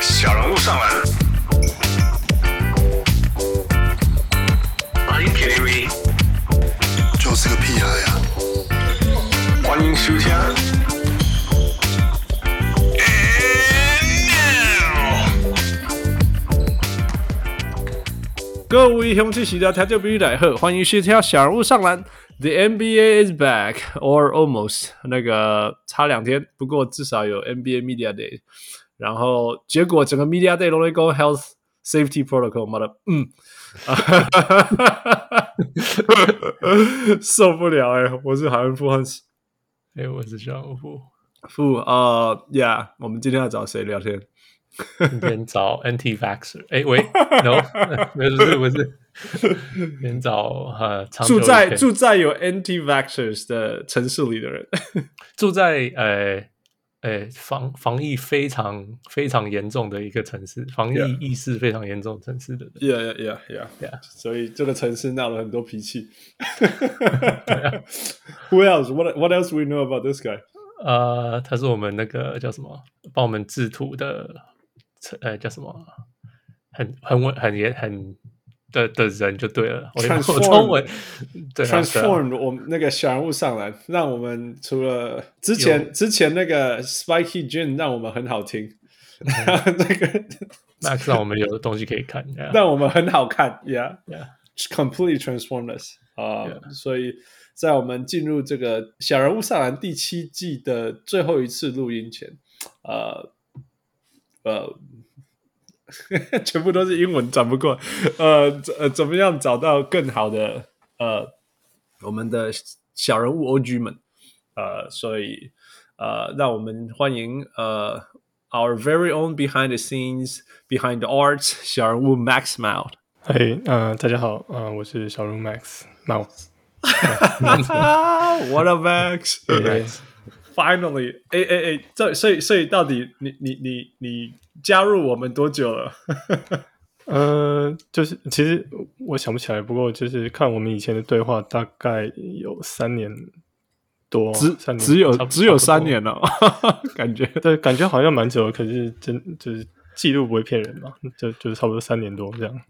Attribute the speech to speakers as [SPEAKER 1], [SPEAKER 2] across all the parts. [SPEAKER 1] 小人物上篮。Are you kidding me？
[SPEAKER 2] 就是个屁孩呀、
[SPEAKER 1] 欢迎收听。
[SPEAKER 3] 各位雄起喜的台球比喻来贺，欢迎收听小人物上篮。The NBA is back or almost，那个差两天，不过至少有 NBA Media Day。然后结果整个 Media Day 都在 go health safety protocol，妈的，嗯， 受不了哎、我是韩文富汉斯
[SPEAKER 4] 哎、我是小老虎。
[SPEAKER 3] 富啊，Yeah，我们今天要找谁聊天？
[SPEAKER 4] 今天找 anti vaxer。哎、喂 ，no，没有，不是不是，今天找呃，长久
[SPEAKER 3] 住
[SPEAKER 4] 以
[SPEAKER 3] 在
[SPEAKER 4] 前
[SPEAKER 3] 住在有 anti-vaxxers 的城市里的人。
[SPEAKER 4] 住在呃呃防防疫非常非常严重的一个城市，防疫
[SPEAKER 3] Yeah
[SPEAKER 4] 意识非常严重的城市的人。
[SPEAKER 3] Yeah, yeah, yeah, yeah.
[SPEAKER 4] Yeah.
[SPEAKER 3] 所以这个城市闹了很多脾气。Who else? What What else we know about this guy?
[SPEAKER 4] 呃，他是我们那个叫什么，帮我们制图的，呃，叫什么，很很稳很严很的的人就对了。我
[SPEAKER 3] Transform
[SPEAKER 4] 我中文对啊对啊
[SPEAKER 3] Transformed 我们那个小人物上来，让我们除了之前之前那个 Spiky Jin 让我们很好听， 那个
[SPEAKER 4] Max 让我们有东西可以看。Yeah
[SPEAKER 3] 让我们很好看，Yeah。
[SPEAKER 4] yeah
[SPEAKER 3] completely transformed us 啊、
[SPEAKER 4] Yeah.
[SPEAKER 3] 所以在我们进入这个小人物上篮第七季的最后一次录音前，呃呃，全部都是英文，转不过来，呃怎呃怎么样找到更好的呃我们的小人物 OG 们，呃，所以呃，让我们欢迎呃 our very own behind the scenes behind the arts 小人物 Max Mount。
[SPEAKER 5] 嘿，嗯，大家好，嗯、我是小鹿 Max Mouse。
[SPEAKER 3] 啊，What a max！
[SPEAKER 5] 对
[SPEAKER 3] Finally，哎哎哎，这所以所以到底你你你你加入我们多久了？
[SPEAKER 5] 呃，就是其实我想不起来，不过就是看我们以前的对话，大概有三年多，三年
[SPEAKER 3] 有
[SPEAKER 4] 差不多只有三
[SPEAKER 3] 年了，感觉
[SPEAKER 5] 对，感觉好像蛮久的，可是真就是记录不会骗人嘛，就就是差不多三年多这样。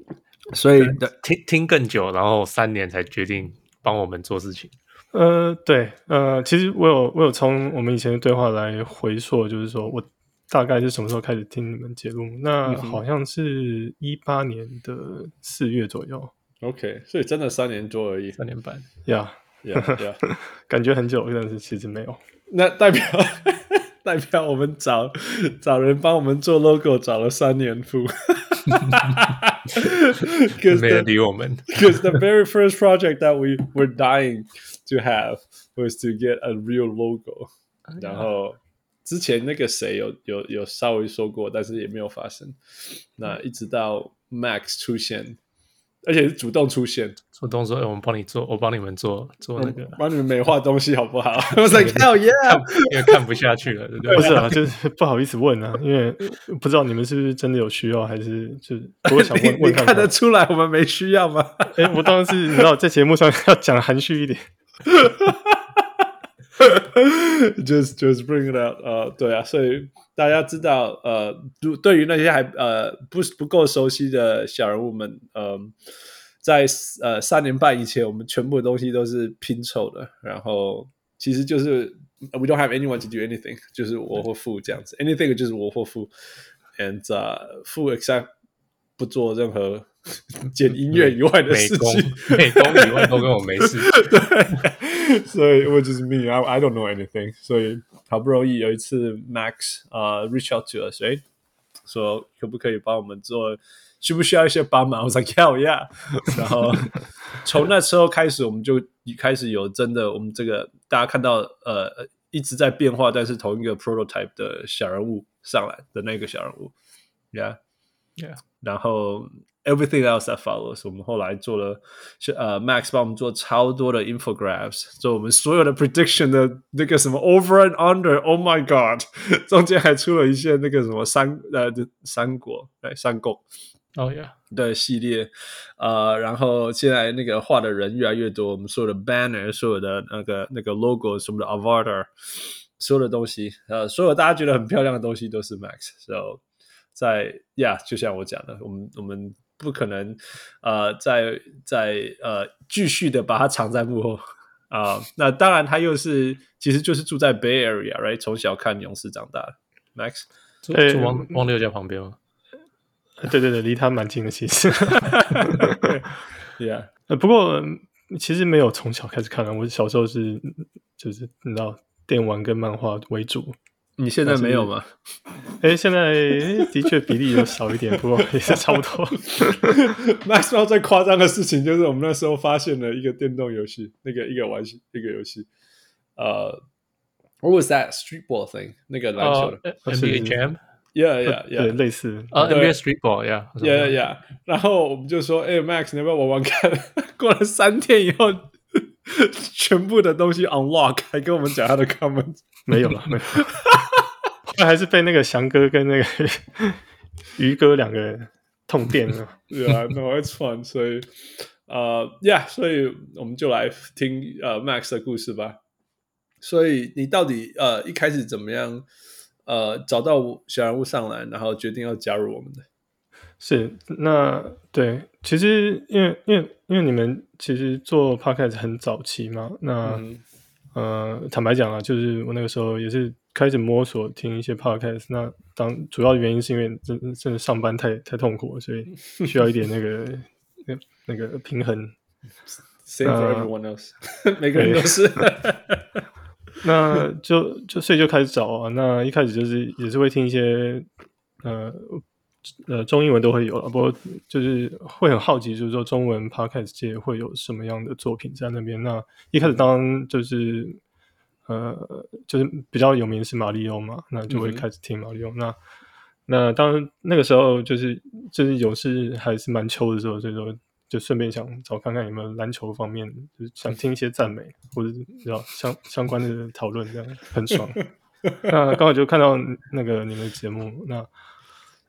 [SPEAKER 3] 所以
[SPEAKER 4] 呃听听更久，然后三年才决定帮我们做事情。
[SPEAKER 5] 呃，对，呃，其实我有我有从我们以前的对话来回溯，就是说我大概是什么时候开始听你们节目？那好像是一八年的四月左右
[SPEAKER 3] OK，所以真的三年多而已。
[SPEAKER 4] 三年半，
[SPEAKER 5] 呀。
[SPEAKER 3] Yeah, yeah.
[SPEAKER 5] 感觉很久，但是其实没有。
[SPEAKER 3] 那代表 代表我们找找人帮我们做 logo 找了三年 付。Because
[SPEAKER 4] 没人理我们。
[SPEAKER 3] because the very first project that we were dying to have was to get a real logo.
[SPEAKER 5] Oh,
[SPEAKER 3] 然后之前那个谁有有有稍微说过，但是也没有发生。那一直到 Max 出现，而且是主动出现，
[SPEAKER 4] 主动说：“哎、我们帮你做，我帮你们做做那个。
[SPEAKER 3] 帮你们美化东西好 不好？I was like hell yeah！
[SPEAKER 4] 因为看不下去了，对不对？
[SPEAKER 5] 不是啊，就是不好意思问 啊，因为不知道你们是不是真的有需要，还是就是我想问
[SPEAKER 3] 你你
[SPEAKER 5] 问看
[SPEAKER 3] 看
[SPEAKER 5] 看
[SPEAKER 3] 得。出来我们没需要吗？
[SPEAKER 5] 哎、我当然是你知道，在节目上要讲含蓄一点。
[SPEAKER 3] just just bring it out 呃，对啊，所以大家知道，呃，对对于那些还呃不不够熟悉的小人物们，呃，在呃三年半以前，我们全部的东西都是拼凑的，然后其实就是呃 we don't have anyone to do anything，就是我或付这样子，anything 就是我或付，and 呃付 except 不做任何 剪音乐以外的
[SPEAKER 4] 美
[SPEAKER 3] 事
[SPEAKER 4] 工
[SPEAKER 3] 情。
[SPEAKER 4] 美工以外都跟我没事。
[SPEAKER 3] 所以 which is me, I I don't know anything. 所以好不容易有一次 Max 呃、reach out to us，哎，说可不可以帮我们做，需不需要一些帮忙？我说 Hell yeah！然 后从那时候开始，我们就开始有真的我们这个大家看到呃一直在变化，但是同一个 prototype 的小人物上来的那个小人物，yeah。
[SPEAKER 4] Yeah
[SPEAKER 3] 然后 everything else that follows，我们后来做了，是呃 Max 帮我们做超多的 infographs，做我们所有的 prediction 的那个什么 over and under，Oh my god，中间还出了一些那个什么三呃三国哎三共
[SPEAKER 4] 哦呀，
[SPEAKER 3] 的系列，呃，然后现在那个画的人越来越多，我们所有的 banner、所有的那个那个 logo 什么的 avatar，所有的东西，呃，所有大家觉得很漂亮的东西都是 Max。So 在 Yeah，就像我讲的，我们我们不可能呃在在呃继续的把它藏在幕后啊、那当然，他又是其实就是住在 Bay Area，right？从小看勇士长大的 Max。
[SPEAKER 4] 住
[SPEAKER 5] 哎
[SPEAKER 4] 住汪汪六家旁边吗？
[SPEAKER 5] 哦对对对，离他蛮近的其实。
[SPEAKER 3] Yeah，
[SPEAKER 5] 呃，不过嗯其实没有从小开始看了，我小时候是嗯就是你知道电玩跟漫画为主。
[SPEAKER 3] 你现在没有吗？
[SPEAKER 5] 哎，现在诶的确比例有少一点，不过也是差不多。
[SPEAKER 3] Maxwell 最夸张的事情就是我们那时候发现了一个电动游戏，那个一个玩一个游戏，呃、w h a t was that streetball thing？那个篮球的、
[SPEAKER 4] 呃
[SPEAKER 5] 不是
[SPEAKER 4] NBA Jam
[SPEAKER 3] y e a h
[SPEAKER 5] 对，
[SPEAKER 3] yeah yeah
[SPEAKER 5] 类似。
[SPEAKER 4] 啊
[SPEAKER 3] 对
[SPEAKER 4] ，NBA Street Ball，yeah，
[SPEAKER 3] yeah yeah yeah。然后我们就说，哎、m a x 你要不要玩玩看？ 过了三天以后，全部的东西 unlock，还跟我们讲他的 comment。
[SPEAKER 5] 没有了，没有了。后来还是被那个翔哥跟那个 于哥两个人痛电了。
[SPEAKER 3] Yeah, no, it's fun. 所以，呃，Yeah，所以我们就来听呃 Max 的故事吧。所以你到底呃一开始怎么样呃找到小人物上来，然后决定要加入我们的？
[SPEAKER 5] 是，那对，其实因为因为因为你们其实做 podcast 很早期嘛，那、
[SPEAKER 3] 嗯
[SPEAKER 5] 呃，坦白讲啊，就是我那个时候也是开始摸索听一些 podcast，那当主要的原因是因为真真的上班太太痛苦了，所以需要一点那个那那个平衡。
[SPEAKER 3] ，Same for
[SPEAKER 5] 呃
[SPEAKER 3] everyone else，、每 个人都是。
[SPEAKER 5] 那就就所以就开始找啊。那一开始就是也是会听一些呃呃中英文都会有了，不过就是会很好奇，就是说中文 podcast 界会有什么样的作品在那边。那一开始当然就是呃就是比较有名是马里奥嘛，那就会
[SPEAKER 3] 嗯哼
[SPEAKER 5] 开始听马里奥。那那当然那个时候就是就是勇士还是蛮秋的时候，所以说。就顺便想找看看有没有篮球方面，就是想听一些赞美或者是比较相相关的讨论，这样很爽。那刚好就看到那个你们的节目，那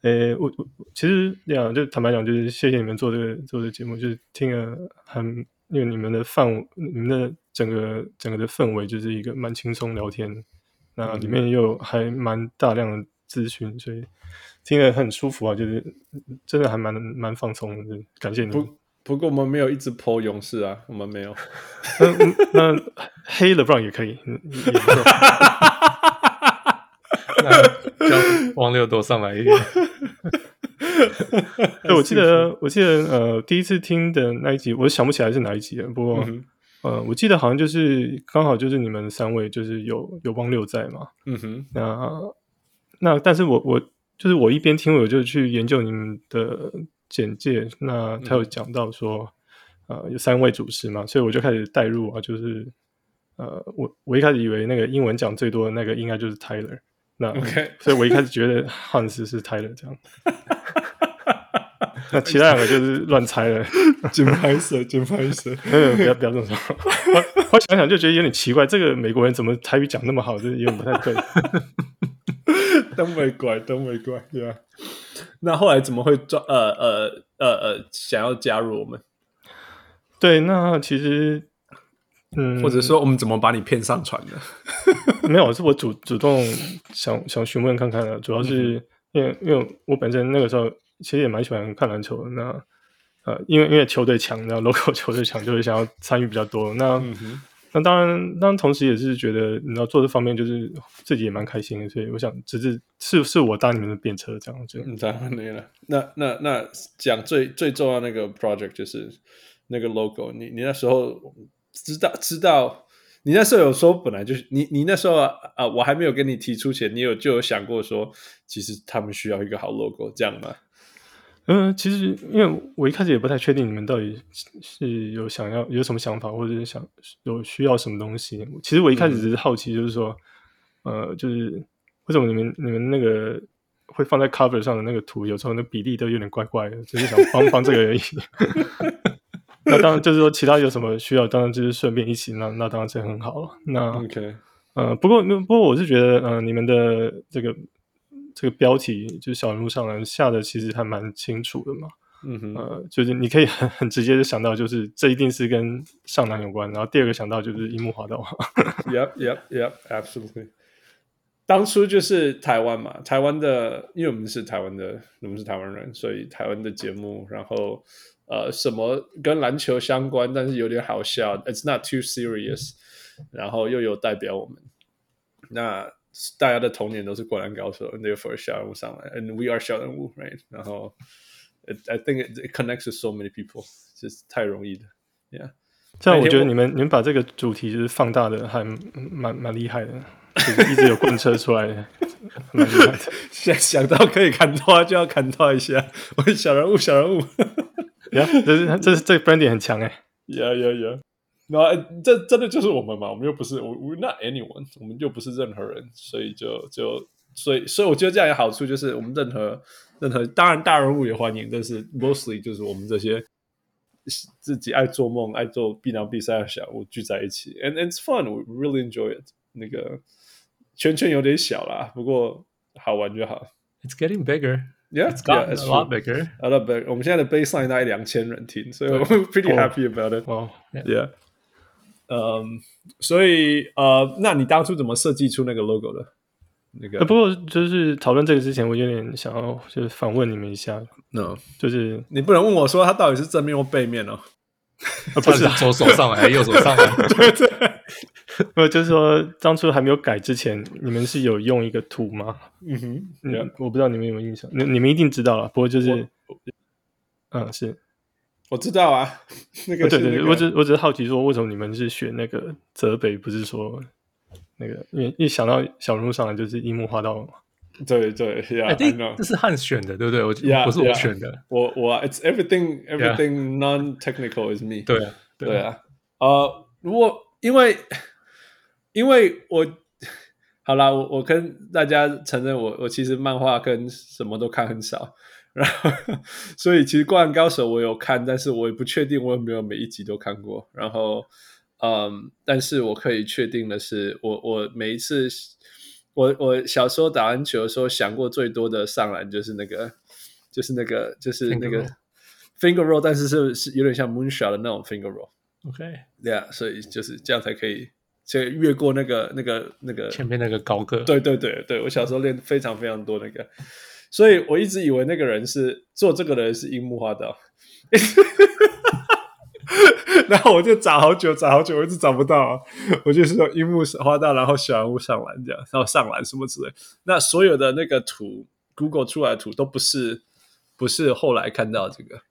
[SPEAKER 5] 呃，我我其实这样就坦白讲，就是谢谢你们做这个做这个节目，就是听了很，因为你们的范围，你们的整个整个的氛围就是一个蛮轻松聊天，那
[SPEAKER 3] 嗯
[SPEAKER 5] 里面又有还蛮大量的资讯，所以听得很舒服啊，就是真的还蛮蛮放松的，就是感谢你们。
[SPEAKER 3] 不 不过我们没有一直 po 勇士啊，我们没有。
[SPEAKER 5] 那嗯那那黑了 b r o n 也可以，嗯 也不错
[SPEAKER 4] 那叫汪六多上来一点。
[SPEAKER 5] 对，我记得，我记得，呃，第一次听的那一集，我想不起来是哪一集了。不过，
[SPEAKER 3] 嗯
[SPEAKER 5] 呃，我记得好像就是刚好就是你们三位就是有有汪六在嘛。
[SPEAKER 3] 嗯哼，
[SPEAKER 5] 那那，但是我我就是我一边听，我就去研究你们的简介。那他有讲到说，呃，有三位主持嘛，所以我就开始代入啊，就是呃，我我一开始以为那个英文讲最多的那个应该就是 Tyler。那
[SPEAKER 3] OK
[SPEAKER 5] 所以我一开始觉得汉斯是 Tyler 这样。那其他两个就是乱猜了，
[SPEAKER 3] 金拍摄，金拍 摄。
[SPEAKER 5] 没有不要不要这么说。 我我想想就觉得有点奇怪，这个美国人怎么台语讲那么好，这有点不太对。
[SPEAKER 3] 都没怪，都没怪，Yeah。那后来怎么会抓呃呃呃呃想要加入我们，
[SPEAKER 5] 对，那其实，嗯，
[SPEAKER 3] 或者说我们怎么把你骗上船的？
[SPEAKER 5] 没有，是我主主动想想询问看看的，主要是因为因为我本身那个时候其实也蛮喜欢看篮球的，那呃，因为因为球队强，然后 local 球队强，就会想要参与比较多。那、那当然，当然同时也是觉得你要做这方面，就是自己也蛮开心的，所以我想只是是是我搭你们的便车这样子。
[SPEAKER 3] 嗯，当然没了。那那那讲最最重要那个 project 就是那个 logo 你。你那时候知道知道，你那时候有说本来就是你你那时候啊、啊我还没有跟你提出前，你有就有想过说，其实他们需要一个好 logo 这样吗？
[SPEAKER 5] 嗯，其实因为我一开始也不太确定你们到底是是有想要有什么想法，或者是想有需要什么东西。其实我一开始只是好奇，就是说，呃，就是为什么你们你们那个会放在 cover 上的那个图，有时候那比例都有点怪怪的，只是想帮帮这个而已。 那当然就是说，其他有什么需要，当然就是顺便一起，那那当然是很好了。那
[SPEAKER 3] OK，
[SPEAKER 5] 呃，不过不过我是觉得，呃，你们的这个这个标题就是小人物上来下的，其实还蛮清楚的嘛。
[SPEAKER 3] 嗯哼，
[SPEAKER 5] 呃，就是你可以很很直接就想到，就是这一定是跟上篮有关。然后第二个想到就是樱木花道，
[SPEAKER 3] Yep, yep, yep, absolutely. 当初就是台湾嘛，台湾的，因为我们是台湾的，我们是台湾人，所以台湾的节目，然后呃，什么跟篮球相关，但是有点好笑，It's not too serious，然后又有代表我们，那大家的童年都是灌篮高手，and therefore 小人物上来，and we are 小人物，right？然后 it, I think it, it connects with so many people，就是太容易的，yeah。
[SPEAKER 5] 这样
[SPEAKER 3] 那天
[SPEAKER 5] 我觉
[SPEAKER 3] 我
[SPEAKER 5] 得你们你们把这个主题就是放大的还蛮蛮厉害的，就是一直有贯彻出来的，蛮厉害的。
[SPEAKER 3] 想想到可以砍他就要砍他一下， 我小人物小 人物，
[SPEAKER 5] 呀、这是这是这个 branding 很强哎、
[SPEAKER 3] 呀呀呀！然后哎这真的就是我们嘛，我们又不是我 we not anyone，我们又不是任何人，所以就就所以所以我觉得这样有好处，就是我们任何任何当然大人物也欢迎，但是 mostly 就是我们这些自己爱做梦、爱做避难比赛的小物聚在一起，and and it's fun，we really enjoy it。那个圈圈有点小啦，不过好玩就好。
[SPEAKER 4] It's getting bigger.
[SPEAKER 3] Yeah,
[SPEAKER 4] It's gotten
[SPEAKER 3] yeah, it's
[SPEAKER 4] a lot
[SPEAKER 3] true.
[SPEAKER 4] bigger.
[SPEAKER 3] 啊，那不，我们现在的 baseline 大概两千人听，所以我 pretty
[SPEAKER 5] 哦
[SPEAKER 3] happy about it。
[SPEAKER 5] 哇，
[SPEAKER 3] Yeah，嗯、所以呃，那你当初怎么设计出那个 logo 的？那个
[SPEAKER 5] 呃，不过就是讨论这个之前，我有点想要就是反问你们一下，
[SPEAKER 3] no，
[SPEAKER 5] 就是、
[SPEAKER 3] 你不能问我说它到底是正面或背面哦。
[SPEAKER 5] 呃、不是啊，
[SPEAKER 4] 左手上来还是右手 上来？
[SPEAKER 5] 呃，就是说当初还没有改之前，你们是有用一个图吗？
[SPEAKER 3] 嗯哼
[SPEAKER 5] 嗯
[SPEAKER 3] Yeah
[SPEAKER 5] 我不知道你们有没有印象，你你们一定知道了。不过就是，嗯，是，
[SPEAKER 3] 我知道啊，那个
[SPEAKER 5] 呃
[SPEAKER 3] 是、
[SPEAKER 5] 对
[SPEAKER 3] 那
[SPEAKER 5] 对
[SPEAKER 3] 个、
[SPEAKER 5] 对，我只我只是好奇说，为什么你们是选那个泽北，不是说那个？因为一想到小人物上来就是樱木花道嘛。
[SPEAKER 3] 对对
[SPEAKER 4] 哎，
[SPEAKER 3] ，Yeah，I
[SPEAKER 4] 这
[SPEAKER 3] know
[SPEAKER 4] 这。是汉选的，对不对？我
[SPEAKER 3] Yeah，
[SPEAKER 4] 不是我
[SPEAKER 3] yeah
[SPEAKER 4] 选的。
[SPEAKER 3] 我我 it's everything everything non technical is me。
[SPEAKER 4] 对啊，
[SPEAKER 3] 对啊，呃，如果因为 因为我 好啦，我我跟大家承认我，我其实漫画跟什么都看很少， 然后所以其实《灌篮高手》我有看，但是我也不确定我有没有每一集都看过。然后，嗯，但是我可以确定的是，我我每一次我我小时候打篮球的时候想过最多的上篮就是那个就是那个就是那个
[SPEAKER 4] Finger
[SPEAKER 3] finger roll，但是是是有点像 moonshot 的那种 finger roll。
[SPEAKER 4] OK，
[SPEAKER 3] 对啊，所以就是这样才可以，所以越过那个那个那个，
[SPEAKER 4] 前面那个高个，
[SPEAKER 3] 对对对对，我小时候练非常非常多那个，所以我一直以为那个人是做这个的人是樱木花道， 然后我就找好久找好久，我一直找不到、啊，我就是说樱木花道，然后小人物上篮这样，然后上篮什么之类，那所有的那个图 Google 出来的图都不是不是后来看到这个，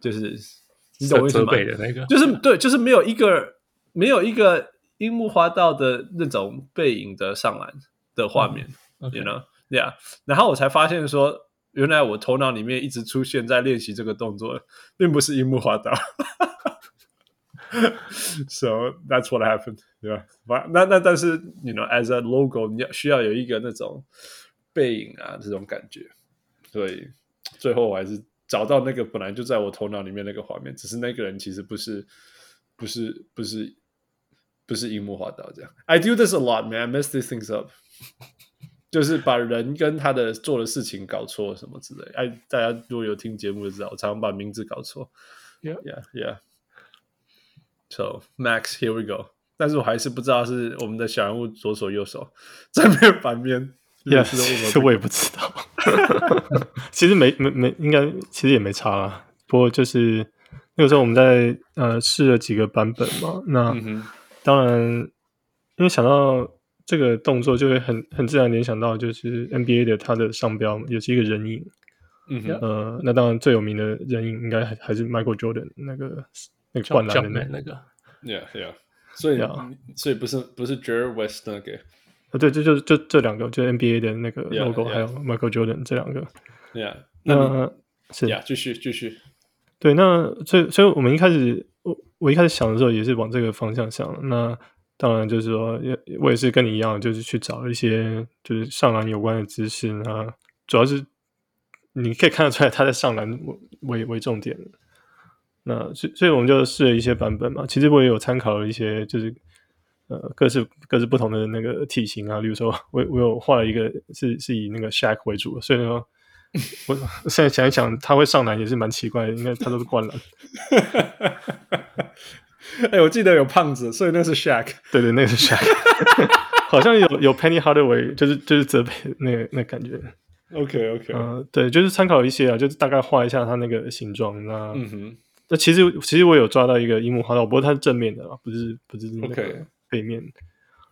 [SPEAKER 3] 就是你懂我意思
[SPEAKER 4] 泽
[SPEAKER 3] 吗？
[SPEAKER 4] 北的那个，
[SPEAKER 3] 就是对，就是没有一个没有一个樱木花道的那种背影的上篮的画面、
[SPEAKER 4] 嗯 OK
[SPEAKER 3] y o u know，yeah。然后我才发现说，原来我头脑里面一直出现在练习这个动作，并不是樱木花道。so that's what happened. Yeah，哇那那但是，you know, as a logo，你要需要有一个那种背影啊，这种感觉。所以最后我还是找到那个本来就在我头脑里面那个画面，只是那个人其实不是不是不是不是樱木花道这样。I do this a lot, man. I mess these things up. 就是把人跟他的做的事情搞错什么之类。哎，大家如果有听节目就知道，我常常把名字搞错。
[SPEAKER 4] Yeah.
[SPEAKER 3] yeah, yeah. So Max, here we go. 但是我还是不知道是我们的小人物左手右手， 正面反面。
[SPEAKER 5] 呀，
[SPEAKER 3] 是我
[SPEAKER 5] 这我也不知道。 其实没没没，应该其实也没差啦。不过就是那个时候我们在呃试了几个版本嘛，那、
[SPEAKER 3] 嗯
[SPEAKER 5] 当然，因为想到这个动作，就会很很自然联想到就是 NBA 的它的商标也是一个人影。
[SPEAKER 3] 嗯哼，
[SPEAKER 5] 呃，那当然最有名的人影应该还还是 Michael Jordan 那个那个
[SPEAKER 4] Jump-
[SPEAKER 5] 灌篮的那
[SPEAKER 4] Jumpman
[SPEAKER 5] 个。
[SPEAKER 4] 那个，
[SPEAKER 3] Yeah, yeah. 所以
[SPEAKER 5] Yeah.
[SPEAKER 3] 所以不是不是 Jer West 那个
[SPEAKER 5] 呃，对，就就就这两个，就是 NBA 的那个
[SPEAKER 3] Yeah,
[SPEAKER 5] logo，、
[SPEAKER 3] yeah.
[SPEAKER 5] 还有 Michael Jordan 这两个。
[SPEAKER 3] ，Yeah，
[SPEAKER 5] 那、
[SPEAKER 3] 那你
[SPEAKER 5] 是
[SPEAKER 3] Yeah 继续继 续
[SPEAKER 5] 对，那所以所以我们一开始我我一开始想的时候也是往这个方向想。那当然就是说，也我也是跟你一样，就是去找一些就是上篮有关的知识啊，那主要是你可以看得出来他在上篮为为为重点。那所以所以我们就试了一些版本嘛，其实我也有参考了一些，就是呃各式各式不同的那个体型啊，例如说我我有画了一个是是以那个 Shack 为主，所以说我现在想一想，他会上篮也是蛮奇怪的，应该他都是灌篮。
[SPEAKER 3] 哎、我记得有胖子，所以那是 Shaq。
[SPEAKER 5] 对对，那个是 Shaq，好像有有 Penny Hardaway，就是就是责备那个那感觉。
[SPEAKER 3] OK OK，
[SPEAKER 5] 嗯、对，就是参考一些啊，就是大概画一下它那个形状。那
[SPEAKER 3] 嗯哼
[SPEAKER 5] 那、其实其实我有抓到一个樱木花道，不过它是正面的啊，不是不是那
[SPEAKER 3] OK
[SPEAKER 5] 个背面。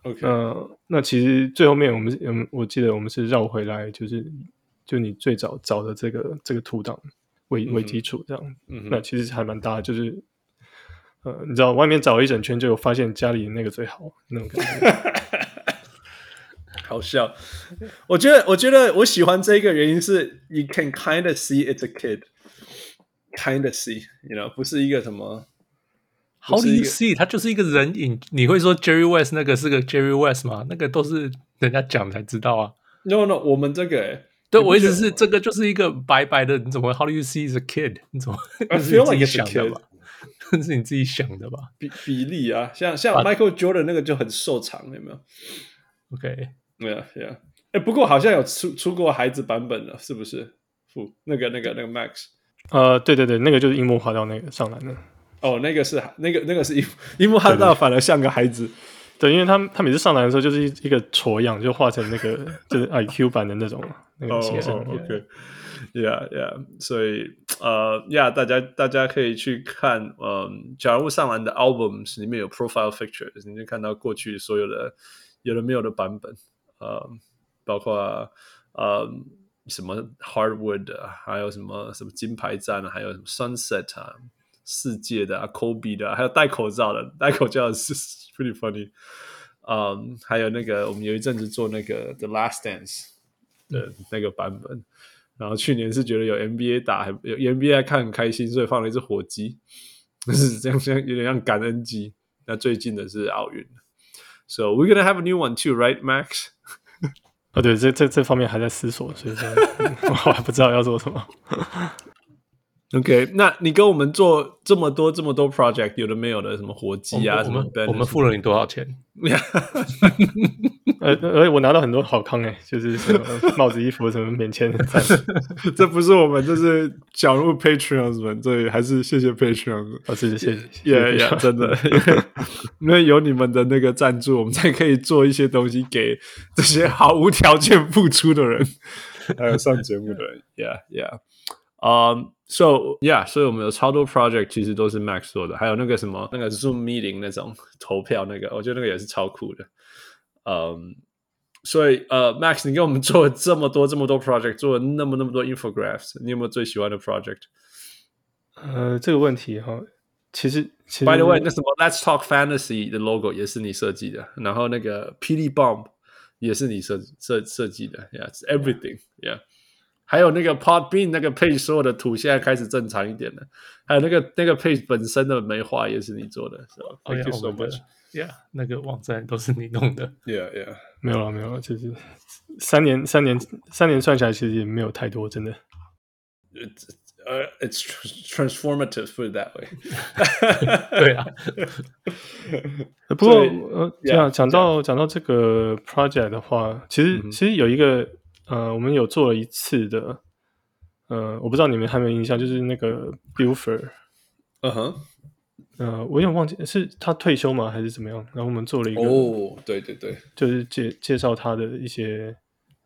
[SPEAKER 3] ，OK，
[SPEAKER 5] 呃，那其实最后面我们是，嗯，我记得我们是绕回来，就是就你最早找的这个这个图档为为基础这样。
[SPEAKER 3] 嗯哼
[SPEAKER 5] 那其实还蛮大的，就是呃，你知道外面找了一整圈，就有发现家里那个最好那种感觉。
[SPEAKER 3] 好笑。我觉得，我觉得我喜欢这个原因是，you can kind of see it's a kid，kind of see，you know，不是一个什么
[SPEAKER 4] How
[SPEAKER 3] 不
[SPEAKER 4] do
[SPEAKER 3] 是一
[SPEAKER 4] you
[SPEAKER 3] 个
[SPEAKER 4] see？他就是一个人影。你会说 Jerry West 那个是个 Jerry West 吗？那个都是人家讲才知道啊。
[SPEAKER 3] ，no no，我们这个、欸、
[SPEAKER 4] 对
[SPEAKER 3] 你不
[SPEAKER 4] 我意思
[SPEAKER 3] 觉得
[SPEAKER 4] 是，这个就是一个白白的，你怎么 How do you see is a kid？你怎么
[SPEAKER 3] I
[SPEAKER 4] 那是
[SPEAKER 3] feel like it's a
[SPEAKER 4] 你 自己想的
[SPEAKER 3] kid
[SPEAKER 4] 吧？那 是你自己想的吧
[SPEAKER 3] 比比例啊，像像
[SPEAKER 4] 啊
[SPEAKER 3] Michael Jordan 那个就很瘦长，有没有？
[SPEAKER 4] ？OK，
[SPEAKER 3] 没有，yeah。哎，不过好像有出出过孩子版本了，是不是？不，那个那个那个 Max，
[SPEAKER 5] 呃，对对对，那个就是樱木花道那个上篮的。
[SPEAKER 3] 哦，那个是那个那个是樱木樱木汉道，反而像个孩子。
[SPEAKER 5] 对，因为他他每次上篮的时候就是一一个挫样，就画成那个就是 IQ 版的那种那
[SPEAKER 3] 哦
[SPEAKER 5] 个形象。
[SPEAKER 3] ，OK，Yeah Yeah，所以呃，Yeah，大家大家可以去看，嗯，假如上完的 albums 里面有 profile pictures，你就看到过去所有的有的没有的版本，呃，包括呃什么 Hardwood，啊还有什么什么金牌战啊，还有什么 Sunset 啊，世界的啊，Kobe 的啊，还有戴口罩的，戴口罩的是是 pretty funny。嗯，还有那个，我们有一阵子做那个《The Last Dance》，的那个版本。然后去年是觉得有 NBA 打，还有 NBA 还看很开心，所以放了一只火鸡， 就是这样，像有点像感恩鸡。那最近的是奥运，So we're gonna have a new one too, right, Max?
[SPEAKER 5] 哦，对，这这这方面还在思索，所以说 我还不知道要做什么。
[SPEAKER 3] OK，那你跟我们做这么多这么多 project，有的没有的，什么火
[SPEAKER 4] 我
[SPEAKER 3] 鸡
[SPEAKER 4] 们
[SPEAKER 3] 啊，
[SPEAKER 4] 我
[SPEAKER 3] 什么
[SPEAKER 4] 们
[SPEAKER 3] banners
[SPEAKER 4] 我们付了你多少钱？
[SPEAKER 5] 呃，而且我拿到很多好康哎、就 是什么帽子、衣服、什么免签，很赞
[SPEAKER 3] 这不是我们，这是小入 Patreons 们，这里还是谢谢 Patreons。
[SPEAKER 5] 哦，谢谢谢谢谢
[SPEAKER 3] 也
[SPEAKER 5] 谢
[SPEAKER 3] 也真的， 因为有你们的那个赞助，我们才可以做一些东西给这些毫无条件付出的人， 还有上节目的人。Yeah, yeah. Um, so yeah，所以我们有超多 project 其实都是 Max 做的，还有那个什么那个 Zoom meeting 那种投票那个，我觉得那个也是超酷的。嗯，所以呃，Max，你给我们做了这么多这么多 project，做了那么那么多 infographics，你有没有最喜欢的 project？
[SPEAKER 5] 呃，这个问题哈，其实其实
[SPEAKER 3] By the way，那什么 Let's Talk Fantasy 的 logo 也是你设计的，然后那个霹雳 Bomb 也是你设设设计的，Yeah，it's everything，Yeah。还有那个 Podbean 那个 page 所有的图现在开始正常一点了，还有那个那个 page 本身的美化也是你做的，so
[SPEAKER 4] 哦
[SPEAKER 3] thank you
[SPEAKER 4] 呀
[SPEAKER 3] so
[SPEAKER 4] 我们
[SPEAKER 3] much。
[SPEAKER 4] 的 Yeah，那个网站都是你弄的。
[SPEAKER 3] Yeah, yeah.
[SPEAKER 5] 没有了没有了，就是三年三年三年算起来，其实也没有太多，真的。
[SPEAKER 3] It's uh, it's transformative. Put it that way.
[SPEAKER 4] 对啊，
[SPEAKER 5] 呃不过
[SPEAKER 3] 所以
[SPEAKER 5] 呃，
[SPEAKER 3] yeah，嗯
[SPEAKER 5] 这样讲到讲到这个 project 的话，其实、其实有一个呃，我们有做了一次的，呃，我不知道你们还有没有印象，就是那个 Buffer，
[SPEAKER 3] 嗯哼，
[SPEAKER 5] 呃，我有点忘记是他退休吗还是怎么样？然后我们做了一个，
[SPEAKER 3] 哦，Oh，对对对，
[SPEAKER 5] 就是介介绍他的一些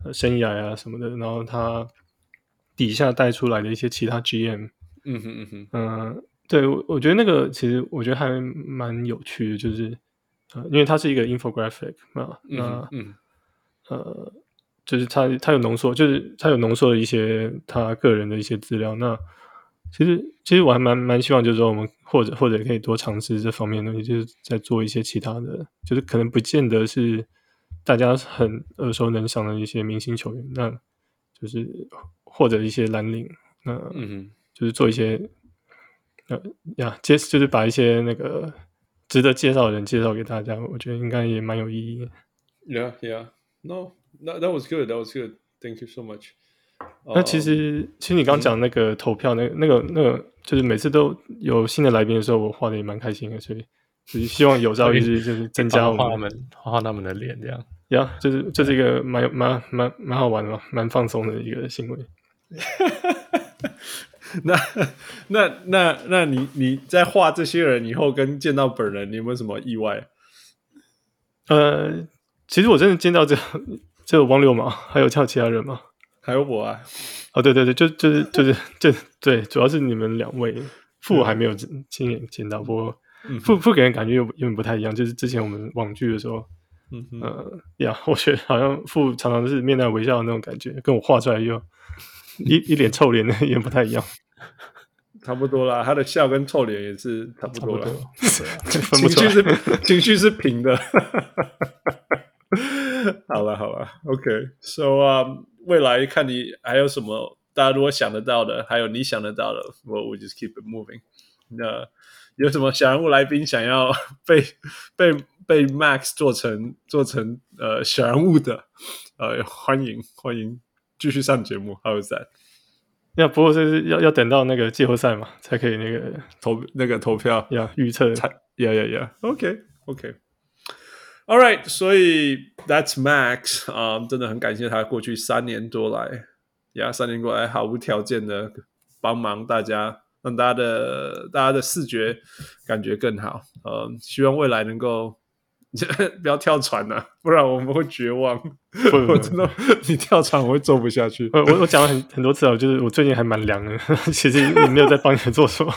[SPEAKER 5] 呃生涯啊什么的，然后他底下带出来的一些其他 GM，
[SPEAKER 3] 嗯哼嗯哼，
[SPEAKER 5] 嗯，对，我我觉得那个其实我觉得还蛮有趣的，就是呃，因为它是一个 infographic 嘛，
[SPEAKER 3] 嗯
[SPEAKER 5] 那
[SPEAKER 3] 哼嗯
[SPEAKER 5] 呃，就是它它有浓缩，就是它有浓缩的一些他个人的一些资料。那其实其实我还蛮蛮希望，就是说我们或者或者可以多尝试这方面的东西，就是在做一些其他的，就是可能不见得是大家很耳熟能详的一些明星球员，那就是或者一些蓝领，那
[SPEAKER 3] 嗯哼，
[SPEAKER 5] 就是做一些呃呀，介就是把一些那个值得介绍的人介绍给大家，我觉得应该也蛮有意义的。
[SPEAKER 3] Yeah, yeah. No, that that was good. That was good. Thank you so much. 哦
[SPEAKER 5] 那其实，其实你刚讲那个投票，那个、那个、那个，就是每次都有新的来宾的时候，我画的也蛮开心的，所以就是希望有朝一日就是增加
[SPEAKER 4] 画
[SPEAKER 5] 我
[SPEAKER 4] 他
[SPEAKER 5] 们，
[SPEAKER 4] 们画他们的脸这样。
[SPEAKER 5] 呀，就是这、是一个蛮有蛮蛮蛮好玩的嘛，蛮放松的一个行为。
[SPEAKER 3] 那那那那你你在画这些人以后，跟见到本人，你有没有什么意外？
[SPEAKER 5] 呃，其实我真的见到这这有汪六嘛，还有还有其他人嘛。
[SPEAKER 3] 还有我啊，
[SPEAKER 5] 哦，对对对，就就是就是就对，主要是你们两位，父我还没有亲亲眼见到，不过父父给人感觉有有点不太一样，就是之前我们网剧的时候，
[SPEAKER 3] 嗯哼，
[SPEAKER 5] 呃呀，我觉得好像父常常是面带微笑的那种感觉，跟我画出来又一一脸臭脸的也不太一样，
[SPEAKER 3] 差不多啦。他的笑跟臭脸也是差不多啦。
[SPEAKER 5] 分不
[SPEAKER 3] 情
[SPEAKER 5] 出
[SPEAKER 3] 绪
[SPEAKER 5] 来。
[SPEAKER 3] 是 情绪是平的。好了好了，OK，So、um, 未来看你还有什么，大家如果想得到的，还有你想得到的，我我 just keep it moving。那有什么小人物来宾想要 被被被 Max 做成做成呃小人物的，呃欢迎欢迎继续上节目，How is that？
[SPEAKER 5] 呀，不过这是要要等到那个季后赛嘛，才可以那个
[SPEAKER 3] 投那个投票
[SPEAKER 5] 呀预测。
[SPEAKER 3] 才 yeah yeah yeah OK OK。All right，所以 That's Max 啊、真的很感谢他过去三年多来，呀、三年过来毫无条件的帮忙大家，让大家的大家的视觉感觉更好。呃，希望未来能够 不要跳船了、不然我们会绝望。
[SPEAKER 5] 不不
[SPEAKER 3] 我真的，你跳船我会做不下 去。
[SPEAKER 5] 呃我我我讲了很很多次啊，就是我最近还蛮凉的， 其实也没有在帮你们做什么。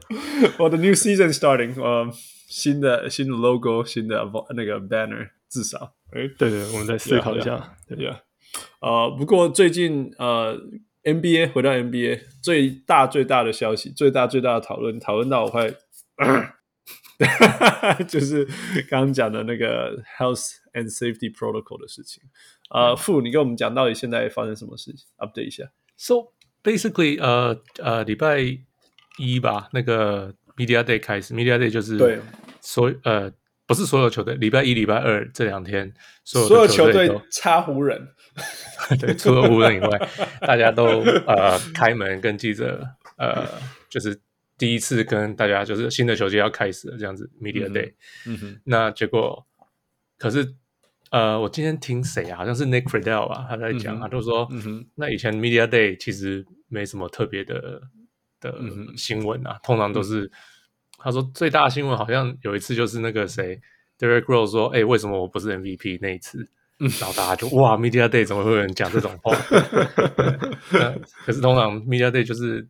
[SPEAKER 3] 我的 new season starting，呃，新的新的 logo，新的 vo- 那个 banner，至少，哎，
[SPEAKER 5] 对对，我们再思考一下。对
[SPEAKER 3] Yeah，呃，不过最近呃，NBA 回到 NBA 最大最大的消息，最大最大的讨论，讨论到我快， 就是刚刚讲的那个 health and safety protocol 的事情。呃，傅，你跟我们讲到底现在发生什么事情？update 一下。
[SPEAKER 4] So basically，呃呃，礼拜一吧，那个 Media Day 开始，Media Day 就是
[SPEAKER 3] 对
[SPEAKER 4] 所有呃不是所有球队，礼拜一、礼拜二这两天，所有
[SPEAKER 3] 所有
[SPEAKER 4] 的
[SPEAKER 3] 球队
[SPEAKER 4] 都
[SPEAKER 3] 插湖人，
[SPEAKER 4] 对，除了湖人以外，大家都呃开门跟记者呃就是第一次跟大家就是新的球季要开始了这样子 media day，
[SPEAKER 3] 嗯哼，
[SPEAKER 4] 那结果可是呃我今天听谁啊，好像是 Nick Friedel 吧，他在
[SPEAKER 3] 嗯
[SPEAKER 4] 讲，
[SPEAKER 3] 哼
[SPEAKER 4] 他就说、
[SPEAKER 3] 嗯哼
[SPEAKER 4] 那以前 media day 其实没什么特别的的
[SPEAKER 3] 嗯哼嗯
[SPEAKER 4] 新闻啊，通常都是、他说最大的新闻好像有一次就是那个谁 Derek Rose 说，哎、为什么我不是 MVP 那一次？
[SPEAKER 3] 嗯
[SPEAKER 4] 然后大家就哇，Media Day 怎么会有人讲这种话？ 那可是通常 Media Day 就是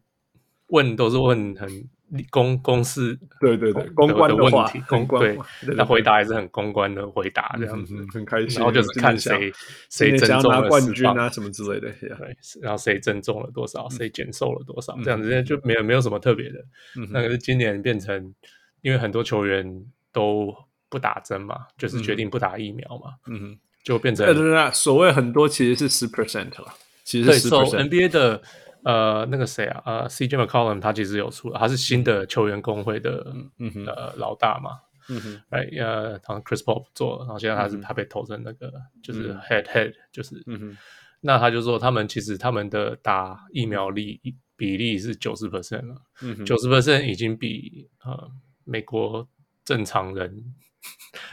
[SPEAKER 4] 问都是问很公公式
[SPEAKER 3] 对对对，
[SPEAKER 4] 的
[SPEAKER 3] 公关
[SPEAKER 4] 的
[SPEAKER 3] 的话
[SPEAKER 4] 哦问 题，，
[SPEAKER 3] 公
[SPEAKER 4] 公
[SPEAKER 3] 关
[SPEAKER 4] 对
[SPEAKER 3] 的话，
[SPEAKER 4] 那回答也是很公关的回答这样子，
[SPEAKER 3] 嗯很开心。
[SPEAKER 4] 然后就是
[SPEAKER 3] 今天
[SPEAKER 4] 看
[SPEAKER 3] 想
[SPEAKER 4] 谁
[SPEAKER 3] 今
[SPEAKER 4] 谁
[SPEAKER 3] 天
[SPEAKER 4] 珍
[SPEAKER 3] 想
[SPEAKER 4] 重
[SPEAKER 3] 要
[SPEAKER 4] 了
[SPEAKER 3] 拿冠
[SPEAKER 4] 释
[SPEAKER 3] 军
[SPEAKER 4] 放
[SPEAKER 3] 啊嗯什么之类的，yeah。
[SPEAKER 4] 对，然后谁增重了多少，谁减瘦了多
[SPEAKER 3] 嗯
[SPEAKER 4] 少，这样子就没有没有什么特别的。那可是今年变成，因为很多球员都不打针嘛，就是决定不打疫苗嘛，
[SPEAKER 3] 嗯哼，
[SPEAKER 4] 就变成
[SPEAKER 3] 嗯对对对对，所谓很多其实是十 percent 了，其实
[SPEAKER 4] 对
[SPEAKER 3] 是十
[SPEAKER 4] ，so
[SPEAKER 3] percent。
[SPEAKER 4] NBA 的呃那个谁啊，呃 CJ McCollum 他其实有出，他是新的球员工会的、
[SPEAKER 3] 嗯哼
[SPEAKER 4] 呃老大嘛，
[SPEAKER 3] 嗯哼，
[SPEAKER 4] 哎呃，然后 Chris Paul 做了，然后现在他是、他被投成那个就是 head head，就是，
[SPEAKER 3] 嗯哼
[SPEAKER 4] 那他就说他们其实他们的打疫苗力比例是九十 percent 了，
[SPEAKER 3] 嗯哼
[SPEAKER 4] 九十 percent 已经比呃美国正常人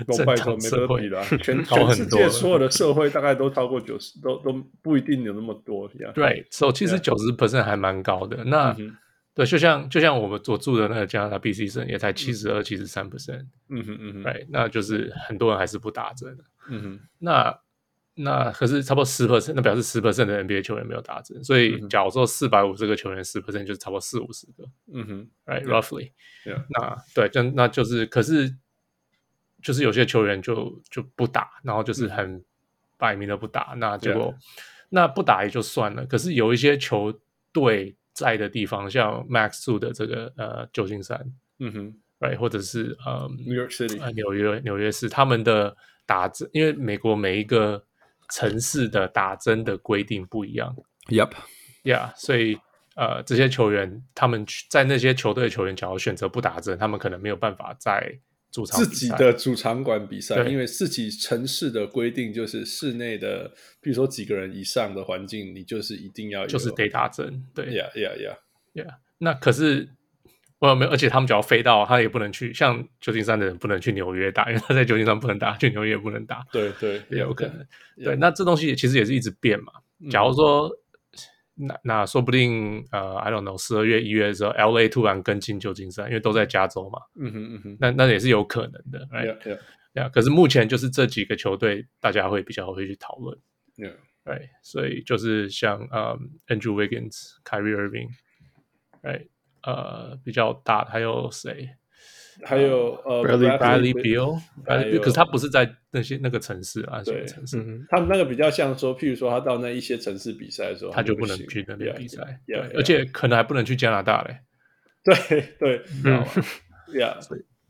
[SPEAKER 3] 都
[SPEAKER 4] 正
[SPEAKER 3] 拜托
[SPEAKER 4] 常
[SPEAKER 3] 没
[SPEAKER 4] 社
[SPEAKER 3] 得
[SPEAKER 4] 会
[SPEAKER 3] 比了，全
[SPEAKER 4] 高
[SPEAKER 3] 全
[SPEAKER 4] 很
[SPEAKER 3] 世
[SPEAKER 4] 多
[SPEAKER 3] 界
[SPEAKER 4] 了
[SPEAKER 3] 所有的社会大概都超过九十，都都不一定有那么多呀。
[SPEAKER 4] Right，so 其实
[SPEAKER 3] Yeah.
[SPEAKER 4] 九十 percent 还蛮高的。那、
[SPEAKER 3] 嗯哼
[SPEAKER 4] 对，就像就像我们所住的那个加拿大 BC 省也才七十二、七十三 percent，right，
[SPEAKER 3] 嗯哼嗯哼，
[SPEAKER 4] 那就是很多人还是不打针的。
[SPEAKER 3] 嗯哼
[SPEAKER 4] 那那可是差不多十 percent，那表示十 percent 的 NBA 球员没有打针。所以假如说四百五十个球员，十 percent 就是差不多四五十个
[SPEAKER 3] 嗯哼，
[SPEAKER 4] ，right，roughly。
[SPEAKER 3] Yeah.
[SPEAKER 4] 那对，就那就是可是就是有些球员就就不打，然后就是很摆明的不打，那结果那不打也就算了。可是有一些球队在的地方，像 Max 住的这个呃旧金山
[SPEAKER 3] 嗯哼
[SPEAKER 4] ，right，或者是呃
[SPEAKER 3] ，New York City，
[SPEAKER 4] 呃纽约纽约市，他们的打针，因为美国每一个城市的打针的规定不一样，
[SPEAKER 3] Yep，
[SPEAKER 4] Yeah，所以呃，这些球员他们去在那些球队的球员，假如选择不打针，他们可能没有办法在主场
[SPEAKER 3] 自
[SPEAKER 4] 比
[SPEAKER 3] 己
[SPEAKER 4] 赛
[SPEAKER 3] 的主场馆比赛，
[SPEAKER 4] 对
[SPEAKER 3] 因为自己城市的规定就是室内的，比如说几个人以上的环境，你就是一定要有
[SPEAKER 4] 就是得打针，对
[SPEAKER 3] Yeah Yeah Yeah，
[SPEAKER 4] yeah 那可是我没有，而且他们只要飞到，他也不能去，像旧金山的人不能去纽约打，因为他在旧金山不能打，去纽约也不能打，
[SPEAKER 3] 对对，
[SPEAKER 4] 也有可能。
[SPEAKER 3] Yeah. 嗯
[SPEAKER 4] 对，那这东西其实也是一直变嘛。假如说那那说不定呃，I don't know，十二月一月的时候，L A 突然跟进旧金山，因为都在加州嘛，
[SPEAKER 3] 嗯哼嗯哼，
[SPEAKER 4] 那那也是有可能的
[SPEAKER 3] 哎
[SPEAKER 4] ，right？
[SPEAKER 3] 呀呀
[SPEAKER 4] 对啊，可是目前就是这几个球队，大家会比较会去讨论，
[SPEAKER 3] 呀，
[SPEAKER 4] 对，所以就是像呃、Andrew Wiggins、Kyrie Irving，right，呃，比较大，还有谁
[SPEAKER 3] 还有呃
[SPEAKER 5] Bradley-
[SPEAKER 3] Beal
[SPEAKER 4] ？Bradley Beal，Bradley
[SPEAKER 3] 还
[SPEAKER 4] Beal，
[SPEAKER 3] 有
[SPEAKER 4] 可是他不是在那些那个城市啊，什
[SPEAKER 3] 对
[SPEAKER 4] 么城市？
[SPEAKER 5] 嗯，
[SPEAKER 3] 他们那个比较像说，譬如说他到那一些城市比赛的时候，
[SPEAKER 4] 他就
[SPEAKER 3] 不
[SPEAKER 4] 不能
[SPEAKER 3] 行
[SPEAKER 4] 去那边
[SPEAKER 3] Yeah，
[SPEAKER 4] 比赛，对
[SPEAKER 3] yeah，yeah
[SPEAKER 4] 而且可能还不能去加拿大嘞。
[SPEAKER 3] 对对，
[SPEAKER 5] 嗯，
[SPEAKER 3] 呀、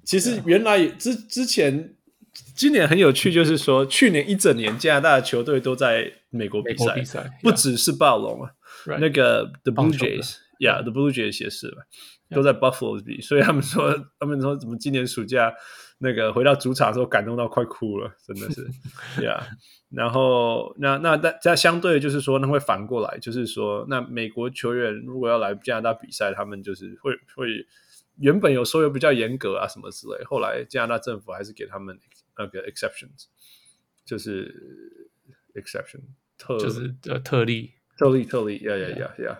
[SPEAKER 3] 其实原来之之前今年很有趣，就是说去年一整年加拿大的球队都在美国比
[SPEAKER 4] 美国
[SPEAKER 3] 赛，
[SPEAKER 4] 比赛
[SPEAKER 3] 不
[SPEAKER 4] yeah
[SPEAKER 3] 只是暴龙啊
[SPEAKER 4] Right
[SPEAKER 3] 那个 The
[SPEAKER 4] 棒
[SPEAKER 3] Blue
[SPEAKER 4] 球的
[SPEAKER 3] Jays，Yeah，The Blue Jays 也是嘛都在 Buffalo 比，所以他们说他们说怎么今年暑假那个回到主场的时候感动到快哭了，真的 是，Yeah。然后，那那但但相对就是说，那会反过来，就是说，那美国球员如果要来加拿大比赛，他们就是会会原本有说有比较严格啊什么之类，后来加拿大政府还是给他们那个 exceptions，就是 exception 特
[SPEAKER 4] 就是呃特例，
[SPEAKER 3] 特例特例，yeah yeah yeah yeah。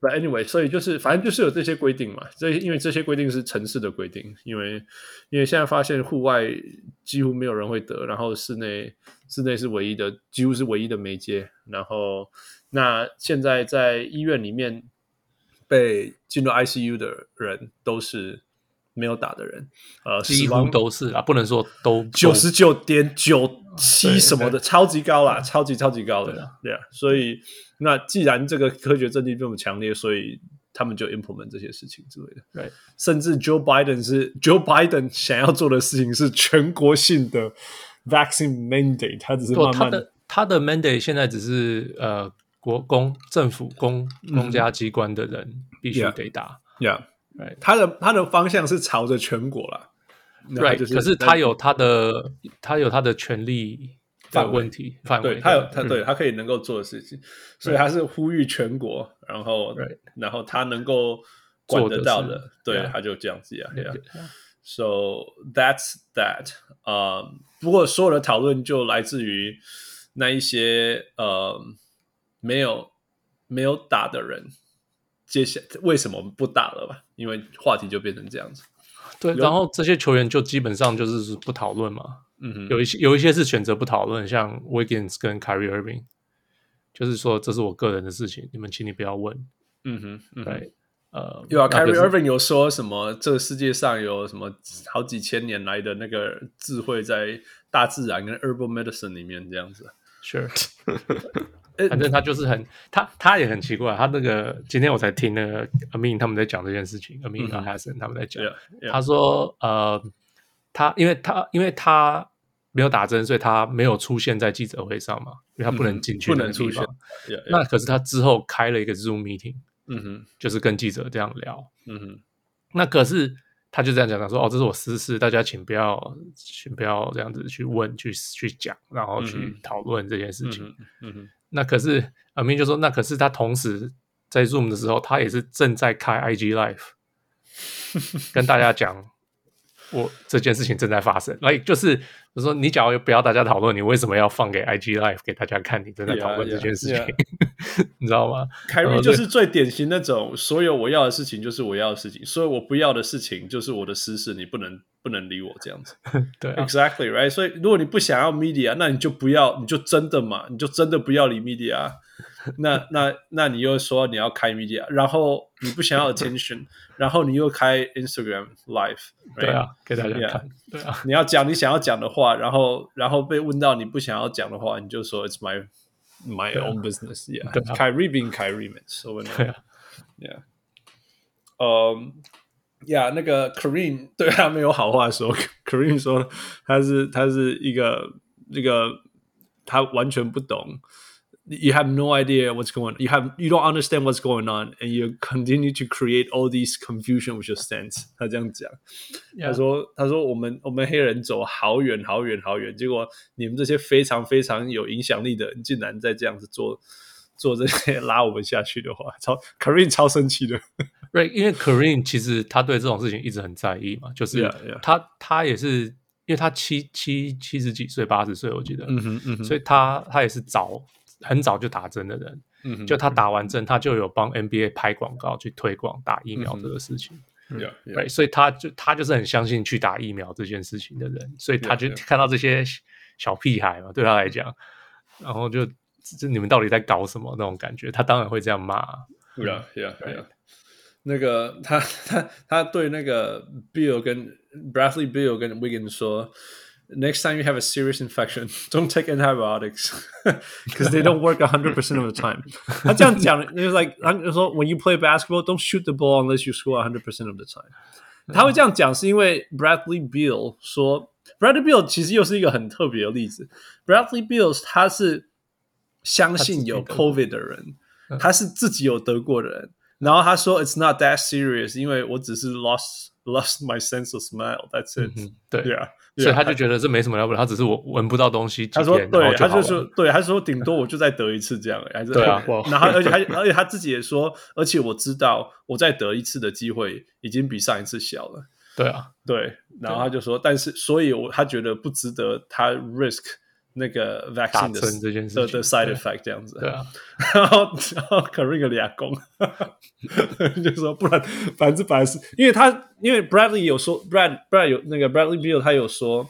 [SPEAKER 3] But anyway，所以就是反正就是有这些规定嘛，这因为这些规定是城市的规定，因为因为现在发现户外几乎没有人会得，然后室内室内是唯一的，几乎是唯一的媒介。然后那现在在医院里面被进入 ICU 的人都是没有打的人，呃，
[SPEAKER 4] 几
[SPEAKER 3] 死
[SPEAKER 4] 乎
[SPEAKER 3] 亡
[SPEAKER 4] 都是啊，不能说都
[SPEAKER 3] 九十九点九七什么的，超级高
[SPEAKER 4] 嗯
[SPEAKER 3] 啦，超级超级高的，对啊。所以那既然这个科学证据这么强烈，所以他们就 implement 这些事情之类的。
[SPEAKER 4] 对，
[SPEAKER 3] 甚至 Joe Biden 是 Joe Biden 想要做的事情是全国性的 vaccine mandate，他只是
[SPEAKER 4] 对
[SPEAKER 3] 慢
[SPEAKER 4] 他
[SPEAKER 3] 慢
[SPEAKER 4] 的他的 mandate 现在只是呃国公政府公公家机关的人必须
[SPEAKER 3] 嗯 Yeah
[SPEAKER 4] 得打
[SPEAKER 3] yeah，
[SPEAKER 4] ，right
[SPEAKER 3] 他的他的方向是朝着全国啦。然后
[SPEAKER 4] right，
[SPEAKER 3] 就是
[SPEAKER 4] 可是他有他的他有他的权利的
[SPEAKER 3] 范围
[SPEAKER 4] 问题范
[SPEAKER 3] 对
[SPEAKER 4] 围的，嗯
[SPEAKER 3] 他有他对他可以能够做的事情，所以
[SPEAKER 4] Right.
[SPEAKER 3] 他是呼吁全国，然后
[SPEAKER 4] Right.
[SPEAKER 3] 然后他能够管得到
[SPEAKER 4] 做的
[SPEAKER 3] 的
[SPEAKER 4] 事，
[SPEAKER 3] 对
[SPEAKER 4] Yeah.
[SPEAKER 3] 他就这样子呀
[SPEAKER 4] 对
[SPEAKER 3] yeah.，So that's that。呃，不过所有的讨论就来自于那一些呃没有没有打的人，接下为什么不打了吧？因为话题就变成这样子。
[SPEAKER 4] 对，然后这些球员就基本上就是不讨论嘛，
[SPEAKER 3] 嗯哼，
[SPEAKER 4] 有一些有一些是选择不讨论，像 Wiggins 跟 Kyrie Irving，就是说这是我个人的事情，你们请你不要问，
[SPEAKER 3] 嗯哼，嗯哼。
[SPEAKER 4] 对，呃，
[SPEAKER 3] 有啊
[SPEAKER 4] 那就
[SPEAKER 3] ，Kyrie
[SPEAKER 4] 是
[SPEAKER 3] Irving 有说什么？这个世界上有什么好几千年来的那个智慧，在大自然跟 herbal medicine 里面这样子。
[SPEAKER 4] Sure，
[SPEAKER 3] 呃
[SPEAKER 4] 反正他就是很他他也很奇怪，他那个今天我才听那个 Amin 他们在讲这件事情，Amin 和 Hassan 他们在
[SPEAKER 3] 嗯
[SPEAKER 4] 讲，
[SPEAKER 3] Yeah, 啊 yeah.
[SPEAKER 4] 他说呃，他因为他因为他没有打针，所以他没有出现在记者会上嘛，因为他不能进去、
[SPEAKER 3] 嗯不能出现。Yeah, yeah.
[SPEAKER 4] 那可是他之后开了一个 Zoom meeting，
[SPEAKER 3] 嗯哼，
[SPEAKER 4] 就是跟记者这样聊，
[SPEAKER 3] 嗯哼，
[SPEAKER 4] 那可是他就这样讲，他说：“哦，这是我私事，大家请不要，请不要这样子去问、去去讲，然后
[SPEAKER 3] 嗯
[SPEAKER 4] 去
[SPEAKER 3] 哼
[SPEAKER 4] 讨论这件事情。
[SPEAKER 3] 嗯哼，
[SPEAKER 4] 那可是阿明就说：“那可是他同时在 Zoom 的时候，他也是正在开 IG Live，跟大家讲我这件事情正在发生。来，就是就说你假如不要大家讨论，你为什么要放给 IG Live 给大家看你正在讨论
[SPEAKER 3] Yeah,
[SPEAKER 4] 这件事情
[SPEAKER 3] yeah,
[SPEAKER 4] 你知道吗？
[SPEAKER 3] 凯
[SPEAKER 4] 然
[SPEAKER 3] 瑞
[SPEAKER 4] 后
[SPEAKER 3] 就是最典型那种，所有我要的事情就是我要的事情，所有我不要的事情就是我的私事，你不能不能理我这样子。
[SPEAKER 4] 对 啊
[SPEAKER 3] Exactly right。所以如果你不想要 media，那你就不要，你就真的嘛，你就真的不要理 media 啊。 那那那你又说你要开 media，然后你不想要 attention，然后你又开 Instagram Live，
[SPEAKER 4] 对啊，，给大家
[SPEAKER 3] Yeah
[SPEAKER 4] 看对啊。”
[SPEAKER 3] 你要讲你想要讲的话，然后然后被问到你不想要讲的话，你就说 It's my my own business。
[SPEAKER 4] 啊对啊
[SPEAKER 3] Yeah，凯瑞并凯瑞们，所谓
[SPEAKER 4] 对啊
[SPEAKER 3] Yeah，嗯。呀那个 Kareem 对他没有好话说。Kareem 说他是他是一个一个他完全不懂。You have no idea what's going. on. You have you don't understand what's going on, and you continue to create all these confusion with your stance. 他这样讲。
[SPEAKER 4] Yeah
[SPEAKER 3] 他说：“他说我们我们黑人走好远好远好远，结果你们这些非常非常有影响力的人，竟然在这样子做做这些 拉我们下去的话，超 Karin 超生气的。
[SPEAKER 4] 对，因为 Karin 其实他对这种事情一直很在意嘛，就是
[SPEAKER 3] Yeah, yeah.
[SPEAKER 4] 他他也是，因为他七七七十几岁、八十岁，我记得，
[SPEAKER 3] 哼嗯
[SPEAKER 4] 所以他他也是早很早就打针的人，
[SPEAKER 3] 嗯哼
[SPEAKER 4] 就他打完针，他就有帮 NBA 拍广告去推广打疫
[SPEAKER 3] 嗯
[SPEAKER 4] 苗这个事情。
[SPEAKER 3] Yeah, yeah.
[SPEAKER 4] 对，所以他就他就是很相信去打疫苗这件事情的人，所以他就
[SPEAKER 3] Yeah, yeah.
[SPEAKER 4] 看到这些小小屁孩嘛，对他来 讲，然后就这你们到底在搞什么那种感觉，他当然会这样骂。
[SPEAKER 3] Yeah, yeah, yeah. 那个他他他对那个 Bill 跟 Bradley Bill 跟 Wiggins 说，Next time you have a serious infection, don't take antibiotics because they don't work hundred percent of the time. 他这样讲，it's like 他就说 When you play basketball, don't shoot the ball unless you score hundred percent of the time. 他会这样讲是因为 Bradley Beal 说，Bradley Beal 其实又是一个很特别的例子。Bradley Beal 他是相信有 COVID 的人，他是自己有得过的人。然后他说 "It's not that serious"，因为我只是 lost lost my sense of smell. That's it.
[SPEAKER 4] 嗯，对
[SPEAKER 3] Yeah，
[SPEAKER 4] 所以他就
[SPEAKER 3] 觉
[SPEAKER 4] 觉得这没什么了不得，他只是我闻不到东西几
[SPEAKER 3] 啊他说
[SPEAKER 4] 天，然
[SPEAKER 3] 对，
[SPEAKER 4] 后
[SPEAKER 3] 他就
[SPEAKER 4] 好了
[SPEAKER 3] 说对，他说顶多我就再得一次这样，还是
[SPEAKER 4] 对啊
[SPEAKER 3] 然后而且还而且他自己也说，而且我知道我再得一次的机会已经比上一次小了。
[SPEAKER 4] 对啊，
[SPEAKER 3] 对，然后他就说，但是所以我他觉得不值得他 risk 那个 vaccine 的
[SPEAKER 4] 打针这件事
[SPEAKER 3] 的
[SPEAKER 4] 情
[SPEAKER 3] 的 side
[SPEAKER 4] 对
[SPEAKER 3] effect 这样子。
[SPEAKER 4] 对啊，
[SPEAKER 3] 然后然后 k a r i n 俩公 就说不然百分之百是，因为他因为 Bradley 有说 Brad Brad 有那个 Bradley Beal 他有说。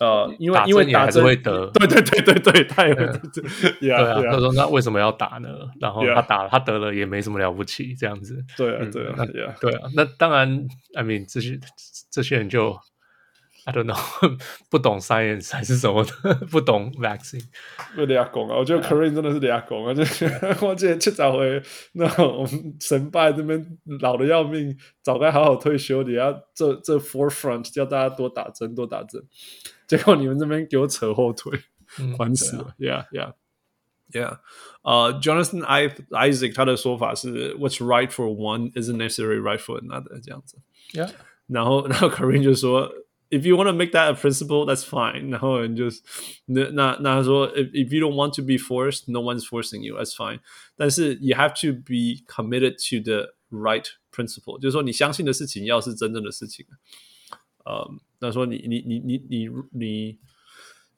[SPEAKER 3] 呃，因为
[SPEAKER 4] 打针
[SPEAKER 3] 因为
[SPEAKER 4] 也
[SPEAKER 3] 打
[SPEAKER 4] 还是
[SPEAKER 3] 针
[SPEAKER 4] 会得
[SPEAKER 3] 对对对对对，他也会得，对
[SPEAKER 4] 啊对啊，
[SPEAKER 3] 对
[SPEAKER 4] 他
[SPEAKER 3] 啊，
[SPEAKER 4] 说那为什么要打呢？然后
[SPEAKER 3] Yeah
[SPEAKER 4] 他打了，他得了也没什么了不起，这样子。
[SPEAKER 3] 对啊，对啊
[SPEAKER 4] 嗯那，
[SPEAKER 3] 对啊，
[SPEAKER 4] 对啊，那当然，I mean 这些这些人就 I don't know 不懂 science 还是什么的，不懂 vaccine。
[SPEAKER 3] 被俩拱啊！我觉得 Karin 真的是俩拱啊！就是 我之前去找回那种神拜这边老的要命，早该好好退休，你要这这 forefront 叫大家多打针多打针，结果你们这边给我扯后腿，
[SPEAKER 4] 嗯
[SPEAKER 3] 烦死了、y e a h Yeah。Yeah，呃、j o n a t h a n Isaac 他的说法是，What's right for one isn't necessarily right for another 这样子。
[SPEAKER 4] Yeah，
[SPEAKER 3] 然后 然后 Karin 就说，If you want to make that a principle, that's fine。然后你就那那那他说，If if you don't want to be forced, no one's forcing you. That's fine。但是 you have to be committed to the right principle，就是说你相信的事情要是真正的事情。呃，那说你你你你你你，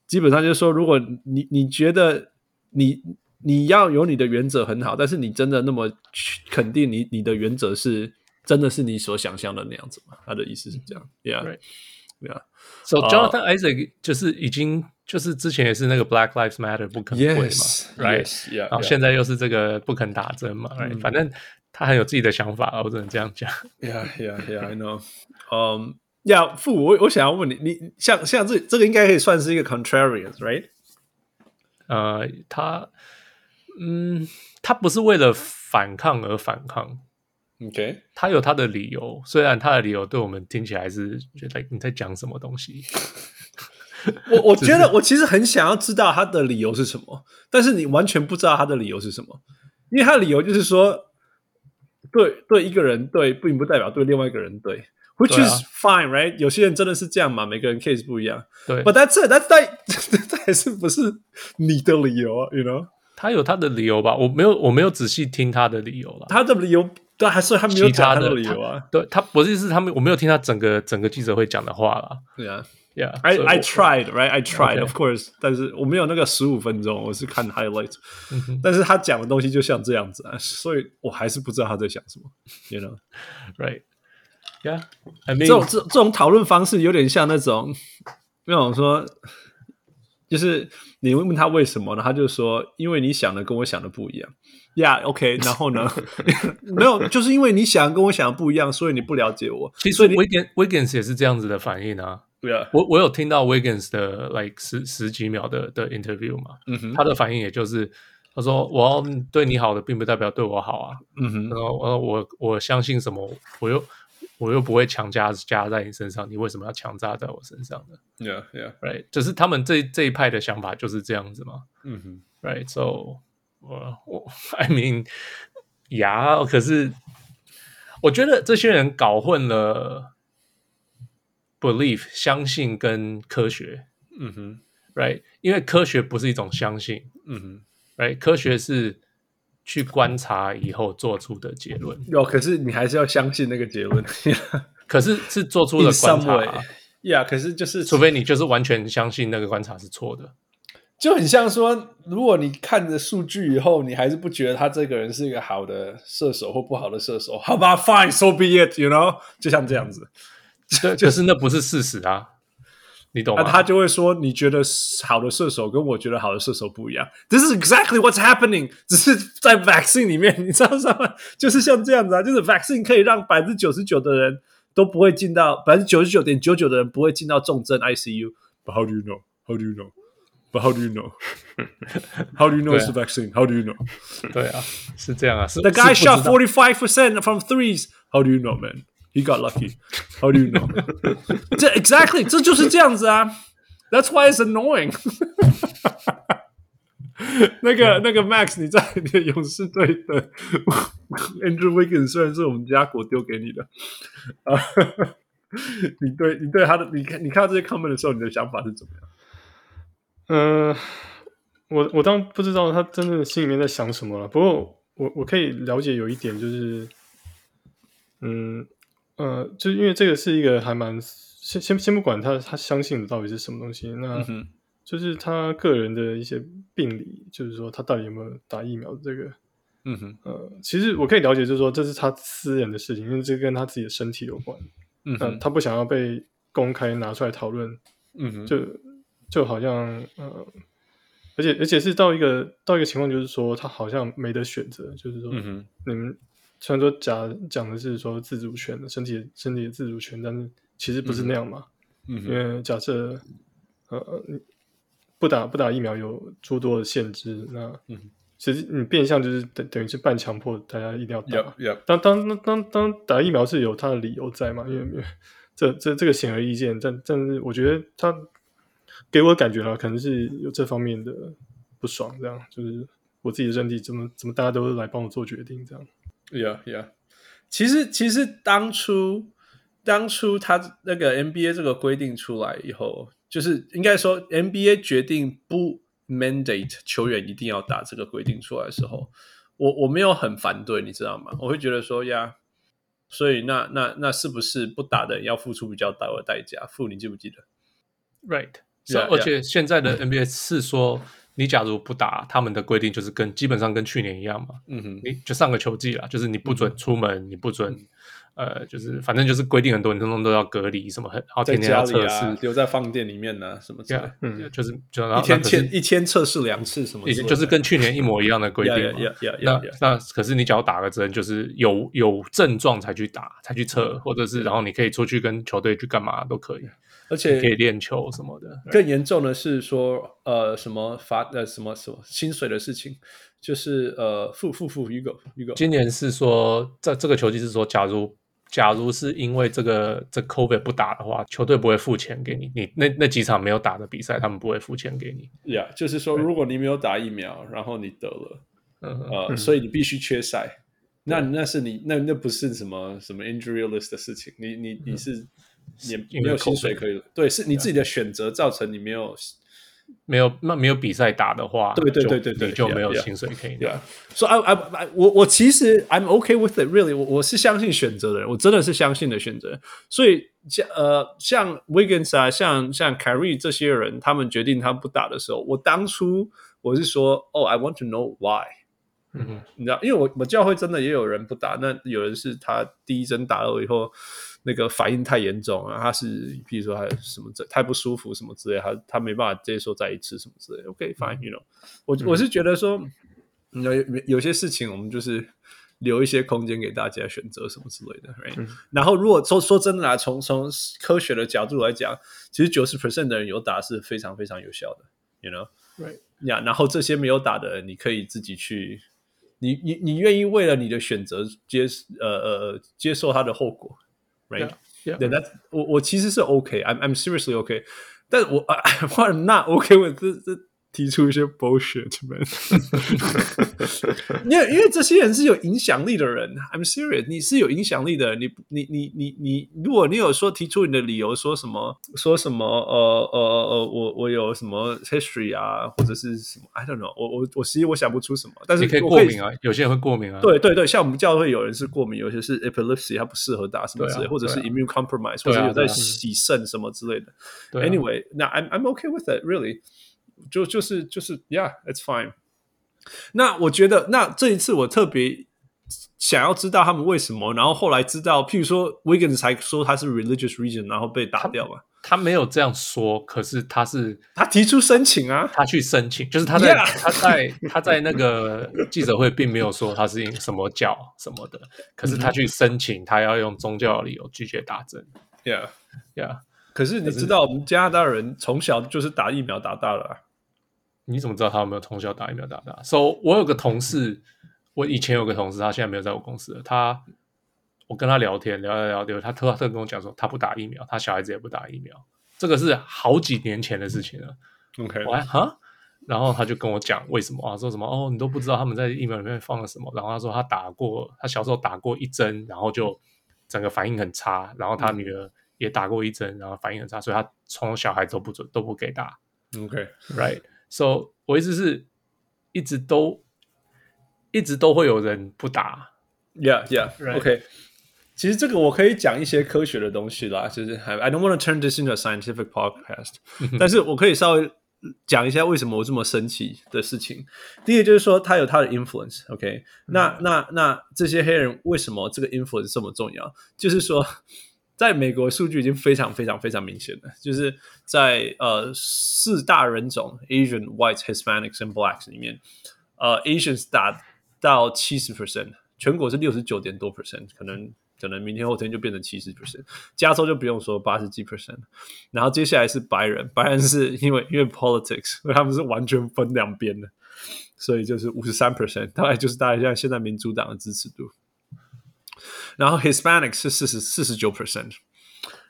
[SPEAKER 3] 基本上就是说，如果你你觉得你你要有你的原则很好，但是你真的那么去肯定你你的原则是真的是你所想象的那样子吗？他的意思是这样，Yeah，Yeah，
[SPEAKER 4] Right. So
[SPEAKER 3] 啊
[SPEAKER 4] Jonathan Isaac 就是已经就是之前也是那个 Black Lives Matter 不肯跪嘛
[SPEAKER 3] Yes,
[SPEAKER 4] right？
[SPEAKER 3] yes, 啊嗯 yeah,
[SPEAKER 4] 然后
[SPEAKER 3] yeah.
[SPEAKER 4] 现在又是这个不肯打针嘛，right？反正他很有自己的想法啊，我只能这样讲。
[SPEAKER 3] Yeah, yeah, yeah, I know. 嗯、yeah，父母，我我想要问你，你像像这这个应该可以算是一个 contrarian，right？
[SPEAKER 4] 呃，他嗯，他不是为了反抗而反抗，
[SPEAKER 3] OK，
[SPEAKER 4] 他有他的理由，虽然他的理由对我们听起来是觉得你在讲什么东西。
[SPEAKER 3] 我我觉得我其实很想要知道他的理由是什么，但是你完全不知道他的理由是什么，因为他的理由就是说，对对一个人对，并不代表对另外一个人对，which
[SPEAKER 4] 对啊
[SPEAKER 3] is fine, right？有些人真的是这样嘛，每个人 case 不一样。
[SPEAKER 4] 对，
[SPEAKER 3] But that's it, that's that，这 还是不是你的理由啊？You know，
[SPEAKER 4] 他有他的理由吧？我没有，我没有仔细听他的理由啦。
[SPEAKER 3] 他的理由，对，啊还是他没有
[SPEAKER 4] 其
[SPEAKER 3] 讲
[SPEAKER 4] 他
[SPEAKER 3] 他
[SPEAKER 4] 的
[SPEAKER 3] 的理由啊。
[SPEAKER 4] 对他不是是他们，我没有听他整个整个记者会讲的话啦。
[SPEAKER 3] 对啊。
[SPEAKER 4] Yeah,
[SPEAKER 3] I
[SPEAKER 4] 所以
[SPEAKER 3] I
[SPEAKER 4] 我
[SPEAKER 3] tried, right? I tried,
[SPEAKER 4] OK
[SPEAKER 3] of course. 但是我没有那个十五分钟，我是看 highlight、但是他讲的东西就像这样子啊，所以我还是不知道他在想什么。You know，
[SPEAKER 4] Right. Yeah. I
[SPEAKER 3] 这种
[SPEAKER 4] mean,
[SPEAKER 3] 这这种讨论方式有点像那种那种说，就是你问他为什么呢？他就说因为你想的跟我想的不一样。Yeah, OK. 然后呢？没有，就是因为你想跟我想的不一样，所以你不了解我。
[SPEAKER 4] 其实 Wiggins Wiggins 也是这样子的反应啊。
[SPEAKER 3] 对啊，
[SPEAKER 4] 我我有听到 Wiggins 的 like 十十几秒的的 interview 嘛，
[SPEAKER 3] 嗯哼，
[SPEAKER 4] 他的反应也就是他说我要对你好的，并不代表对我好啊。
[SPEAKER 3] 嗯哼
[SPEAKER 4] 然，后呃我我相信什么，我又我又不会强加加在你身上，你为什么要强加在我身上呢
[SPEAKER 3] Yeah, yeah.
[SPEAKER 4] ？Right，就是他们这这一派的想法就是这样子嘛。
[SPEAKER 3] 嗯哼。
[SPEAKER 4] Right，so 我我 I mean 呀，可是我觉得这些人搞混了 belief 相信跟科学
[SPEAKER 3] 嗯哼，
[SPEAKER 4] ，right？因为科学不是一种相信
[SPEAKER 3] 嗯哼。
[SPEAKER 4] ，right？科学是去观察以后做出的结论。
[SPEAKER 3] 有，哦可是你还是要相信那个结论。
[SPEAKER 4] 可是是做 出了观察啊、
[SPEAKER 3] yeah，可是就是，
[SPEAKER 4] 除非你就是完全相信那个观察是错的。
[SPEAKER 3] 就很像说，如果你看着数据以后，你还是不觉得他这个人是一个好的射手或不好的射手，好吧，fine，so be it，you know，就像这样子，
[SPEAKER 4] 对，可是那不是事实啊，你懂
[SPEAKER 3] 那、
[SPEAKER 4] 吗？
[SPEAKER 3] 他就会说，你觉得好的射手跟我觉得好的射手不一样，this is exactly what's happening，只 是在 vaccine 里面，你知道吗？ 就是像这样子啊，就是 vaccine 可以让百分之九十九的人都不会进到百分之九十九点九九的人不会进到重症 ICU，but how do you know？How do you know？But how do you know? How do you know it's a vaccine? How do you know?
[SPEAKER 4] 对啊，是这样啊，是
[SPEAKER 3] The guy
[SPEAKER 4] 是不知道
[SPEAKER 3] shot forty five percent from threes. How do you know, man? He got lucky. How do you know? 这 exactly 这就是这样子啊。That's why it's annoying. 那个那个 Max，你在 你的勇士队的 Andrew Wiggins 虽然是我们家国丢给 你的，啊，你对你对他的你看你看到这些 comment 的时候，你的想法是怎么样？
[SPEAKER 5] 嗯，我我当然不知道他真的心里面在想什么了。不过我我可以了解有一点就是，嗯呃，就是因为这个是一个还蛮先先先不管他他相信的到底是什么东西，那
[SPEAKER 3] 哼
[SPEAKER 5] 就是他个人的一些病理，就是说他到底有没有打疫苗的这个。
[SPEAKER 3] 嗯哼，
[SPEAKER 5] 呃，其实我可以了解，就是说这是他私人的事情，因为这跟他自己的身体有关。
[SPEAKER 3] 嗯
[SPEAKER 5] 嗯、他不想要被公开拿出来讨论，
[SPEAKER 3] 嗯哼，
[SPEAKER 5] 就就好像呃，而且而且是到一个到一个情况，就是说他好像没得选择，就是说、
[SPEAKER 3] 嗯哼。
[SPEAKER 5] 你们虽然说讲讲的是说自主权的身体身体的自主权，但是其实不是那样嘛，
[SPEAKER 3] 嗯
[SPEAKER 5] 因为假设呃你不打不打疫苗有诸多的限制，那
[SPEAKER 3] 嗯
[SPEAKER 5] 其实你变相就是等等于是半强迫大家一定要打。
[SPEAKER 3] Yep, yep.
[SPEAKER 5] 当当当当当打疫苗是有它的理由在嘛？因为因为这这这个显而易见，但但是我觉得他给我的感觉呢，可能是有这方面的不爽，这样就是我自己的认定，怎么怎么大家都来帮我做决定，这样。
[SPEAKER 3] Yeah, yeah. 其实，其实当初当初他那个 NBA 这个规定出来以后，就是应该说 NBA 决定不 mandate 球员一定要打这个规定出来的时候，我我没有很反对，你知道吗？我会觉得说呀，所以那那那是不是不打的人要付出比较大的代价？付你记不记得？
[SPEAKER 4] Right，是
[SPEAKER 3] Yeah, 嗯
[SPEAKER 4] 而且现在的 NBA 是说，你假如不打，他们的规定就是跟基本上跟去年一样嘛，
[SPEAKER 3] 嗯哼，
[SPEAKER 4] 你就上个球季啦，就是你不
[SPEAKER 3] 嗯
[SPEAKER 4] 准出门，你不准，呃，就是反正就是规定很多，你通通都要隔离什么，很，然后
[SPEAKER 3] 在
[SPEAKER 4] 天天
[SPEAKER 3] 家
[SPEAKER 4] 要
[SPEAKER 3] 里
[SPEAKER 4] 测试
[SPEAKER 3] 啊，留在放店里面呢、什么之类的
[SPEAKER 4] ，Yeah，嗯，就是就然后
[SPEAKER 3] 一天
[SPEAKER 4] 那可是
[SPEAKER 3] 测一天测试两次什么之
[SPEAKER 4] 已
[SPEAKER 3] 类的，
[SPEAKER 4] 经就是跟去年一模一样的规
[SPEAKER 3] Yeah,
[SPEAKER 4] 定嘛
[SPEAKER 3] yeah, yeah, yeah,
[SPEAKER 4] 那
[SPEAKER 3] yeah.
[SPEAKER 4] 那可是你只要打个针，就是有有症状才去打，才去测，或者是然后你可以出去跟球队去干嘛都可以，
[SPEAKER 3] 而且
[SPEAKER 4] 可以练球什么的。
[SPEAKER 3] 更严重的是说，呃，什么罚呃什么什么薪水的事情，就是呃，付付付 Hugo Hugo，
[SPEAKER 4] 今年是说，在这个球季是说，假如假如是因为这个这 COVID 不打的话，球队不会付钱给你。你那那几场没有打的比赛，他们不会付钱给你。
[SPEAKER 3] 呀，yeah, 啊就是说，如果你没有打疫苗，然后你得了，
[SPEAKER 4] 嗯，
[SPEAKER 3] 呃，所以你必须缺赛，那那是你那那不是什么什么 injury list 的事情，你你你是也
[SPEAKER 4] 因为
[SPEAKER 3] 没有薪水
[SPEAKER 4] COVID
[SPEAKER 3] 可以，对，是你自己的选择造成你没有
[SPEAKER 4] 没有那没有比赛打的话，
[SPEAKER 3] 对对
[SPEAKER 4] 就
[SPEAKER 3] 对对对
[SPEAKER 4] 你就没有
[SPEAKER 3] yeah，yeah
[SPEAKER 4] 薪水可以拿。
[SPEAKER 3] Yeah. So I, I, I 我我其实 I'm okay with it. Really，我我是相信选择的人，我真的是相信的选择。所以像呃像 Wiggins 啊，像像 Carrie 这些人，他们决定他不打的时候，我当初我是说，哦、i want to know why。
[SPEAKER 4] 嗯，
[SPEAKER 3] 你知道，因为我我教会真的也有人不打，那有人是他第一针打了以后，那个反应太严重了，他是比如说他什么这太不舒服什么之类，他他没办法接受再一次什么之类。OK fine，you、know，我我是觉得说，有有有些事情我们就是留一些空间给大家选择什么之类的，right？、然后如果说说真的啦，从从科学的角度来讲，其实九十 percent 的人有打是非常非常有效的，you know。呀，然后这些没有打的人，你可以自己去，你你你愿意为了你的选择接呃呃接受它的后果，right？
[SPEAKER 5] 啊
[SPEAKER 4] Yeah, yeah.
[SPEAKER 3] 对，那我我其实是 OK，I'm I'm seriously OK，但我 I'm not OK with 这这提出一些 bullshit man，因为因为这些人是有影响力的人，I'm serious，你是有影响力的，你你你你你，如果你有说提出你的理由，说什么说什么呃呃呃，我我有什么 history 啊，或者是什么 I don't know，我我我其实我想不出什么，但是
[SPEAKER 4] 你可以
[SPEAKER 3] 我
[SPEAKER 4] 过敏啊，有些人会过敏啊。
[SPEAKER 3] 对对对，像我们教会有人是过敏，有些是 epilepsy，他不适合打什么之类，
[SPEAKER 4] 对啊
[SPEAKER 3] 或者是
[SPEAKER 4] 对啊
[SPEAKER 3] immune compromise，、或
[SPEAKER 4] 对啊
[SPEAKER 3] 者有在
[SPEAKER 4] 对啊
[SPEAKER 3] 洗肾什么之类的。
[SPEAKER 4] 对啊
[SPEAKER 3] anyway，那 I'm I'm okay with it really。就就是就是 yeah，it's fine。那我觉得，那这一次我特别想要知道他们为什么，然后后来知道，譬如说 Wiggins 才说他是 religious region，然后被打掉嘛。
[SPEAKER 4] 他没有这样说，可是他是
[SPEAKER 3] 他提出申请啊，
[SPEAKER 4] 他去申请，就是他在
[SPEAKER 3] Yeah
[SPEAKER 4] 他在他在那个记者会并没有说他是因什么教什么的，可是他去申请，他要用宗教的理由拒绝打针
[SPEAKER 3] ，yeah。
[SPEAKER 4] 呀。Yeah
[SPEAKER 3] 可是你知道，我们加拿大人从小就是打疫苗打大了、啊。
[SPEAKER 4] 你怎么知道他有没有从小打疫苗打大？So 我有个同事，我以前有个同事，他现在没有在我公司了。他我跟他聊天，聊聊聊聊，他特特跟我讲说，他不打疫苗，他小孩子也不打疫苗，这个是好几年前的事情了。
[SPEAKER 3] OK，
[SPEAKER 4] 我还哈，然后他就跟我讲为什么啊，说什么哦，你都不知道他们在疫苗里面放了什么。然后他说他打过，他小时候打过一针，然后就整个反应很差。然后他女儿也打过一针，然后反应很差，所以他从小孩都不准都不给打。
[SPEAKER 3] OK，
[SPEAKER 4] Right. So 我意思是，一直都一直都会有人不打。
[SPEAKER 3] Yeah, yeah,
[SPEAKER 4] Right.
[SPEAKER 3] OK。其实这个我可以讲一些科学的东西啦，就是还 I don't want to turn this into a scientific podcast，但是我可以稍微讲一下为什么我这么生气的事情。第一个就是说他有他的 influence，OK、那那那这些黑人为什么这个 influence 这么重要？就是说，在美国数据已经非常非常非常明显了，就是在呃四大人种 Asian、Whites、Hispanics and Blacks 里面，呃，Asians 达到七十 percent，全国是六十九点多 percent，可能可能明天后天就变成七十 percent，加州就不用说八十几 percent，然后接下来是白人，白人是因为因为 politics，所以他们是完全分两边的，所以就是五十三 percent，大概就是大概像现在民主党的支持度，然后 Hispanics 是四十四十九 percent，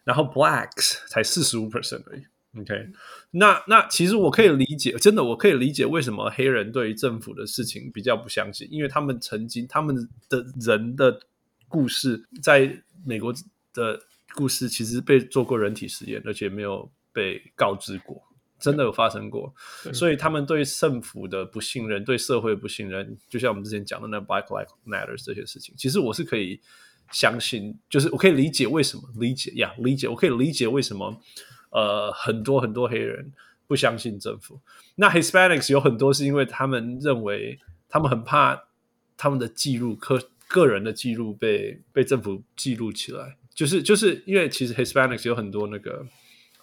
[SPEAKER 3] 然后 Blacks 才四十五 percent 而已。OK，那那其实我可以理解，真的我可以理解为什么黑人对于政府的事情比较不相信，因为他们曾经他们的人的故事，在美国的故事其实被做过人体实验，而且没有被告知过，真的有发生过，所以他们对政府的不信任，对社会的不信任，就像我们之前讲的那 Black Lives Matter 这些事情，其实我是可以相信，就是我可以理解为什么理解呀理解，我可以理解为什么。呃很多很多黑人不相信政府。那 Hispanics 有很多是因为他们认为他们很怕他们的记录个个人的记录被被政府记录起来，就是就是因为其实 Hispanics 有很多那个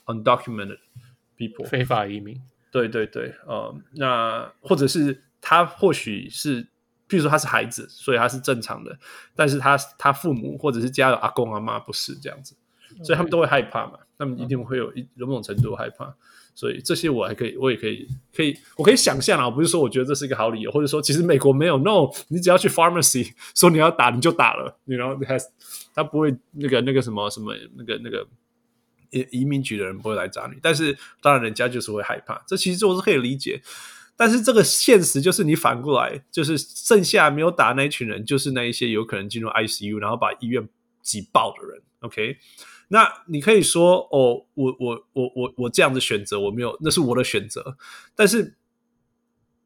[SPEAKER 3] undocumented people，
[SPEAKER 4] 非法移民
[SPEAKER 3] 对对对，呃，那或者是他或许是，譬如说他是孩子，所以他是正常的，但是他他父母或者是家有阿公阿妈不是这样子，所以他们都会害怕嘛，他们一定会有一有某种程度的害怕，所以这些我还可以，我也可以可以，我可以想象啊，不是说我觉得这是一个好理由，或者说其实美国没有，no，你只要去 pharmacy 说你要打你就打了，你然后他他不会那个那个什么什么那个那个。移移民局的人不会来找你，但是当然人家就是会害怕，这其实我是可以理解。但是这个现实就是你反过来，就是剩下没有打那一群人，就是那一些有可能进入 ICU 然后把医院挤爆的人。OK，那你可以说哦，我我我我我这样的选择我没有，那是我的选择。但是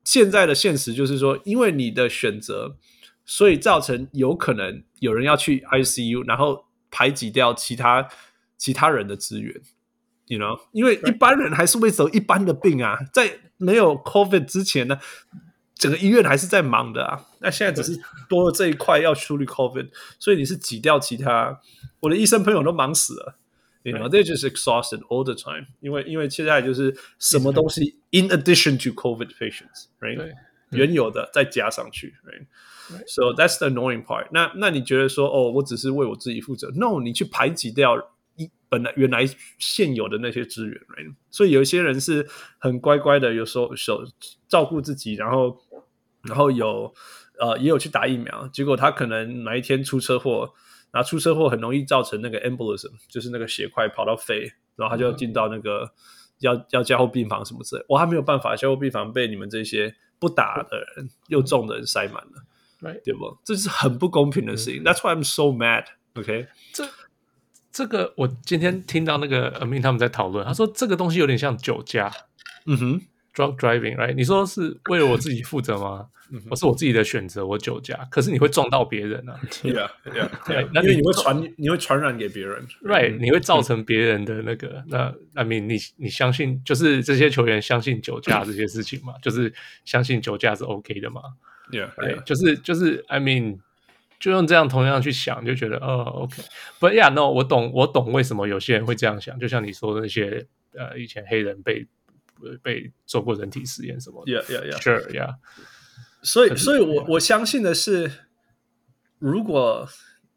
[SPEAKER 3] 现在的现实就是说，因为你的选择，所以造成有可能有人要去 ICU，然后排挤掉其他其他人的资源。You know，因为一般人还是会走一般的病啊，在没有 COVID 之前呢，整个医院还是在忙的啊。那现在只是多了这一块要处理 COVID，所以你是挤掉其他。我的医生朋友都忙死了。You know, they're just exhausted all the time. 因为因为现在就是什么东西 in addition to COVID patients, right?
[SPEAKER 4] 对
[SPEAKER 3] 原有的再加上去，right? So that's the annoying part. 那那你觉得说哦，我只是为我自己负责？No，你去排挤掉一本来原来现有的那些资源，right？所以有一些人是很乖乖的，有时候手照顾自己，然后然后有呃也有去打疫苗，结果他可能哪一天出车祸，然后出车祸很容易造成那个 embolism，就是那个血块跑到肺，然后他就要进到那个、要要加护病房什么之类，哇，他没有办法，加护病房被你们这些不打的人又重的人塞满了，
[SPEAKER 4] ，Right？
[SPEAKER 3] 对不？这是很不公平的事情。That's why I'm so mad. OK，
[SPEAKER 4] 这这个我今天听到那个 Amin 他们在讨论，他说这个东西有点像酒驾，
[SPEAKER 3] 嗯哼，
[SPEAKER 4] drunk driving，right？你说是为了我自己负责吗？我是我自己的选择，我酒驾，可是你会撞到别人啊
[SPEAKER 3] Yeah, yeah.
[SPEAKER 4] 对，那
[SPEAKER 3] 因为
[SPEAKER 4] 你
[SPEAKER 3] 你会传，你会传染给别人。
[SPEAKER 4] right，你会造成别人的那个，那 I mean，你你相信就是这些球员相信酒驾这些事情嘛？就是相信酒驾是 OK 的嘛？
[SPEAKER 3] Yeah,
[SPEAKER 4] 对
[SPEAKER 3] yeah.，
[SPEAKER 4] 就是就是 I mean，就用这样同样去想，就觉得哦 OK，不呀，no，我懂我懂为什么有些人会这样想，就像你说的那些呃以前黑人被呃被做过人体实验什么的
[SPEAKER 3] Yeah, yeah, yeah.
[SPEAKER 4] ，sure yeah。
[SPEAKER 3] 所以，所以我我相信的是，如果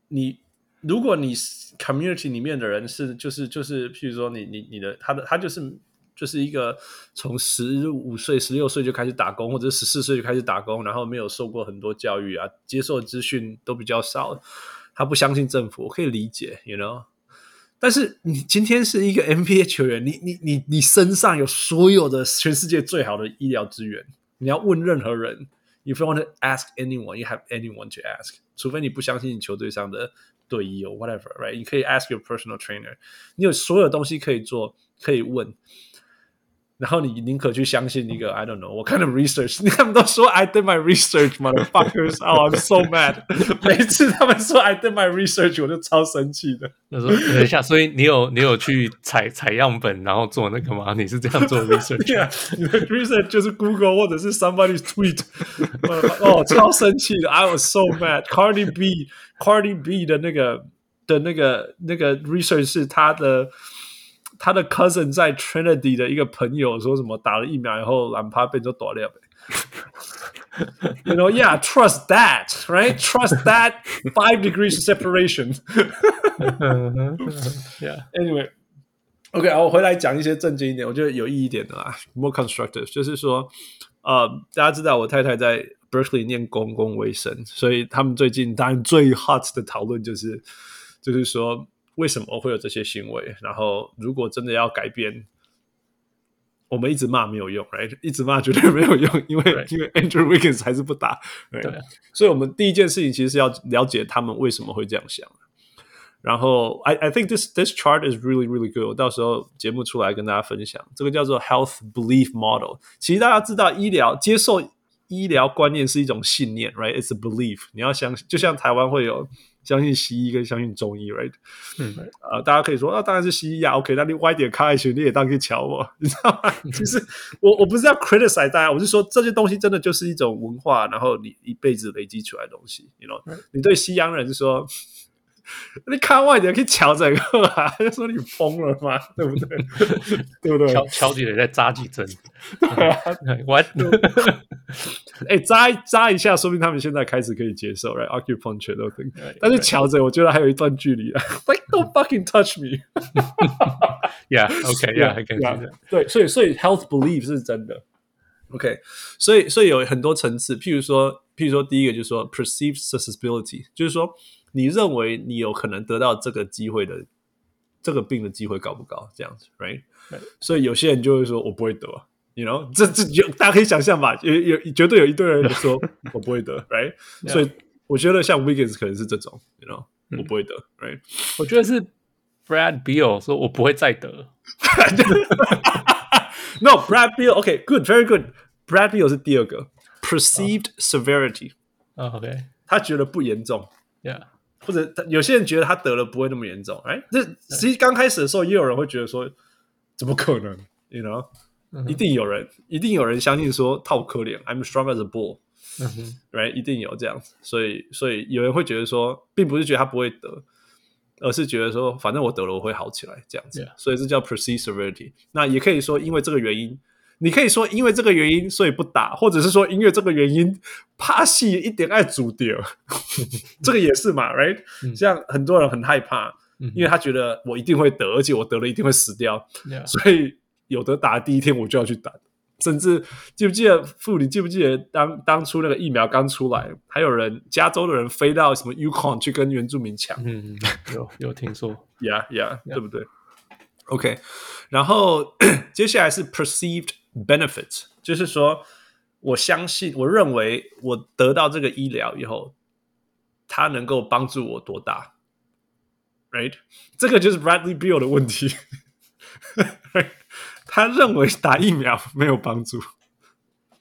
[SPEAKER 3] 你如果你是 community 里面的人是就是就是，譬如说你你你的他的他就是就是一个从十五岁、十六岁就开始打工，或者十四岁就开始打工，然后没有受过很多教育啊，接受的资讯都比较少，他不相信政府，我可以理解，you know。但是你今天是一个 NBA 球员，你你你你身上有所有的全世界最好的医疗资源，你要问任何人，if you want to ask anyone, you have anyone to ask。除非你不相信你球队上的队医哦，whatever，right？你可以 ask your personal trainer，你有所有东西可以做，可以问。然后你宁可去相信一个 I don't know what kind of research，你他们都说 I did my research，motherfuckers，oh I'm so mad。每次他们说 I did my research，我就超生气的。
[SPEAKER 4] 那时候等一下，所以你有你有去采采样本，然后做那个吗？你是这样做 research？
[SPEAKER 3] 对啊，你的 research 就是 Google 或者是 somebody's tweet，哦，Uh, 哦超生气的，I was so mad。Cardi B Cardi B 的那个的那个那个 research 是他的他的 cousin 在 Trinity 的一个朋友说什么打了疫苗以后，懒趴被人打掉。You know, yeah, trust that, right? Trust that five degrees separation.
[SPEAKER 4] 嗯哼，yeah，
[SPEAKER 3] Anyway。OK，啊我回来讲一些正经一点，我觉得有意义一点的啦，more constructive，就是说，呃，大家知道我太太在 Berkeley 念公共卫生，所以他们最近当然最 hot 的讨论就是，就是说为什么会有这些行为，然后如果真的要改变，我们一直骂没有用，right？一直骂绝对没有用，因为、因为 Andrew Wiggins 还是不打，right?
[SPEAKER 4] 对啊
[SPEAKER 3] 所以我们第一件事情其实是要了解他们为什么会这样想。然后，I I think this this chart is really really good。我到时候节目出来跟大家分享，这个叫做 health belief model。其实大家知道，医疗接受医疗观念是一种信念，right？It's a belief。你要相信，就像台湾会有相信西医跟相信中医，right？呃，大家可以说，那、当然是西医啊，OK，那你歪点开学，你也当去瞧我，你知道吗？ 其实我我不是要 criticize 大家，我是说这些东西真的就是一种文化，然后你一辈子累积出来的东西，you know，你对西洋人说。你看外点可以瞧整个啊， 就说你疯了吗？对不对？对不对？
[SPEAKER 4] 敲敲几雷再扎几针
[SPEAKER 3] 啊
[SPEAKER 4] ，what？
[SPEAKER 3] 哎、扎一扎一下，说不定他们现在开始可以接受，right acupuncture 都可以。啊但 是瞧着，我觉得还有一段距离啊。like don't fucking touch me。
[SPEAKER 4] Yeah，OK，Yeah，I can
[SPEAKER 3] Yeah,
[SPEAKER 4] see that。
[SPEAKER 3] 对，所以所以 health belief 是真的。OK，所以所以有很多层次，譬如说，譬如说，第一个就是说 perceived susceptibility，就是说你认为你有可能得到这个机会的这个病的机会高不高？这样子，right？所以有些人就会说我不会得，you know，这这有大家可以想象吧，有有绝对有一堆人说我不会得，right？所以我觉得像 Wiggins 可能是这种，you know，我不会得，right？
[SPEAKER 4] 我觉得是 Brad Beal 说，我不会再得。
[SPEAKER 3] No, Brad Beal. Okay, good, very good. Brad Beal 是第二个 perceived severity，、
[SPEAKER 4] 啊 OK，
[SPEAKER 3] 他觉得不严重，
[SPEAKER 4] Yeah，
[SPEAKER 3] 或者他有些人觉得他得了不会那么严重。哎，这其实刚开始的时候，也有人会觉得说，怎么可能？You know，、一定有人，一定有人相信说，他好可怜，I'm strong as a bull。
[SPEAKER 4] 嗯哼，
[SPEAKER 3] right？一定有这样子，所以所以有人会觉得说，并不是觉得他不会得，而是觉得说，反正我得了我会好起来这样子
[SPEAKER 4] Yeah.
[SPEAKER 3] 所以这叫 perceived severity。那也可以说，因为这个原因，你可以说因为这个原因所以不打，或者是说因为这个原因怕戏一点 爱主掉，这个也是嘛，right？像很多人很害怕，
[SPEAKER 4] 嗯
[SPEAKER 3] 因为他觉得我一定会得，而且我得了一定会死掉，
[SPEAKER 4] Yeah
[SPEAKER 3] 所以有的打第一天我就要去打。甚至记不记得傅，你记不记得当当初那个疫苗刚出来，还有人加州的人飞到什么 Yukon 去跟原住民抢
[SPEAKER 4] 嗯，有有听说
[SPEAKER 3] ，Yeah Yeah，对不对？OK，然后 接下来是 perceived benefits，就是说我相信，我认为我得到这个医疗以后，它能够帮助我多大？Right，这个就是 Bradley Beal 的问题。他认为打疫苗没有帮助，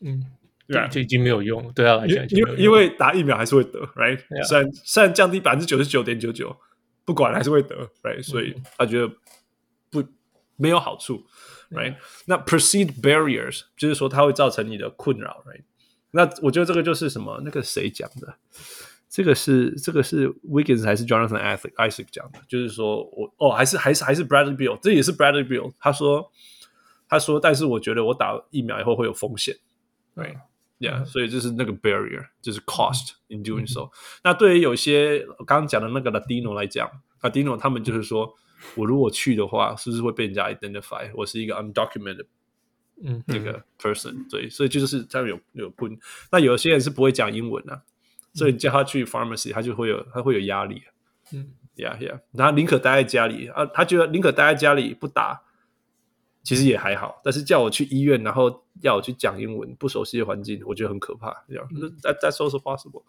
[SPEAKER 4] 嗯，
[SPEAKER 3] 对啊
[SPEAKER 4] 这已经没有用了，对啊他来
[SPEAKER 3] 因
[SPEAKER 4] 讲已经
[SPEAKER 3] 因
[SPEAKER 4] 没有
[SPEAKER 3] 为
[SPEAKER 4] 用
[SPEAKER 3] 因为打疫苗还是会得，right？、
[SPEAKER 4] Yeah
[SPEAKER 3] 虽然虽然降低百分之九十九点九九，不管还是会得，right？所以他觉得不没有好处，right？、那 perceived barriers 就是说它会造成你的困扰，right？那我觉得这个就是什么？那个谁讲的？这个是这个是 Wiggins 还是 Jonathan Isaac Isaac 讲的？就是说我哦，还是还是还是 Bradley Beal，这也是 Bradley Beal，他说他说，但是我觉得我打疫苗以后会有风险，对。Yeah，所以就是那个 barrier，就是 cost in doing so。那对于有些我刚刚讲的那个 Latino 来讲，Latino 他们就是说，我如果去的话，是不是会被人家 identify 我是一个 undocumented
[SPEAKER 4] 嗯
[SPEAKER 3] 这个 person？对，所以就是他们有有困。那有些人是不会讲英文的、啊所以你叫他去 pharmacy，他就会有他会有压力。啊
[SPEAKER 4] 嗯
[SPEAKER 3] ，Yeah Yeah，然后宁可待在家里啊，他觉得宁可待在家里不打，其实也还好。但是叫我去医院，然后要我去讲英文，不熟悉的环境，我觉得很可怕。这
[SPEAKER 4] 嗯
[SPEAKER 3] 样、that that's also possible。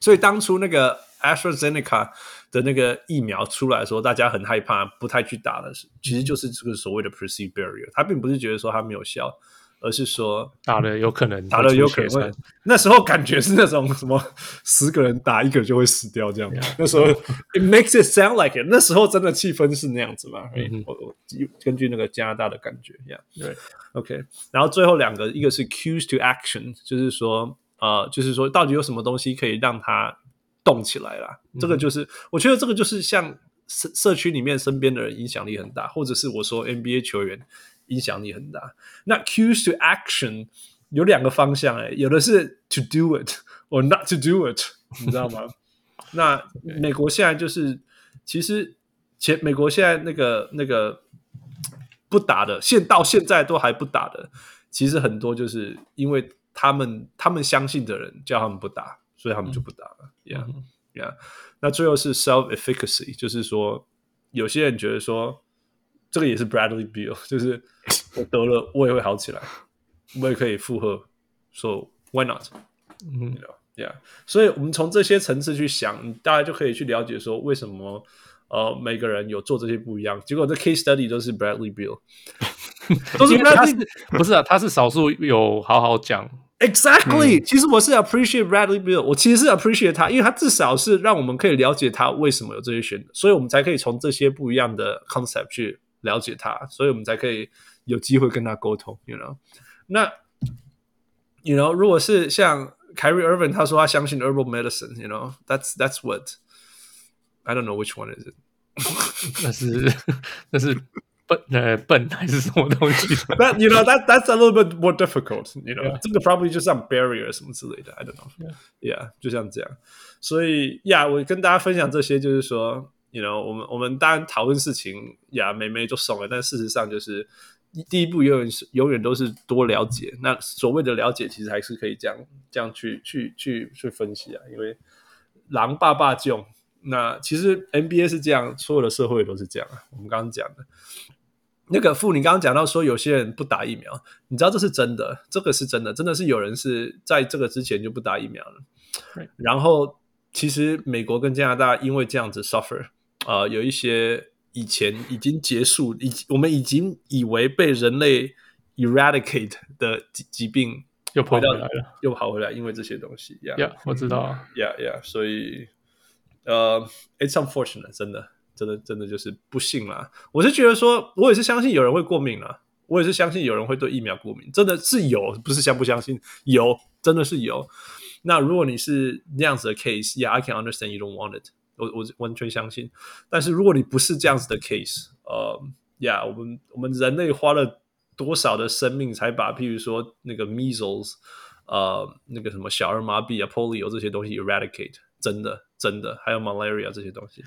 [SPEAKER 3] 所以当初那个 AstraZeneca 的那个疫苗出来的时候，大家很害怕，不太去打了。其实就是这个所谓的 perceived barrier，他并不是觉得说它没有效，而是说
[SPEAKER 4] 打了有可能
[SPEAKER 3] 打了有可
[SPEAKER 4] 会出血
[SPEAKER 3] 能
[SPEAKER 4] 栓。
[SPEAKER 3] 那时候感觉是那种什么 十个人打一个就会死掉这样。
[SPEAKER 4] 啊
[SPEAKER 3] 那时候 it makes it sound like it。那时候真的气氛是那样子嘛？
[SPEAKER 4] 嗯哼
[SPEAKER 3] 我我根据那个加拿大的感觉一样。
[SPEAKER 4] 对
[SPEAKER 3] OK，然后最后两个，一个是 cues to action，就是说，呃，就是说到底有什么东西可以让它动起来啦？
[SPEAKER 4] 嗯
[SPEAKER 3] 这个就是，我觉得这个就是像社社区里面身边的人影响力很大，或者是我说 NBA 球员影响力很大。那 cues to action 有两个方向、欸，有的是 to do it or not to do it，你知道吗？那美国现在就是，其实前美国现在那个那个不打的，现到现在都还不打的，其实很多就是因为他们他们相信的人叫他们不打，所以他们就不打了。Yeah,
[SPEAKER 4] 嗯
[SPEAKER 3] yeah。那最后是 self efficacy，就是说有些人觉得说，这个也是 Bradley Beal，就是 我得了我也会好起来，我也可以负荷，so why not？
[SPEAKER 4] 嗯
[SPEAKER 3] Yeah，所以我们从这些层次去想，你大家就可以去了解说为什么呃每个人有做这些不一样。结果这 case study 都是 Bradley Beal，都是
[SPEAKER 4] 因为他
[SPEAKER 3] Bradley
[SPEAKER 4] 是不是啊？他是少数有好好讲，
[SPEAKER 3] exactly、其实我是 appreciate Bradley Beal，我其实是 appreciate 他，因为他至少是让我们可以了解他为什么有这些选择，所以我们才可以从这些不一样的 concept 去了解他，所以我们才可以有机会跟他沟通，you know。那 you know，如果是像 Kyrie Irving，他说他相信 herbal medicine，you know，that's that's what I don't know which one is it。
[SPEAKER 4] 那是那是笨呃笨还是什么东西的
[SPEAKER 3] That you know that that's a little bit more difficult. You know，、这个 probably 就像 barrier 什么之类的，I don't know. Yeah. 就像这样。所以呀，yeah, 我跟大家分享这些，就是说，you know，我们我们当然讨论事情呀，每每就怂了，但事实上就是第一步永远是永远都是多了解。那所谓的了解，其实还是可以这样这样去去去去分析啊，因为狼爸爸囧。那其实 NBA 是这样，所有的社会都是这样啊。我们刚刚讲的，那个傅，你刚刚讲到说有些人不打疫苗，你知道这是真的，这个是真的，真的是有人是在这个之前就不打疫苗了。
[SPEAKER 4] Right.
[SPEAKER 3] 然后其实美国跟加拿大因为这样子 suffer，呃，有一些以前已经结束，已我们已经以为被人类 eradicate 的疾疾病
[SPEAKER 4] 又跑
[SPEAKER 3] 回
[SPEAKER 4] 回
[SPEAKER 3] 到
[SPEAKER 4] 来了？
[SPEAKER 3] 又跑回来，因为这些东西呀。
[SPEAKER 4] 呀、yeah,，我知道啊，
[SPEAKER 3] yeah, yeah. 所以呃、i t s unfortunate，真的，真的，真的就是不幸啦。我是觉得说，我也是相信有人会过敏啦，我也是相信有人会对疫苗过敏，真的是有，不是相不相信，有，真的是有。那如果你是那样子的 case，yeah，I can understand you don't want it，我我完全相信。但是如果你不是这样子的 case，呃，yeah，我们我们人类花了多少的生命才把，譬如说那个 measles，呃，那个什么小儿麻痹啊、polio 这些东西 eradicate，真的真的，还有 malaria 这些东西，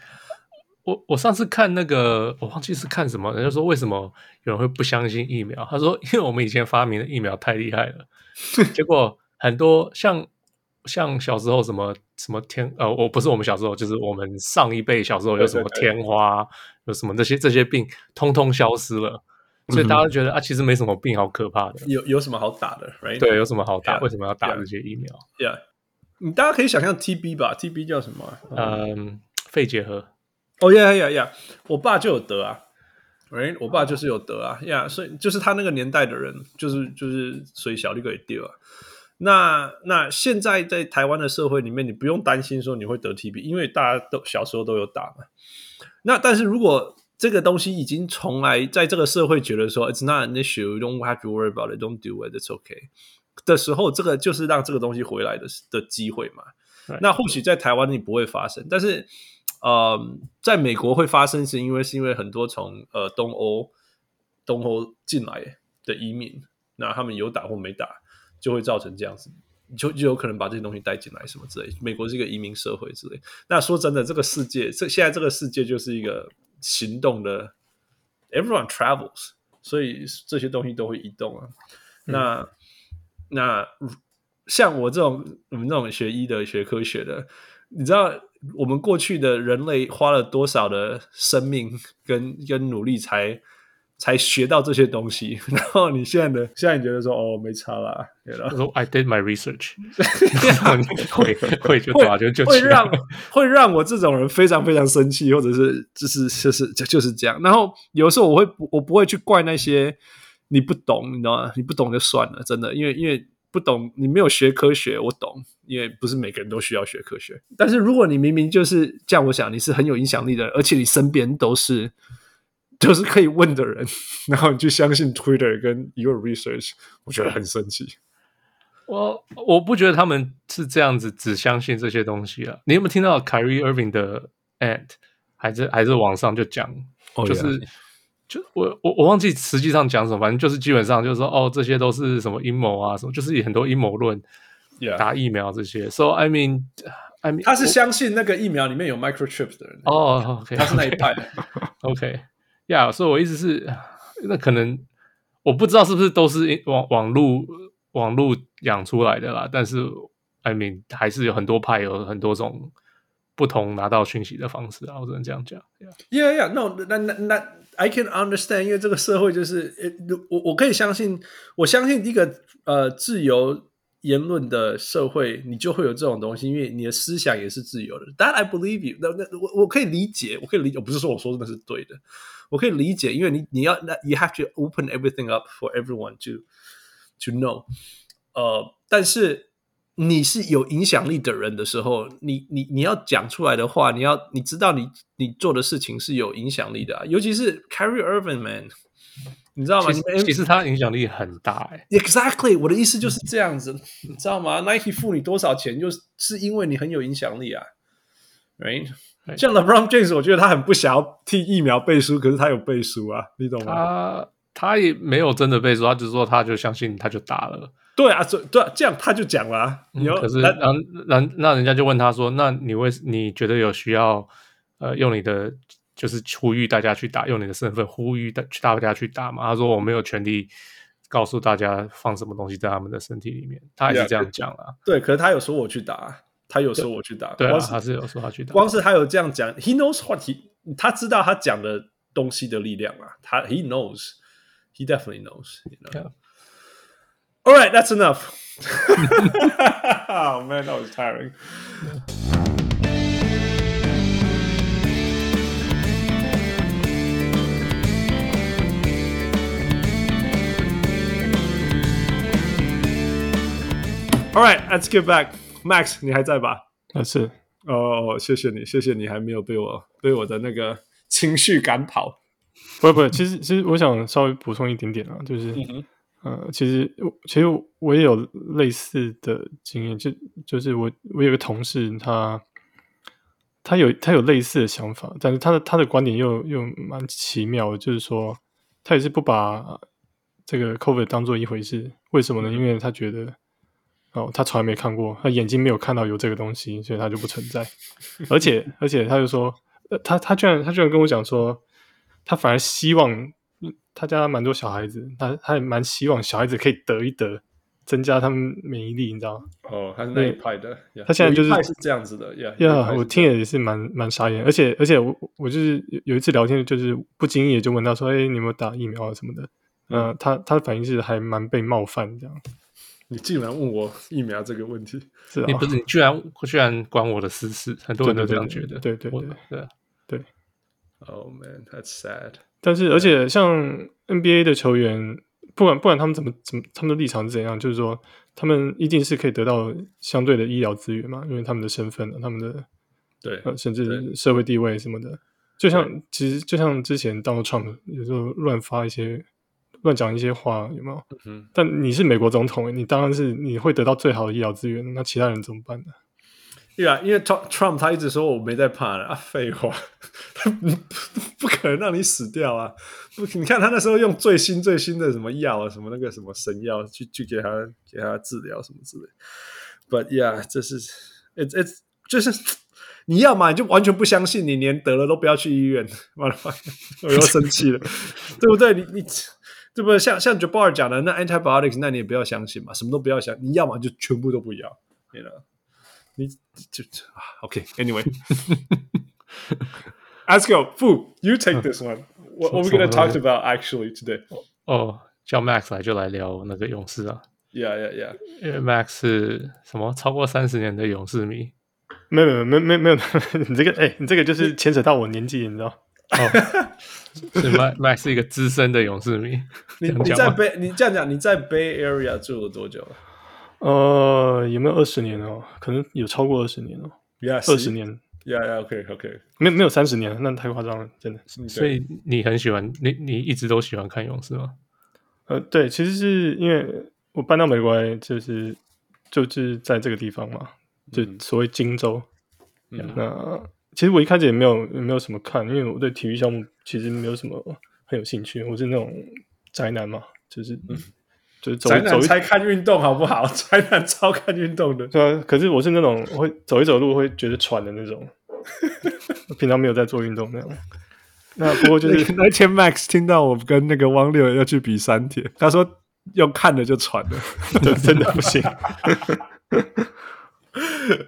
[SPEAKER 4] 我我上次看那个，我忘记是看什么，人家说为什么有人会不相信疫苗？他说，因为我们以前发明的疫苗太厉害了，结果很多像像小时候什么什么天呃，我不是我们小时候，就是我们上一辈小时候有什么天花，有什么这些这些病，通通消失了，所以大家都觉得、啊，其实没什么病，好可怕的。
[SPEAKER 3] 有有什么好打的，right？
[SPEAKER 4] 对，有什么好打
[SPEAKER 3] Yeah，
[SPEAKER 4] 为什么要打
[SPEAKER 3] yeah
[SPEAKER 4] 这些疫苗？
[SPEAKER 3] ，yeah。你大家可以想象 TB 吧，TB 叫什么啊？
[SPEAKER 4] 嗯，肺结核。
[SPEAKER 3] 哦，呀呀呀！我爸就有得啊， ，right？我爸就是有得啊，呀、所以就是他那个年代的人，就是就是，所以小绿哥也丢啊。那那现在在台湾的社会里面，你不用担心说你会得 TB，因为大家都小时候都有打嘛。那但是如果这个东西已经从来在这个社会觉得说 it's not an issue, you don't have to worry about it, don't do it, it's okay 的时候，这个就是让这个东西回来的的机会嘛。
[SPEAKER 4] Right.
[SPEAKER 3] 那或许在台湾你不会发生，但是呃，在美国会发生，是因为是因为很多从呃东欧东欧进来的移民，那他们有打或没打，就会造成这样子。就就有可能把这些东西带进来，什么之类。美国是一个移民社会之类。那说真的，这个世界，这现在这个世界就是一个行动的，everyone travels，所以这些东西都会移动啊。那、那像我这种我们这种学医的、学科学的，你知道我们过去的人类花了多少的生命跟跟努力才才学到这些东西， 然后你现在的现在你觉得说哦没差啦， 对了
[SPEAKER 4] 他。说 I did my research，然后你会会就打就就
[SPEAKER 3] 会
[SPEAKER 4] 去
[SPEAKER 3] 让会让我 这种人非常非常生气，或者是就是就是就就是这样。然后有时候我会我不会去怪那些你不懂，你知道吗？你不懂就算了，真的，因为因为不懂你没有学科学，我懂，因为不是每个人都需要学科学。但是如果你明明就是像我想，你是很有影响力的人，而且你身边都是。都是可以问的人，然后你去相信 Twitter 跟 Your Research，我觉得很生气。
[SPEAKER 4] 我 我不觉得他们是这样子只相信这些东西啊。你有没有听到 Kyrie Irving 的 Ant 还是还是网上就讲
[SPEAKER 3] 哦
[SPEAKER 4] 就是就我我我忘记实际上讲什么，反正就是基本上就是说哦，这些都是什么阴谋啊，什么就是很多阴谋论
[SPEAKER 3] Yeah
[SPEAKER 4] 打疫苗这些。So I mean I mean
[SPEAKER 3] 啊他是相信那个疫苗里面有 microchip 的人，
[SPEAKER 4] 哦，OK，
[SPEAKER 3] 他是那一派的。
[SPEAKER 4] OK，呀、所以我意思是，那可能我不知道是不是都是因网网络网络养出来的啦，但是 I mean 还是有很多派有很多种不同拿到讯息的方式啊，我只能这样讲。Yeah.
[SPEAKER 3] Yeah, yeah, no, that, that, that I can understand，因为这个社会就是，呃我我可以相信，我相信一个呃自由言论的社会，你就会有这种东西，因为你的思想也是自由的。That I believe you，那那我我可以理解，我可以理解，我不是说我说真的是对的，我可以理解，因为你你要那 you have to open everything up for everyone to to know，呃，但是你是有影响力的人的时候，你你你要讲出来的话，你要你知道你你做的事情是有影响力的、啊，尤其是 Carrie Irving man，你知道吗？
[SPEAKER 4] 其
[SPEAKER 3] 你
[SPEAKER 4] 实
[SPEAKER 3] 们
[SPEAKER 4] 其实它影响力很大、欸，
[SPEAKER 3] Exactly，我的意思
[SPEAKER 4] 嗯
[SPEAKER 3] 就是这样子，你知道吗？Nike 付你多少钱，就是是因为你很有影响力啊，right？
[SPEAKER 4] Right
[SPEAKER 3] 像 LeBron James，我觉得他很不想要替疫苗背书，可是他有背书啊，你懂吗？
[SPEAKER 4] 他他也没有真的被说，他就说他就相信他就打了。
[SPEAKER 3] 对啊，所以对啊，这样他就讲了、啊，你要、
[SPEAKER 4] 嗯可是，
[SPEAKER 3] 他
[SPEAKER 4] 然后然那人家就问他说：“那你为你觉得有需要呃用你的就是呼吁大家去打，用你的身份呼吁大去大家去打吗？”他说：“我没有权利告诉大家放什么东西在他们的身体里面。”他也
[SPEAKER 3] Yeah，
[SPEAKER 4] 是这样讲啊，
[SPEAKER 3] 对，可是他有说我去打啊，他有说我去打，
[SPEAKER 4] 对啊，
[SPEAKER 3] 光是
[SPEAKER 4] 他是有说他去打，
[SPEAKER 3] 光是他有这样讲，He knows what he，他知道他讲的东西的力量啊，他 He knows，He definitely knows，you know。
[SPEAKER 4] Yeah.
[SPEAKER 3] All right, that's enough. oh man, that was tiring. 好 right, let's get back. Max，你还在吧？
[SPEAKER 5] 但啊是
[SPEAKER 3] 哦，谢谢你，谢谢你还没有被我被我的那个情绪赶跑。
[SPEAKER 5] 不会不会，其实其实我想稍微补充一点点啊，就是、呃，其实我其实我也有类似的经验，就就是我我有个同事他。他有他有类似的想法，但是他的他的观点又又蛮奇妙的，就是说他也是不把这个 COVID 当做一回事。为什么呢？因为他觉得哦，他从来没看过，他眼睛没有看到有这个东西，所以他就不存在。 而且而且他就说，呃、他他居然他居然跟我讲说，他反而希望嗯他家蛮多小孩子，他他也蛮希望小孩子可以得一得，增加他们免疫力，你知道吗？
[SPEAKER 3] 哦，他是
[SPEAKER 5] 那一
[SPEAKER 3] 派的，
[SPEAKER 5] 他现在就是
[SPEAKER 3] 有一派是这样子的呀。
[SPEAKER 5] 呀我听了也是蛮蛮傻眼，而且而且我我就是有有一次聊天，就是不经意也就问他说：“哎、你有没有打疫苗啊什么的？”
[SPEAKER 4] 嗯
[SPEAKER 5] 呃，他他的反应是还蛮被冒犯这样，
[SPEAKER 3] 你竟然问我疫苗这个问题，
[SPEAKER 5] 是啊
[SPEAKER 4] 你，不 是你居然居然管我的私事，很多人都这样觉得。
[SPEAKER 5] 对对对对对
[SPEAKER 4] 我
[SPEAKER 5] 对
[SPEAKER 4] 对啊
[SPEAKER 5] 对
[SPEAKER 3] Oh man, that's sad.
[SPEAKER 5] 但是，而且像 NBA 的球员，不管不管他们怎么怎么，他们的立场是怎样，就是说，他们一定是可以得到相对的医疗资源嘛，因为他们的身份、啊他们的
[SPEAKER 3] 对，
[SPEAKER 5] 呃，甚至
[SPEAKER 3] 对
[SPEAKER 5] 社会地位什么的。就像其实就像之前 Donald Trump 有时候乱发一些乱讲一些话，有没有？
[SPEAKER 3] 嗯
[SPEAKER 5] 但你是美国总统，你当然是你会得到最好的医疗资源，那其他人怎么办呢？
[SPEAKER 3] 对啊，因为 Trump Trump 他一直说我没在怕了啊，废话，他不 不可能让你死掉啊！不，你看他那时候用最新最新的什么药啊，什么那个什么神药去去给他给他治疗什么之类。But yeah，这是 it's it's 就是你要嘛你就完全不相信，你连得了都不要去医院， 完了我又生气了， 对不对？你你。对不对？像像 Jabbar 讲的那 antibiotics，那你也不要相信嘛，什么都不要相，你要么就全部都不要，你知道。你就就啊 OK，Anyway，Asko，、Asko, Fu, you take this one. What, what we're gonna talk about actually today?
[SPEAKER 4] 哦，叫 Max 来就来聊那个勇士啊，
[SPEAKER 3] Yeah, yeah, yeah.
[SPEAKER 4] 因为 Max 是什么超过三十年的勇士迷。
[SPEAKER 5] 没有没有没有没有，没 有你这个哎、你这个就是牵扯到我年纪，你知道？
[SPEAKER 4] 哦， 是 Max Max 是一个资深的勇士迷。
[SPEAKER 3] 你
[SPEAKER 4] 这样
[SPEAKER 3] 你
[SPEAKER 4] 讲
[SPEAKER 3] 在
[SPEAKER 4] 吗
[SPEAKER 3] Bay，你这样讲，你在 Bay Area 住了多久啊了
[SPEAKER 5] 呃，有没有二十年哦？可能有超过二十年哦，
[SPEAKER 3] ？Yeah，
[SPEAKER 5] 二十。年，
[SPEAKER 3] Yeah, yeah, OK, OK.
[SPEAKER 5] 没有没有三十年，那太夸张了，真的。
[SPEAKER 4] 所以你很喜欢你，你一直都喜欢看勇士吗？
[SPEAKER 5] 呃，对，其实是因为我搬到美国来，就是就是在这个地方嘛，就所谓荆州。
[SPEAKER 3] 嗯
[SPEAKER 5] 那其实我一开始也没有也没有什么看，因为我对体育项目其实没有什么很有兴趣，我是那种宅男嘛，就是、就是
[SPEAKER 3] 嗯
[SPEAKER 5] 走
[SPEAKER 3] 宅
[SPEAKER 5] 走
[SPEAKER 3] 男
[SPEAKER 5] 一
[SPEAKER 3] 才看运动好不好？ 宅男超看运动的。
[SPEAKER 5] 对啊，可是我是那种会走一走路会觉得喘的那 种，平常没有在做运动那样。 那不过就是
[SPEAKER 3] 那天 Max 听到我跟那个汪六要去比三铁，他说用看的就喘了。
[SPEAKER 5] 对，真的不行。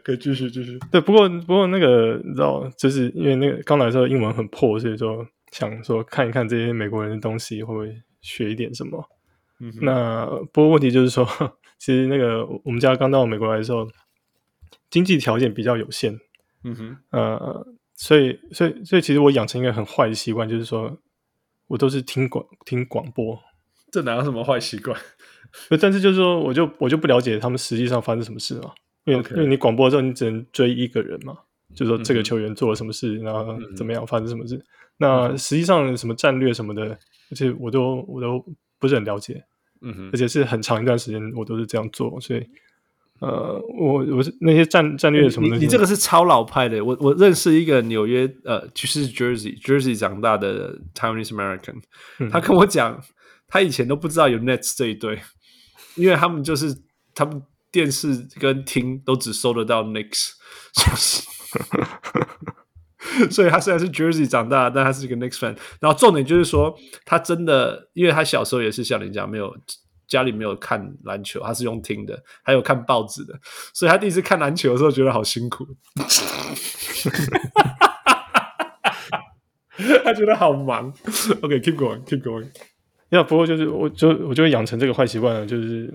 [SPEAKER 3] 可以继续继续。
[SPEAKER 5] 对，不过不过那个你知道，就是因为那个刚来的时候英文很破，所以说想说看一看这些美国人的东西会不会学一点什么。
[SPEAKER 3] 嗯哼
[SPEAKER 5] 那不过问题就是说， 其实那个我们家刚到美国来的时候，经济条件比较有限，
[SPEAKER 3] 嗯哼，
[SPEAKER 5] 呃，所以所以所以其实我养成一个很坏的习惯，就是说我都是听广听广播，
[SPEAKER 3] 这哪有什么坏习惯？
[SPEAKER 5] 不，但是就是说，我就我就不了解他们实际上发生什么事嘛，因为
[SPEAKER 3] OK
[SPEAKER 5] 因为你广播的时候，你只能追一个人嘛，就是说这
[SPEAKER 6] 嗯
[SPEAKER 5] 个球员做了什么事，然后怎么样发生什么事。
[SPEAKER 6] 嗯
[SPEAKER 5] 那实际上什么战略什么的，而且我都我都不是很了解，
[SPEAKER 3] 嗯哼
[SPEAKER 5] 而，且是很长一段时间我都是这样做，所以呃，我我是那些战战略什么
[SPEAKER 6] 呃你
[SPEAKER 5] 的，
[SPEAKER 6] 哎你这个是超老派的。我我认识一个纽约呃，就是 Jersey Jersey 长大的 Taiwanese American，、
[SPEAKER 5] 嗯
[SPEAKER 6] 他跟我讲，他以前都不知道有 Nets 这一队，因为他们就是他们电视跟听都只收得到 Knicks，所以他虽然是 Jersey 长大，但他是一个 Knicks fan。然后重点就是说，他真的，因为他小时候也是像你讲，没有家里没有看篮球，他是用听的，还有看报纸的，所以他第一次看篮球的时候觉得好辛苦，
[SPEAKER 3] 他觉得好忙。OK，keep、going，keep going。
[SPEAKER 5] 要不过就是我就我就会养成这个坏习惯了，就是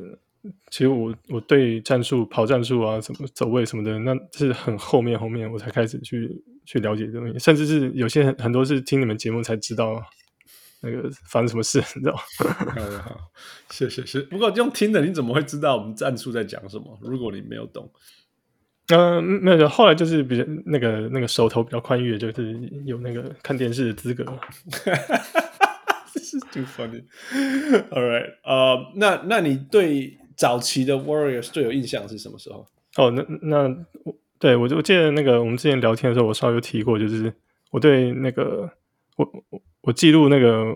[SPEAKER 5] 其实我我对战术、跑战术啊、什么走位什么的，那是很后面后面我才开始去去了解这东西，甚至是有些很很多是听你们节目才知道那个发生什么事， 你知道吗？
[SPEAKER 3] 好的，好，谢谢谢。不过用听的，你怎么会知道我们战术在讲什么？如果你没有懂，
[SPEAKER 5] 嗯，那个后来就是比较那个那个手头比较宽裕，就是有那个看电视的资格。
[SPEAKER 3] this is too funny。All right，呃、那那你对早期的 Warriors 最有印象是什么时候？
[SPEAKER 5] 哦，那那我对我就我记得那个我们之前聊天的时候，我稍微有提过，就是我对那个我我我记录那个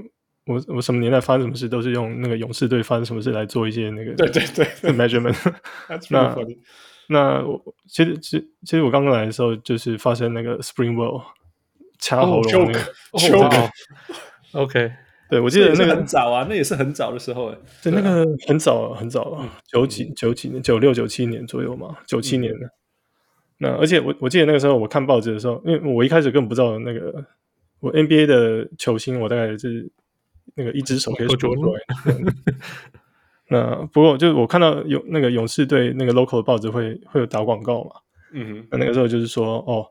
[SPEAKER 5] 我我什么年代发生什么事，都是用那个勇士队发生什么事来做一些那个
[SPEAKER 3] 对对对
[SPEAKER 5] measurement。
[SPEAKER 3] ，That's pretty
[SPEAKER 5] 那
[SPEAKER 3] funny。
[SPEAKER 5] 那我其实其实其实我刚刚来的时候，就是发生那个 Spring Well 掐喉咙那个，
[SPEAKER 3] 哦 Choke，
[SPEAKER 4] 哇 OK，
[SPEAKER 5] 对我记
[SPEAKER 3] 这
[SPEAKER 5] 得
[SPEAKER 3] 也
[SPEAKER 5] 那
[SPEAKER 3] 是
[SPEAKER 5] 个
[SPEAKER 3] 很早啊，那也是很早的时候哎、
[SPEAKER 5] 对那个很早很早了，九几九几年九六九七年左右嘛，九七年的。那而且我我记得那个时候我看报纸的时候，因为我一开始根本不知道那个我 NBA 的球星，我大概是那个一只手可以数
[SPEAKER 4] Michael
[SPEAKER 5] 出来。那不过就是我看到有那个勇士队那个 local 的报纸会会有打广告嘛，
[SPEAKER 3] 嗯
[SPEAKER 5] 那那个时候就是说哦，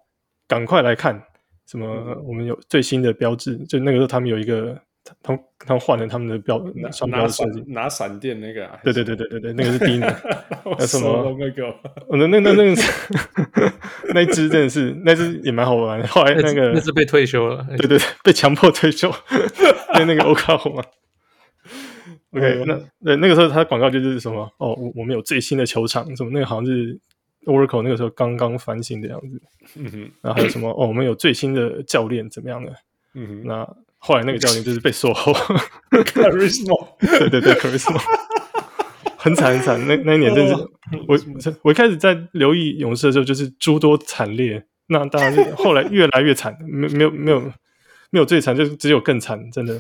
[SPEAKER 5] 赶快来看什么
[SPEAKER 3] 嗯
[SPEAKER 5] 我们有最新的标志，就那个时候他们有一个，他他们他们换了他们的标
[SPEAKER 3] 拿
[SPEAKER 5] 商标
[SPEAKER 3] 拿
[SPEAKER 5] 的设计
[SPEAKER 3] 闪。拿闪电那个、啊，
[SPEAKER 5] 对对对对对对，那个是第 一年。
[SPEAKER 3] 对
[SPEAKER 5] 那什么
[SPEAKER 3] 那个？
[SPEAKER 5] 我的那那那个 那一只真的是，那只也蛮好玩的。后来那个
[SPEAKER 4] 那是被退休了，
[SPEAKER 5] 对对对， 被强迫退休，对那个 o k 红嘛。OK，那哎嗯对那个时候他的广告就是什么哦，我我们有最新的球场，什么那个好像是 Oracle 那个时候刚刚翻新的样子，
[SPEAKER 3] 嗯哼，
[SPEAKER 5] 然后还有什么哦，我们有最新的教练怎么样的？
[SPEAKER 3] 嗯哼
[SPEAKER 5] 那后来那个教练就是被售后，
[SPEAKER 3] ，charisma，
[SPEAKER 5] 对对对 c h r i s m a 很惨很惨，那那一年真是、我我一开始在留意勇士的时候就是诸多惨烈，那当然是后来越来越惨，没没有没有没有最惨，就是只有更惨，真的，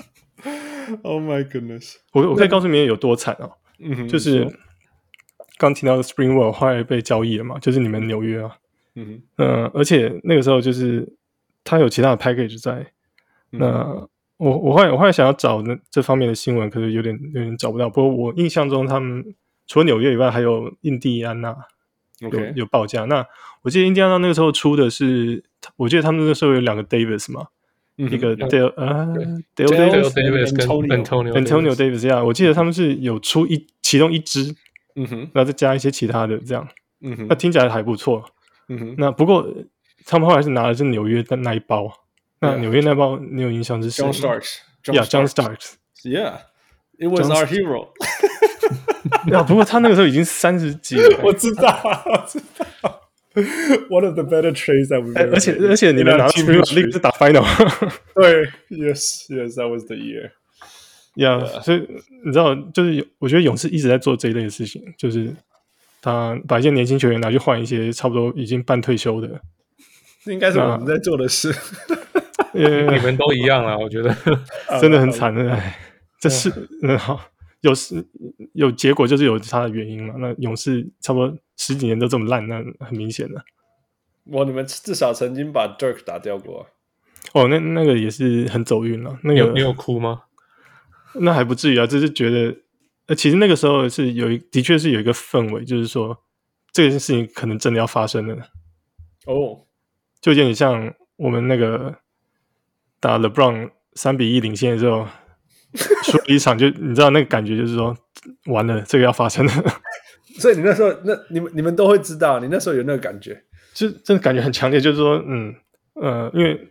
[SPEAKER 3] Oh my goodness！
[SPEAKER 5] 我我可以告诉你们有多惨哦，
[SPEAKER 3] 嗯哼，
[SPEAKER 5] 就是刚提到的 Springwell 后来被交易了嘛，就是你们纽约啊，
[SPEAKER 3] 嗯哼，
[SPEAKER 5] 嗯、而且那个时候就是他有其他的 package 在，
[SPEAKER 3] 嗯
[SPEAKER 5] 那我我后来我后来想要找那这方面的新闻，可是有点有点找不到。不过我印象中，他们除了纽约以外，还有印第安纳有
[SPEAKER 3] OK，
[SPEAKER 5] 有报价。那我记得印第安纳那个时候出的是，我记得他们那个时候有两个 Davis 嘛，
[SPEAKER 3] 嗯哼
[SPEAKER 5] 一个 Dale 呃 Dale
[SPEAKER 4] Dale
[SPEAKER 5] Davis
[SPEAKER 4] Davis 跟
[SPEAKER 3] Antonio
[SPEAKER 4] Antonio
[SPEAKER 5] Antonio Davis 呀，我记得他们是有出一其中一支，
[SPEAKER 3] 嗯哼，
[SPEAKER 5] 然后再加一些其他的这样。
[SPEAKER 3] 嗯哼
[SPEAKER 5] 那，听起来还不错。
[SPEAKER 3] 嗯哼，
[SPEAKER 5] 那不过他们后来是拿的是纽约的那一包。那
[SPEAKER 3] Yeah
[SPEAKER 5] 纽约那包，你有印象是谁
[SPEAKER 3] 啊 John
[SPEAKER 5] 吗
[SPEAKER 3] Starks，Yeah
[SPEAKER 5] Yeah, John Starks.
[SPEAKER 3] Starks，Yeah，It was
[SPEAKER 5] John
[SPEAKER 3] our hero。
[SPEAKER 5] 啊，不过他那个时候已经三十几
[SPEAKER 3] 我
[SPEAKER 5] 了，
[SPEAKER 3] 知道啊，我知道。One of the better trades that we，
[SPEAKER 5] 哎而且而且你们拿到 s p r i n g l e a g 是打 final，
[SPEAKER 3] 对，Yes Yes that was the year。
[SPEAKER 5] 呀
[SPEAKER 4] 啊
[SPEAKER 5] 所以你知道，就是有我觉得勇士一直在做这一类的事情，就是他把一些年轻球员拿去换一些差不多已经半退休 的，
[SPEAKER 3] 这应该是我们在做的事。
[SPEAKER 4] 你
[SPEAKER 5] 呃，
[SPEAKER 4] 们都一样啊，我 觉得。啊
[SPEAKER 5] 真的很惨的，哎，这是嗯好有是有结果就是有他的原因嘛。那勇士差不多十几年都这么烂，那很明显啊的。
[SPEAKER 3] 哇，你们至少曾经把 Dirk 打掉过啊。
[SPEAKER 5] 哦，那那个也是很走运了，那
[SPEAKER 4] 你
[SPEAKER 5] 个
[SPEAKER 4] 有你有哭吗？
[SPEAKER 5] 那还不至于啊，只是觉得，呃，其实那个时候是有一，的确是有一个氛围，就是说这件事情可能真的要发生了，
[SPEAKER 3] 哦，
[SPEAKER 5] 就有点像我们那个打 LeBron 三比一领先的 时候，输了一场就，你知道那个感觉，就是说完了，这个要发生了，
[SPEAKER 3] 所以你那时候，那你们你们都会知道，你那时候有那个感觉。
[SPEAKER 5] 就真的感觉很强烈，就是说，嗯，呃，因为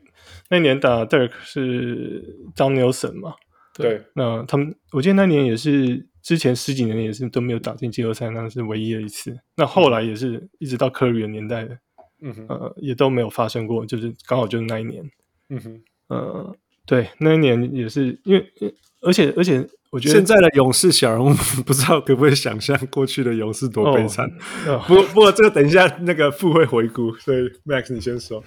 [SPEAKER 5] 那年打 Dirk 是 John Nelson 嘛，
[SPEAKER 3] 对，
[SPEAKER 5] 那他们，我记得那年也是之前十几年也是都没有打进季后赛，那是唯一的一次。那后来也是一直到科瑞的年代，
[SPEAKER 3] 嗯哼，
[SPEAKER 5] 呃，也都没有发生过，就是刚好就是那一年。
[SPEAKER 3] 嗯哼。
[SPEAKER 5] 呃，对，那一年也是因为，而且而且我觉得
[SPEAKER 6] 现在的勇士小人物 不知道可不可以想象过去的勇士多悲惨。
[SPEAKER 5] 哦
[SPEAKER 6] 不过不过这个等一下那个副会回顾，所以 Max 你先说。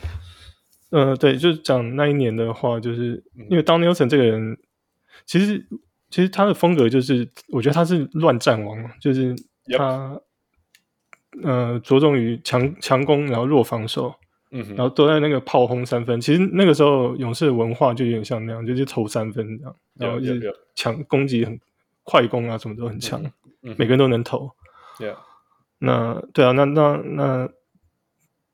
[SPEAKER 5] 呃，对，就是讲那一年的话，就是因为当 Nelson 这个人，其实其实他的风格就是，我觉得他是乱战王，啊就是他呃着重于强强攻，然后弱防守，
[SPEAKER 3] 嗯哼
[SPEAKER 5] 然后都在那个炮轰三分。其实那个时候勇士的文化就有点像那样，就是投三分这样，然后一
[SPEAKER 3] Yeah, yeah,
[SPEAKER 5] 直
[SPEAKER 3] yeah.
[SPEAKER 5] 强攻击很快攻啊，什么都很强，
[SPEAKER 3] 嗯哼
[SPEAKER 5] 每个人都能投。
[SPEAKER 3] ，Yeah，
[SPEAKER 5] 那对啊，那那那，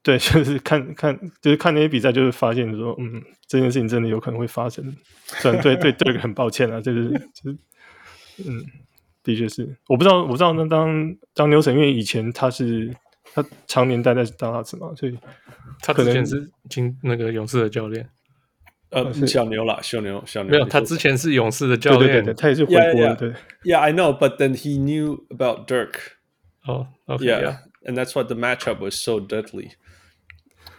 [SPEAKER 5] 对， 就是看看，就是看那些比赛，就是发现说，嗯，这件事情真的有可能会发生。虽然对对对，很抱歉啊， 就是就是，嗯，的确是，我不知道我不知道那当当牛神，因为以前他是他常年待在达拉斯嘛，所以
[SPEAKER 4] 他
[SPEAKER 5] 可
[SPEAKER 4] 之
[SPEAKER 5] 能嗯
[SPEAKER 4] 前是经那个勇士的教练，
[SPEAKER 3] 呃，小牛啦，小牛，小牛。
[SPEAKER 4] 啊没有，他之前是勇士的教
[SPEAKER 5] 对
[SPEAKER 4] 练。
[SPEAKER 5] 对对对，他也是回
[SPEAKER 3] Yeah,
[SPEAKER 5] 国了
[SPEAKER 3] yeah,
[SPEAKER 5] 对。
[SPEAKER 3] Yeah, I know, but then he knew about Dirk.
[SPEAKER 4] 哦，OK，
[SPEAKER 3] yeah,
[SPEAKER 4] yeah
[SPEAKER 3] and that's why the matchup was so deadly.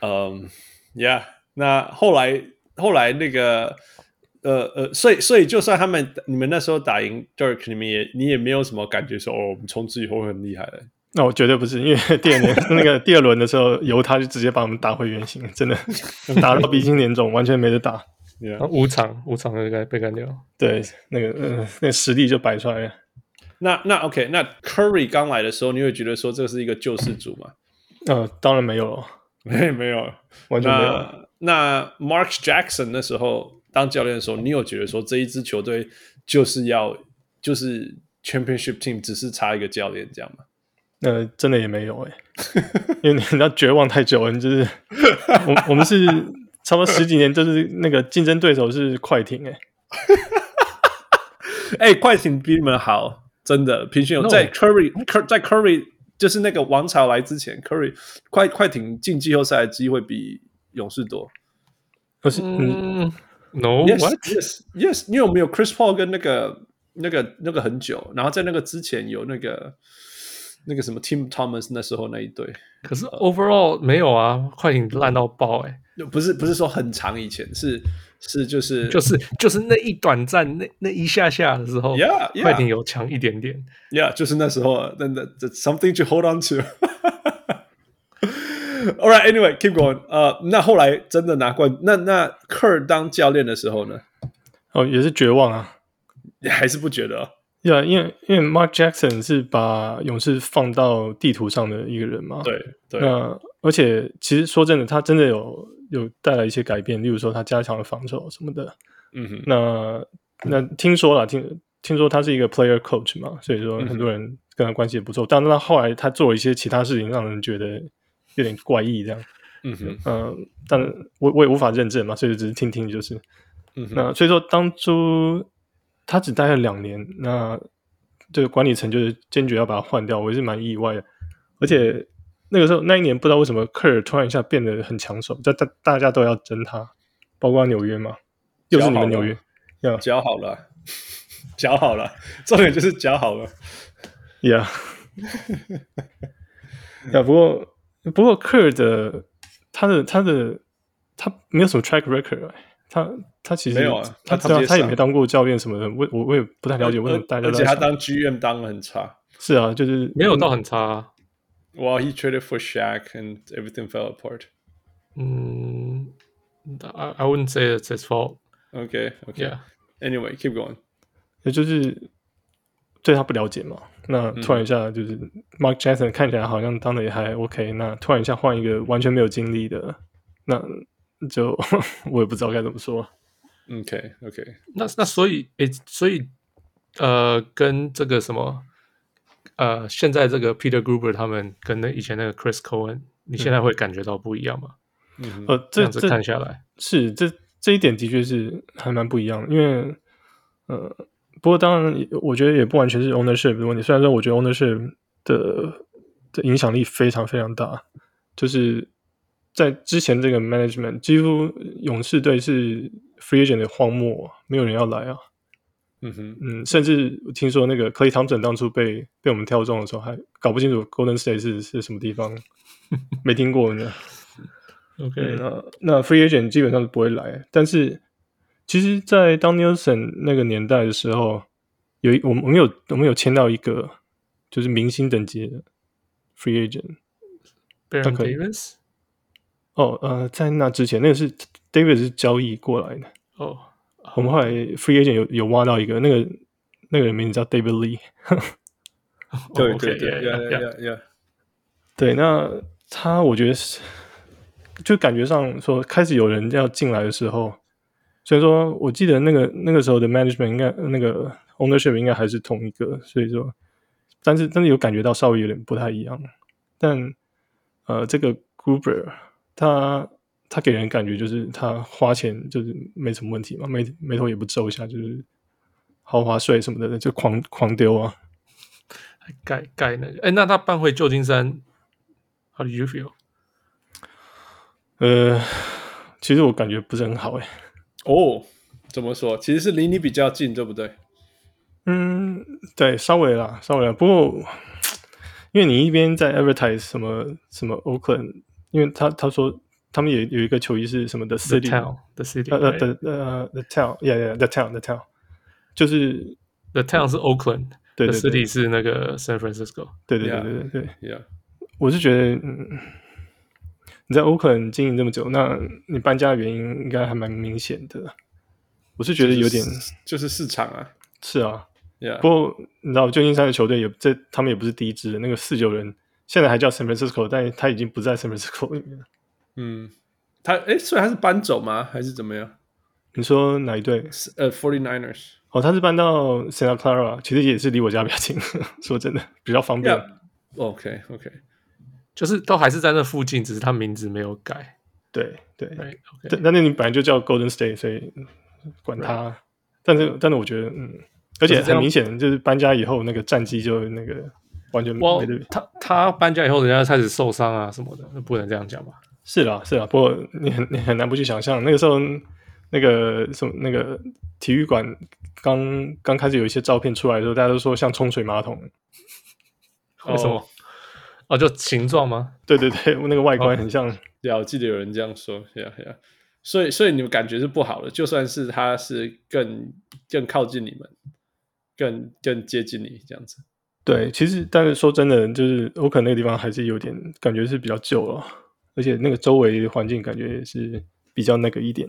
[SPEAKER 3] Um, yeah. 那后来后来那个呃呃，所以所以就算他们你们那时候打赢 Dirk，你们也你也没有什么感觉说哦，我们从此以后会很厉害了。
[SPEAKER 5] 那我绝对不是，因为 第二年那个第二轮的时候，犹他就直接把我们打回原形，真的打到鼻青脸肿，完全没得打。
[SPEAKER 4] 然后五场五场就该被干掉。
[SPEAKER 5] 对，那个呃，那个实力就摆出来了。
[SPEAKER 3] 那那 OK，那 Curry 刚来的时候，你会觉得说这是一个救世主吗？
[SPEAKER 5] 呃，当然没有了，
[SPEAKER 3] 没没有，
[SPEAKER 5] 完全没有了。
[SPEAKER 3] 那那 Mark Jackson 那时候当教练的时候，你有觉得说这一支球队就是要就是 Championship team 只是差一个教练这样吗？
[SPEAKER 5] 那真的也没有哎、因为你 知道绝望太久了，你就是我我们是差不多十几年，就是那个竞争对手是快艇哎、
[SPEAKER 3] 哎，快艇比你们好，真的平均有
[SPEAKER 5] No
[SPEAKER 3] 在 Curry Cur- 在 Curry 就是那个王朝来之前，Curry 快快艇进季后赛的机会比勇士多。
[SPEAKER 5] 可是嗯，
[SPEAKER 4] 嗯，No
[SPEAKER 3] Yes,
[SPEAKER 4] what？
[SPEAKER 3] yes, yes。你有没有 Chris Paul 跟那个那个那个很久，然后在那个之前有那个那个什么 Tim Thomas 那时候那一队，
[SPEAKER 4] 可是 overall 没有啊，快艇烂到爆哎、
[SPEAKER 3] 不是不是说很长以前，是是就是
[SPEAKER 4] 就是就是那一短暂那那一下下的时候
[SPEAKER 3] Yeah, yeah.
[SPEAKER 4] 快艇有强一点点。
[SPEAKER 3] Yeah，就是那时候啊，真的，that's something to hold on to 。All right, anyway, keep going. 呃，那后来真的拿冠，那那科尔当教练的时候呢，
[SPEAKER 5] 哦也是绝望啊。
[SPEAKER 3] 还是不觉得哦
[SPEAKER 5] 呀、因为因为 Mark Jackson 是把勇士放到地图上的一个人嘛，
[SPEAKER 3] 对对
[SPEAKER 4] 嗯
[SPEAKER 5] 那而且其实说真的，他真的有有带来一些改变，例如说他加强了防守什么的。
[SPEAKER 3] 嗯哼，
[SPEAKER 5] 那那
[SPEAKER 3] 嗯
[SPEAKER 5] 听说了，听听说他是一个 player coach 嘛，所以
[SPEAKER 3] 嗯
[SPEAKER 5] 说很多人跟他关系也不错。但是他后来他做了一些其他事情，让人觉得有点怪异这样。
[SPEAKER 3] 嗯哼，
[SPEAKER 5] 嗯、但我我也无法认证嘛，所以只是听听就是。
[SPEAKER 3] 嗯哼，
[SPEAKER 5] 那所以说当初他只待了两年，那这个管理层就是坚决要把他换掉，我也是蛮意外的。
[SPEAKER 3] 嗯
[SPEAKER 5] 而且那个时候那一年不知道为什么科尔突然一下变得很抢手，大大大家都要争他，包括纽约嘛，又是你们纽约，呀
[SPEAKER 3] 脚好了，脚好了，重点就是脚好了。
[SPEAKER 5] 呀 呀！不过不过科尔的他的他的他没有什么 track record，哎他他其实
[SPEAKER 3] 没有啊
[SPEAKER 5] 他
[SPEAKER 3] 他直
[SPEAKER 5] 对啊
[SPEAKER 3] 接
[SPEAKER 5] 他也
[SPEAKER 3] 上
[SPEAKER 5] 没当过教练什么的，我我我也不太了解为什么大
[SPEAKER 3] 而
[SPEAKER 5] 家
[SPEAKER 3] 而
[SPEAKER 5] 都
[SPEAKER 3] 且
[SPEAKER 5] 在
[SPEAKER 3] 他
[SPEAKER 5] 想
[SPEAKER 3] 当 GM 当的很差。
[SPEAKER 5] 是啊，就是
[SPEAKER 4] 没有到很差、啊。
[SPEAKER 3] Well, he traded for Shaq and everything fell apart.
[SPEAKER 4] 嗯，I I wouldn't say it's his fault.
[SPEAKER 3] Okay, okay.
[SPEAKER 4] Yeah.
[SPEAKER 3] Anyway, keep going.
[SPEAKER 5] 也就是对他不了解嘛。那
[SPEAKER 3] 嗯
[SPEAKER 5] 突然一下就是 Mark Jackson 看起来好像当的也还 OK，那突然一下换一个完全没有经历的，那就 我也不知道该怎么说。
[SPEAKER 3] Okay, okay.
[SPEAKER 4] 那那所以诶，所以呃，跟这个什么呃，现在这个 Peter Gruber 他们跟那以前那个 Chris Cohen，你现
[SPEAKER 3] 嗯
[SPEAKER 4] 在会感觉到不一样吗？
[SPEAKER 5] 呃，
[SPEAKER 4] 这
[SPEAKER 5] 这
[SPEAKER 4] 样子看下来，
[SPEAKER 5] 是这这一点的确是还蛮不一样的，因为呃，不过当然也，我觉得也不完全是 ownership 的问题。虽然说我觉得 ownership 的的影响力非常非常大，就是在之前这个 management，几乎勇士队是 free agent 的荒漠，没有人要来啊。
[SPEAKER 3] 嗯哼，
[SPEAKER 5] 嗯，甚至我听说那个 Clay Thompson 当初被被我们挑中的时候，还搞不清楚 Golden State 是是什么地 方，没听过呢。
[SPEAKER 4] OK，、
[SPEAKER 5] 对，那那 free agent 基本上是不会来，但是其实，在当 Nielsen 那个年代的时候，有一我们我们有我们有签到一个就是明星等级的 free agent。
[SPEAKER 4] b a r o
[SPEAKER 5] 那
[SPEAKER 4] n
[SPEAKER 5] 可以
[SPEAKER 4] Davis，
[SPEAKER 5] 哦，呃，在那之前，那个是 David 是交易过来的。
[SPEAKER 4] 哦，
[SPEAKER 5] 我们后来 free agent 有有挖到一个，那个那个人名字叫 David Lee。
[SPEAKER 3] 对
[SPEAKER 4] 哦
[SPEAKER 3] 对对
[SPEAKER 4] ，OK，yeah，
[SPEAKER 3] ，Yeah,
[SPEAKER 4] yeah，yeah
[SPEAKER 3] Yeah, Yeah。
[SPEAKER 5] 对，那他我觉得是，就感觉上说开始有人要进来的时候，所以说我记得那个那个时候的 management 应该那个 ownership 应该还是同一个，所以说，但是但是有感觉到稍微有点不太一样，但呃，这个 Gruber 他他给人感觉就是他花钱就是没什么问题嘛，眉眉头也不皱一下，就是豪华税什么的就狂狂丢啊。
[SPEAKER 4] 还盖盖那个，哎，那他搬回旧金山，How do you feel？
[SPEAKER 5] 呃，其实我感觉不是很好欸诶、
[SPEAKER 3] 哦，怎么说？其实是离你比较近，对不对？
[SPEAKER 5] 嗯，对，稍微啦，稍微啦。不过，因为你一边在 advertise 什么什么 Oakland，因为他他说他们也有一个球衣是什么的
[SPEAKER 4] The
[SPEAKER 5] city，
[SPEAKER 4] town, the city,
[SPEAKER 5] 呃呃
[SPEAKER 4] right？
[SPEAKER 5] the 呃 the town，yeah yeah，the town，the town，就是
[SPEAKER 4] the town 是 Oakland，
[SPEAKER 5] 对
[SPEAKER 4] the
[SPEAKER 5] 对对
[SPEAKER 4] city 是那个 San Francisco。
[SPEAKER 5] 对对对
[SPEAKER 3] Yeah
[SPEAKER 5] 对对对，
[SPEAKER 3] Yeah，
[SPEAKER 5] 我是觉得，嗯，你在 Oakland 经营这么久，那你搬家的原因应该还蛮明显的。我是觉得有点
[SPEAKER 3] 就是市场啊。
[SPEAKER 5] 是啊，
[SPEAKER 3] Yeah，
[SPEAKER 5] 不过你知道，旧金山的球队也这他们也不是第一支，那个四九人现在还叫 San Francisco，但他已经不在 San Francisco 里面了。
[SPEAKER 3] 嗯，他哎，所以他是搬走吗？还是怎么样？
[SPEAKER 5] 你说哪一队？
[SPEAKER 3] 是呃，Forty Niners。
[SPEAKER 5] 哦，他是搬到 Santa Clara，其实也是离我家比较近，说真的比较方便。
[SPEAKER 4] 啊
[SPEAKER 3] Yeah， OK OK，
[SPEAKER 4] 就是都还是在那附近，只是他名字没有改。
[SPEAKER 5] 对对，嗯
[SPEAKER 4] 对，OK，
[SPEAKER 5] 但但那你本来就叫 Golden State，所以嗯管他。但是但是我觉得，嗯，而
[SPEAKER 4] 啊就
[SPEAKER 5] 且
[SPEAKER 4] 是这
[SPEAKER 5] 很
[SPEAKER 4] 样
[SPEAKER 5] 明显，就是搬家以后那个战绩就那个完全
[SPEAKER 4] 哇
[SPEAKER 5] 没得比。，
[SPEAKER 4] 他他搬家以后，人家开始受伤啊什么的，那不能这样讲吧？
[SPEAKER 5] 是啦是啦，不过你很你 很难不去想象，那个时候那个什么那个体育馆刚刚开始有一些照片出来的时候，大家都说像冲水马桶。
[SPEAKER 4] 为什么？哦，就形状吗？
[SPEAKER 5] 对对对，那个外观很像。
[SPEAKER 3] 对啊，我记得有人这样说，呀呀，所以所以你们感觉是不好的，就算是他是更更靠近你们，更更接近你这样子。
[SPEAKER 5] 对，其实但是说真的，就是欧肯那个地方还是有点感觉是比较旧了，而且那个周围环境感觉也是比较那个一点。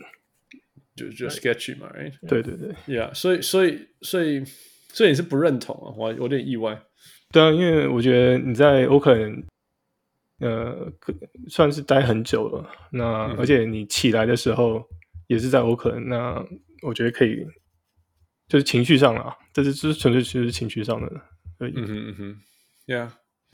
[SPEAKER 3] 就就 sketchy 嘛，right？
[SPEAKER 5] 对对对，
[SPEAKER 3] Yeah，所以所以所以所以你是不认同啊？我我有点意外。
[SPEAKER 5] 对啊，因为我觉得你在欧肯，呃，可算是待很久了。那、而且你起来的时候也是在欧肯，那我觉得可以，就是情绪上了，这是这是纯粹就是情绪上的而已。
[SPEAKER 3] 嗯哼嗯哼，Yeah，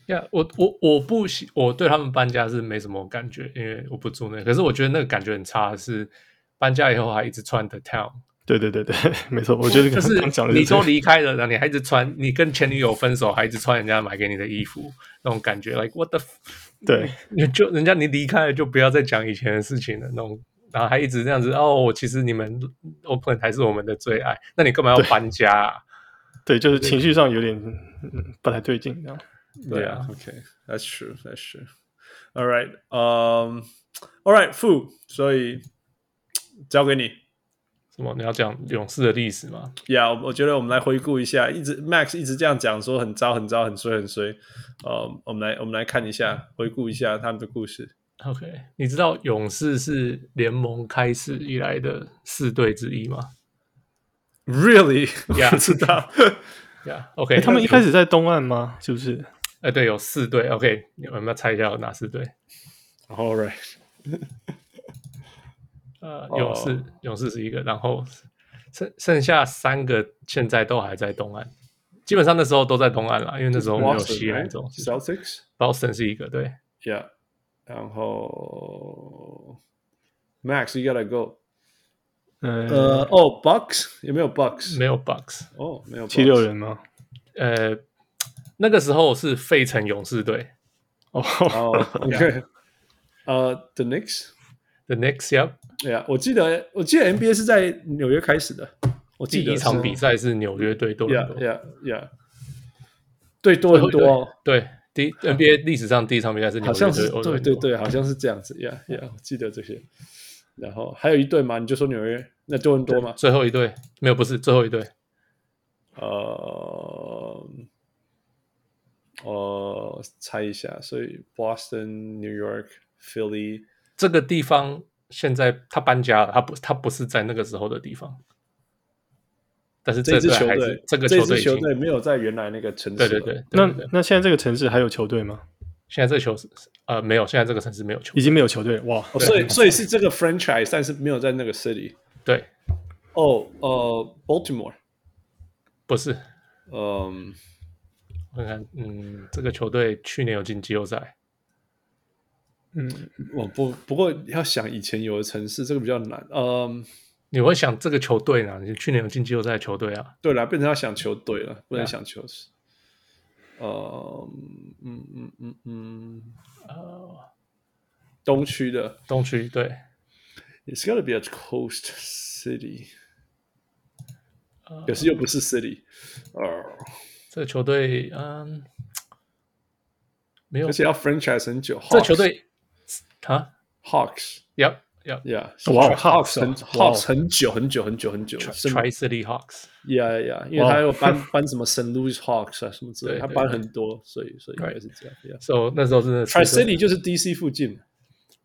[SPEAKER 4] 呀、我我我不喜，我对他们搬家是没什么感觉，因为我不住那。可是我觉得那个感觉很差的是，搬家以后还一直穿 The Town，
[SPEAKER 5] 对对对对，没错，我觉得
[SPEAKER 4] 就
[SPEAKER 5] 刚
[SPEAKER 4] 是
[SPEAKER 5] 刚讲的
[SPEAKER 4] 你
[SPEAKER 5] 这
[SPEAKER 4] 都
[SPEAKER 5] 个
[SPEAKER 4] 离开了，然后你还一直穿，你跟前女友分手还一直穿人家买给你的衣服，那种感觉，like what the，f-
[SPEAKER 5] 对
[SPEAKER 4] 你 就人家你离开了就不要再讲以前的事情了，那种，然后还一直这样子哦，我其实你们 Open 还是我们的最爱，那你干嘛要搬家、啊？
[SPEAKER 5] 对，就是情绪上有点、嗯、不太对劲这样。
[SPEAKER 3] 对
[SPEAKER 4] 对
[SPEAKER 3] 啊
[SPEAKER 4] 啊
[SPEAKER 3] ，OK，that's true，that's true。All right，嗯、a l l right，负，所以交给你。
[SPEAKER 4] 什么你要讲勇士的历史吗？
[SPEAKER 3] Yeah，我我觉得我们来回顾一下，一直 Max 一直这样讲说很糟、很糟、很衰、很衰。呃，我们来我们来看一下，回顾一下他们的故事。
[SPEAKER 4] OK，你知道勇士是联盟开始以来的四队之一吗
[SPEAKER 3] Really，
[SPEAKER 4] Yeah
[SPEAKER 3] 我不知 道。
[SPEAKER 4] ？Yeah，OK，、
[SPEAKER 5] 诶哎他们一开始在东岸吗？是不是？
[SPEAKER 4] 哎、对，有四队。OK，你们要不要猜一下有哪四队？
[SPEAKER 3] All right，
[SPEAKER 4] 呃，
[SPEAKER 3] 哦
[SPEAKER 4] 勇士勇士是一个，然后剩剩下三个现在都还在东岸，基本上那时候都在东岸了，因为那时候没有西岸这种事。
[SPEAKER 3] Celtics。
[SPEAKER 4] Boston 是一个，对
[SPEAKER 3] Yeah，然后 Max，you gotta go。
[SPEAKER 5] 嗯、
[SPEAKER 3] 呃，哦，Bucks 有没有 Bucks？
[SPEAKER 4] 没有
[SPEAKER 6] 嗯
[SPEAKER 4] Bucks，
[SPEAKER 3] 哦，没有。
[SPEAKER 5] 七六。人吗？
[SPEAKER 4] 呃，那个时候是费城勇士队
[SPEAKER 5] 哦，
[SPEAKER 3] 哦，OK。呃，The Knicks。
[SPEAKER 4] ，The Next Yep，
[SPEAKER 3] 对啊，我记得我记得 NBA 是在纽约开始的，我
[SPEAKER 4] 第
[SPEAKER 3] 记得
[SPEAKER 4] 一场比赛是纽约对多伦
[SPEAKER 3] Yeah,
[SPEAKER 4] 多。
[SPEAKER 3] yeah, yeah。对多很多哦，
[SPEAKER 4] 对，第一 NBA 历史上第一场比赛是纽
[SPEAKER 3] 好
[SPEAKER 4] 约对
[SPEAKER 3] 像是
[SPEAKER 4] 欧
[SPEAKER 3] 对
[SPEAKER 4] 洲人
[SPEAKER 3] 对对，好像是这样子。Yeah, yeah，我记得这些。然后还有一队嘛，你就说纽约，那多伦多嘛。
[SPEAKER 4] 最后一队没有不是最后一队，
[SPEAKER 3] 呃，呃，猜一下，所以 Boston、New York、Philly，
[SPEAKER 4] 这个地方现在他搬家了，他不他不是在那个时候的地方，但是
[SPEAKER 3] 这
[SPEAKER 4] 这
[SPEAKER 3] 支
[SPEAKER 4] 队
[SPEAKER 3] 球
[SPEAKER 4] 还
[SPEAKER 3] 队
[SPEAKER 4] 是，这个
[SPEAKER 3] 这
[SPEAKER 4] 队
[SPEAKER 3] 支
[SPEAKER 4] 已经
[SPEAKER 3] 球队没有在原来那个城市
[SPEAKER 4] 对
[SPEAKER 3] 了。
[SPEAKER 4] 对对，
[SPEAKER 5] 那
[SPEAKER 4] 对对对
[SPEAKER 5] 那现在这个城市还有球队吗？
[SPEAKER 4] 现在这个球是呃没有，现在这个城市没有球
[SPEAKER 5] 已，经没有球队了哇！
[SPEAKER 3] 哦所以所以是这个 franchise，但是没有在那个 city。
[SPEAKER 4] 对，
[SPEAKER 3] 哦，呃，Baltimore，
[SPEAKER 4] 不是，
[SPEAKER 3] 嗯，
[SPEAKER 4] 我看看，嗯，这个球队去年有进季后赛，
[SPEAKER 5] 嗯，
[SPEAKER 3] 我不不过要想以前有的城市，这个比较难。嗯，
[SPEAKER 4] 你会想这个球队呢？你去年有进季后赛的球队啊，
[SPEAKER 3] 对了，变成要想球队了，不能
[SPEAKER 4] Yeah
[SPEAKER 3] 想球市。呃，嗯嗯嗯嗯，
[SPEAKER 4] 哦
[SPEAKER 3] 呃，东区的
[SPEAKER 4] 东区对，
[SPEAKER 3] ，It's gotta be a coast city，可
[SPEAKER 4] 哦
[SPEAKER 3] 是又不是 city，呃，
[SPEAKER 4] 这个球队嗯没有
[SPEAKER 3] 而，且要 franchise 很久。
[SPEAKER 4] 这球队啊
[SPEAKER 3] ，Hawks，Yeah，
[SPEAKER 4] ，Yep Yep。
[SPEAKER 5] 哇
[SPEAKER 3] Hawks
[SPEAKER 5] Hawks
[SPEAKER 3] 很
[SPEAKER 4] 哦
[SPEAKER 5] 啊哇
[SPEAKER 3] Hawks 很久很久很久很久，是
[SPEAKER 4] Tri City Hawks，
[SPEAKER 3] Yeah, yeah，因为
[SPEAKER 5] 哇
[SPEAKER 3] 他有搬 搬什么 St. Louis Hawks 啊什么之类的，
[SPEAKER 4] 对
[SPEAKER 3] 他
[SPEAKER 4] 对
[SPEAKER 3] 搬
[SPEAKER 4] 对
[SPEAKER 3] 很多，所以所以应该
[SPEAKER 4] Right
[SPEAKER 3] 是这样。Yeah.
[SPEAKER 4] so 那时候真的
[SPEAKER 3] Tri City 就是 DC 附近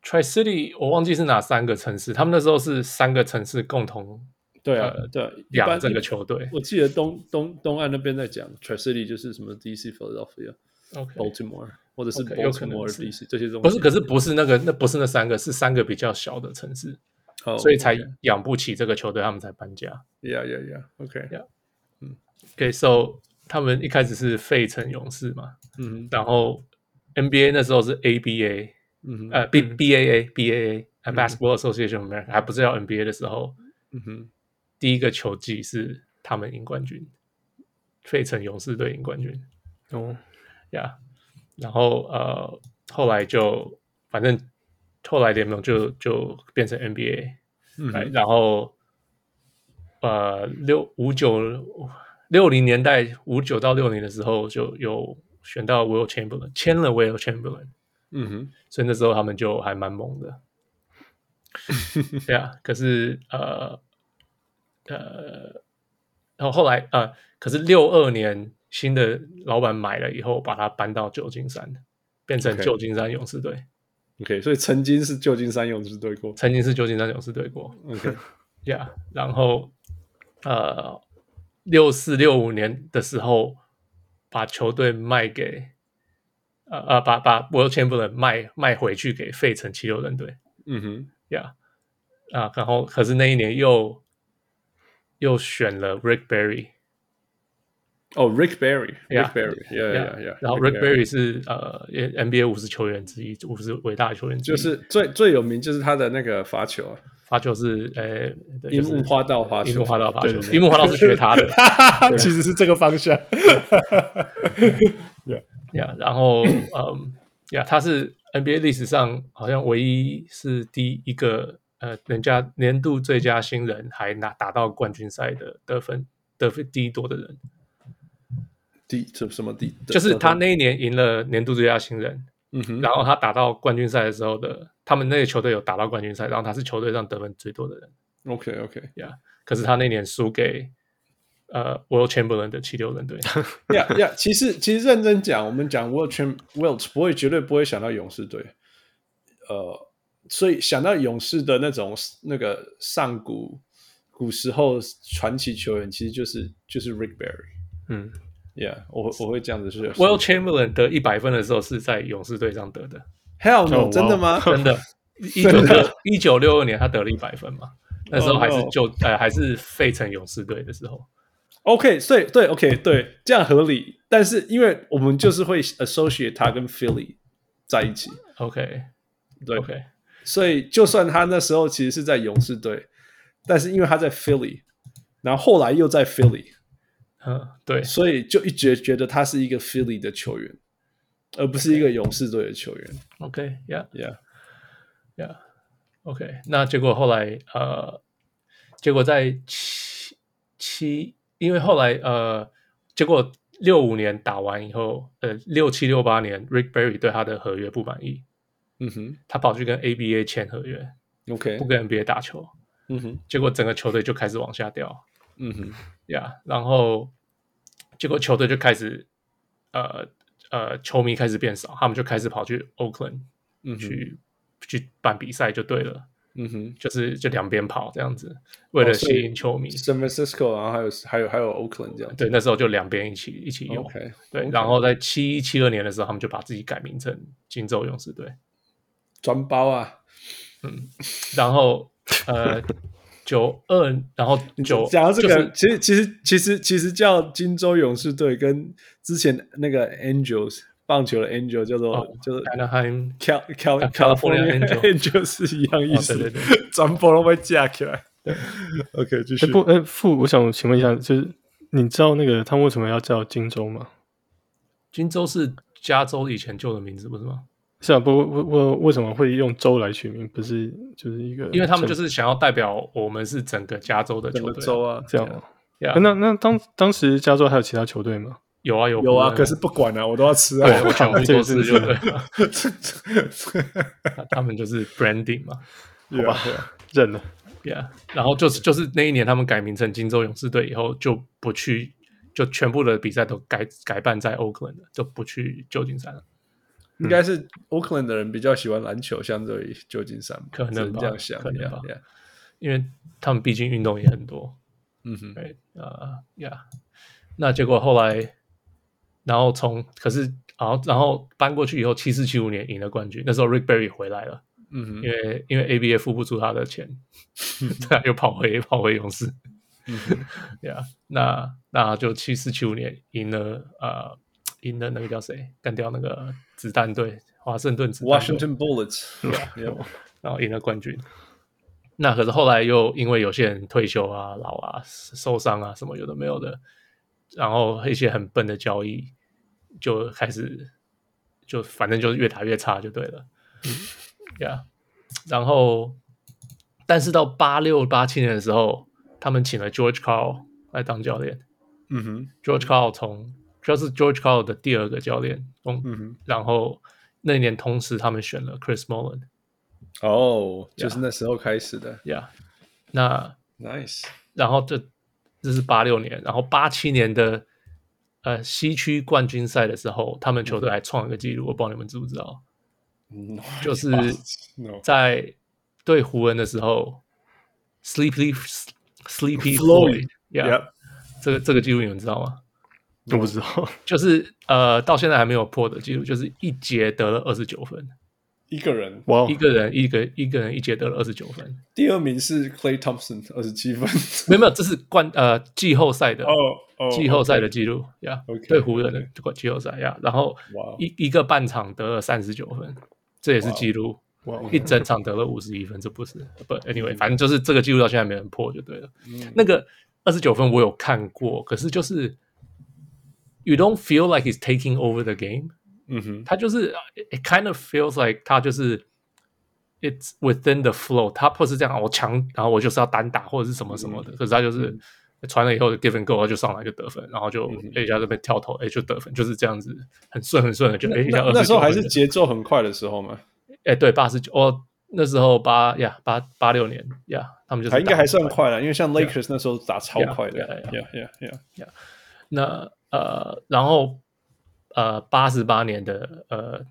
[SPEAKER 4] Tri City，我忘记是哪三个城市，他们那时候是三个城市共同
[SPEAKER 3] 对啊
[SPEAKER 4] 呃，
[SPEAKER 3] 对啊，一般
[SPEAKER 4] 养这个球队。
[SPEAKER 3] 我记得东东东岸那边在讲 Tri City 就是什么 DC、Philadelphia、
[SPEAKER 4] OK，
[SPEAKER 3] Baltimore 或者是
[SPEAKER 4] OK，有可能
[SPEAKER 3] Baltimore、
[SPEAKER 4] 是
[SPEAKER 3] DC 这些东西。
[SPEAKER 4] 不是，可是不是那个，那不是那三个，是三个比较小的城市，
[SPEAKER 3] 哦，
[SPEAKER 4] 所以才
[SPEAKER 3] Yeah,
[SPEAKER 4] 养不起这个球队，他们才搬家。
[SPEAKER 3] yeah, yeah. OK，
[SPEAKER 4] Yeah. OK，so、他们一开始是费城勇士嘛，
[SPEAKER 6] 嗯
[SPEAKER 4] 然后 NBA 那时候是 ABA，
[SPEAKER 6] 嗯
[SPEAKER 4] 呃 B B A A B A A Basketball Association of America，还不是叫 NBA 的时候，
[SPEAKER 6] 嗯哼，
[SPEAKER 4] 第一个球季是他们赢冠军，费城勇士队赢冠军
[SPEAKER 5] 哦，
[SPEAKER 4] 呀。Yeah, 然后呃，后来就反正后来联盟就就变成 NBA，、
[SPEAKER 6] 嗯
[SPEAKER 4] 来然后呃六五九六零年代五九到六零的时候就有选到 Will Chamberlain，签了 Will Chamberlain，
[SPEAKER 6] 嗯哼，
[SPEAKER 4] 所以那时候他们就还蛮猛的。对啊，可是呃呃，然后后来呃，可是六二年新的老板买了以后，把它搬到旧金山，变成
[SPEAKER 3] OK
[SPEAKER 4] 旧金山勇士队
[SPEAKER 3] OK，所以曾经是旧金山勇士队过。
[SPEAKER 4] 曾经是旧金山勇士队过。
[SPEAKER 3] OK，
[SPEAKER 4] Yeah，然后呃，六四六五年的时候，把球队卖给呃呃，把把 Will Chamberlain 卖卖回去给费城七六人队。
[SPEAKER 3] 嗯哼，
[SPEAKER 4] 呀、yeah, 啊，然后可是那一年又又选了 Rick Barry，
[SPEAKER 3] 哦、r i c k
[SPEAKER 4] Yeah
[SPEAKER 3] Barry，Rick Barry，Yeah Yeah Yeah，
[SPEAKER 4] 然后 Rick Barry 是呃也 NBA 五十球员之一，五十伟大的球员之
[SPEAKER 3] 就
[SPEAKER 4] 一，
[SPEAKER 3] 是最最有名就是他的那个罚球啊，
[SPEAKER 4] 发球是呃对
[SPEAKER 3] 樱
[SPEAKER 4] 就是
[SPEAKER 3] 木花道罚球，
[SPEAKER 4] 樱木花道发球
[SPEAKER 5] 对，对
[SPEAKER 4] 樱木花道是学他的，
[SPEAKER 3] 其实是这个方向。
[SPEAKER 4] 呀，然后嗯呀，他是 NBA 历史上好像唯一是第一个呃，人家年度最佳新人还拿打到冠军赛的得分得分第一多的人，
[SPEAKER 3] 第什什么第，
[SPEAKER 4] 就是他那一年赢了年度最佳新人，
[SPEAKER 3] 嗯哼，
[SPEAKER 4] 然后他打到冠军赛的时候的，他们那个球队有打到冠军赛，然后他是球队上得分最多的人
[SPEAKER 3] OK OK，
[SPEAKER 4] 呀。Yeah, 可是他那年输给呃 Will Chamberlain 的七六人队，
[SPEAKER 3] 呀呀，其实其实认真讲，我们讲 Will Champ Wilt 不会绝对不会想到勇士队，呃，所以想到勇士的那种那个上古古时候传奇球员，其实就是就是 Rick Barry。
[SPEAKER 5] 嗯，
[SPEAKER 3] Yeah，我我会这样子是
[SPEAKER 4] Will Chamberlain 得一百分的时候是在勇士队上得的，
[SPEAKER 3] Hell
[SPEAKER 5] Oh,
[SPEAKER 3] no，、
[SPEAKER 5] wow
[SPEAKER 3] 真的吗？
[SPEAKER 4] 真的，一九六一九六二年他得了一百分嘛，那时候还
[SPEAKER 3] 哦
[SPEAKER 4] 是就呃还是费城勇士队的时候，
[SPEAKER 3] OK，所以对 OK 对，这样合理。但是因为我们就是会 associate 他跟 Philly 在一起，
[SPEAKER 4] OK
[SPEAKER 3] 对
[SPEAKER 4] OK
[SPEAKER 3] 所以就算他那时候其实是在勇士队，但是因为他在 Philly，然后后来又在 Philly，
[SPEAKER 4] 嗯对
[SPEAKER 3] 所以就一直觉得他是一个 Philly 的球员，而不是一个勇士队的球员。
[SPEAKER 4] OK yeah。
[SPEAKER 3] Yeah，
[SPEAKER 4] Yeah. OK，那结果后来呃，结果在七七，因为后来呃，结果六五年打完以后，呃，六七六八年，Rick Barry 对他的合约不满意，
[SPEAKER 3] 嗯哼
[SPEAKER 4] 他跑去跟 ABA 签合约，
[SPEAKER 3] ，OK，
[SPEAKER 4] 不跟 NBA 打球，
[SPEAKER 3] 嗯哼，
[SPEAKER 4] 结果整个球队就开始往下掉
[SPEAKER 3] 嗯哼，
[SPEAKER 4] ，Yeah，然后结果球队就开始呃呃，球迷开始变少，他们就开始跑去 Oakland
[SPEAKER 3] 嗯哼，
[SPEAKER 4] 去、去办比赛就对了。
[SPEAKER 3] 嗯哼
[SPEAKER 4] 就是就两边跑这样子，为了
[SPEAKER 3] 哦所以
[SPEAKER 4] 吸引球迷。
[SPEAKER 3] ，San Francisco，然后还有还有还有 Oakland 这样子。
[SPEAKER 4] 对，那时候就两边一起一起用。
[SPEAKER 3] OK，
[SPEAKER 4] 对
[SPEAKER 3] OK
[SPEAKER 4] 然后在七一七二年的时候，他们就把自己改名成金州勇士队。
[SPEAKER 3] 专包啊，
[SPEAKER 4] 然后呃，九二，然后九
[SPEAKER 3] 讲到这
[SPEAKER 4] 就
[SPEAKER 3] 个，
[SPEAKER 4] 是
[SPEAKER 3] 其实其实其实其实叫金州勇士队跟之前那个 Angels 棒球的 Angel 叫做、
[SPEAKER 4] 哦
[SPEAKER 3] 就是
[SPEAKER 4] Anaheim
[SPEAKER 3] Cal Cal
[SPEAKER 4] California Angel
[SPEAKER 3] Angel 是一样意思，
[SPEAKER 4] 哦对对
[SPEAKER 3] 转播都被架起来。OK，继续
[SPEAKER 5] 哎。不，哎傅，我想请问一下，就是你知道那个他们为什么要叫金州吗？
[SPEAKER 4] 金州是加州以前旧的名字，不是吗？
[SPEAKER 5] 是啊，不，我我为什么会用州来取名？不是就是一个，
[SPEAKER 4] 因为他们就是想要代表我们是整个加州的
[SPEAKER 6] 整
[SPEAKER 4] 球
[SPEAKER 6] 个
[SPEAKER 4] 队啊。
[SPEAKER 6] 州啊，
[SPEAKER 5] 这样吗。
[SPEAKER 4] Yeah，
[SPEAKER 5] 那那当当时加州还有其他球队吗？
[SPEAKER 4] 有啊有
[SPEAKER 6] 有
[SPEAKER 4] 湖
[SPEAKER 6] 啊，
[SPEAKER 4] 人
[SPEAKER 6] 可是不管啊，我都要吃啊。
[SPEAKER 4] 对我全部
[SPEAKER 5] 这
[SPEAKER 4] 都
[SPEAKER 5] 个
[SPEAKER 4] 是
[SPEAKER 5] 是
[SPEAKER 4] 就对
[SPEAKER 3] 啊
[SPEAKER 4] 了，他们就是 branding 嘛。
[SPEAKER 6] 对啊
[SPEAKER 4] 嗯
[SPEAKER 6] 对啊
[SPEAKER 5] 认了，
[SPEAKER 4] Yeah，然后就是就是那一年他们改名成金州勇士队以后，就不去，就全部的比赛都改改办在 Oakland 了，就不去旧金山了。
[SPEAKER 3] 应该是 Oakland 的人比较喜欢篮球，相对于旧金山吧，
[SPEAKER 4] 可能
[SPEAKER 3] 只
[SPEAKER 4] 吧
[SPEAKER 3] 这样想，
[SPEAKER 4] 可能吧
[SPEAKER 3] yeah, yeah
[SPEAKER 4] 因为他们毕竟运动也很多，
[SPEAKER 3] 嗯哼，
[SPEAKER 4] 对，呃，Yeah，那结果后来，然后从可是然后然后搬过去以后，七四七五年赢了冠军，那时候 Rick Barry 回来了，
[SPEAKER 3] 嗯
[SPEAKER 4] 嗯 因为因为 ABA 付不出他的钱，对啊，又跑回跑回勇士， ，Yeah，那那就七四七五年赢了呃，赢了那个叫谁，干掉那个子弹队，华盛顿子弹队
[SPEAKER 3] Washington Bullets，
[SPEAKER 4] 然后赢了冠军。那可是后来又因为有些人退休啊、老啊、受伤啊什么有的没有的，然后一些很笨的交易就开始就反正就是越打越差就对了，
[SPEAKER 3] 嗯
[SPEAKER 4] 呀、yeah，然后但是到八六八七年的时候，他们请了 George Carl 来当教练。
[SPEAKER 3] 嗯哼，
[SPEAKER 4] George Carl 从主要是 George Carl 的第二个教练，嗯，
[SPEAKER 3] 哼
[SPEAKER 4] 然后那一年同时他们选了 Chris Mullen，
[SPEAKER 3] 哦，就是那时候开始的
[SPEAKER 4] 呀、yeah.，那
[SPEAKER 3] ，nice，
[SPEAKER 4] 然后这这是八六年，然后八七年的呃西区冠军赛的时候，他们球队还创了一个记录，我不知道你们知不知道，
[SPEAKER 3] 嗯
[SPEAKER 4] 就是在对湖人的时候，Sleepy Sleepy
[SPEAKER 3] Floyd，
[SPEAKER 4] 呀、yeah，这个这个记录你们知道吗？
[SPEAKER 5] 我不知道，
[SPEAKER 4] 就是呃，到现在还没有破的记录，就是一节得了二十九分，
[SPEAKER 3] 一个人，
[SPEAKER 5] 哇哦
[SPEAKER 4] 一，个人一个一个人一节得了二十九分，
[SPEAKER 3] 第二名是 Clay Thompson 二十七分，
[SPEAKER 4] 没有没有，这是冠呃季后赛的
[SPEAKER 3] 哦
[SPEAKER 4] 季后赛的记录呀
[SPEAKER 3] OK，
[SPEAKER 4] 对湖人的季后赛呀，然后
[SPEAKER 3] 哇哦
[SPEAKER 4] 一一个半场得了三十九分，这也是记录，
[SPEAKER 5] 哇哦
[SPEAKER 4] 一整场得了五十一分，这不是不
[SPEAKER 3] 嗯
[SPEAKER 4] anyway，反正就是这个记录到现在没人破就对了。那个二十九分我有看过，可是就是 you don't feel like he's taking over the game。
[SPEAKER 3] 嗯哼，
[SPEAKER 4] 他就是 it kind of feels like 他就是 it's within the flow，他或是这样，啊我强，然后我就是要单打或者是什么什么的，可是他就是传了以后 give and go，他就上来就得分，然后就哎一下这边跳投，哎就得分，就是这样子很顺很顺的，就哎一下
[SPEAKER 3] 那
[SPEAKER 4] 29
[SPEAKER 3] 那时候还是
[SPEAKER 4] 分
[SPEAKER 3] 节奏很快的时候嘛，
[SPEAKER 4] 哎对八十九哦，那时候八呀八八六年呀，他们就是
[SPEAKER 3] 还应该
[SPEAKER 4] 打
[SPEAKER 3] 还
[SPEAKER 4] 得
[SPEAKER 3] 算
[SPEAKER 4] 快
[SPEAKER 3] 快了，因为像 Lakers 那时候打超快的
[SPEAKER 4] Yeah, yeah,
[SPEAKER 3] ，Yeah Yeah Yeah，
[SPEAKER 4] 那呃，然后呃，八十八年的呃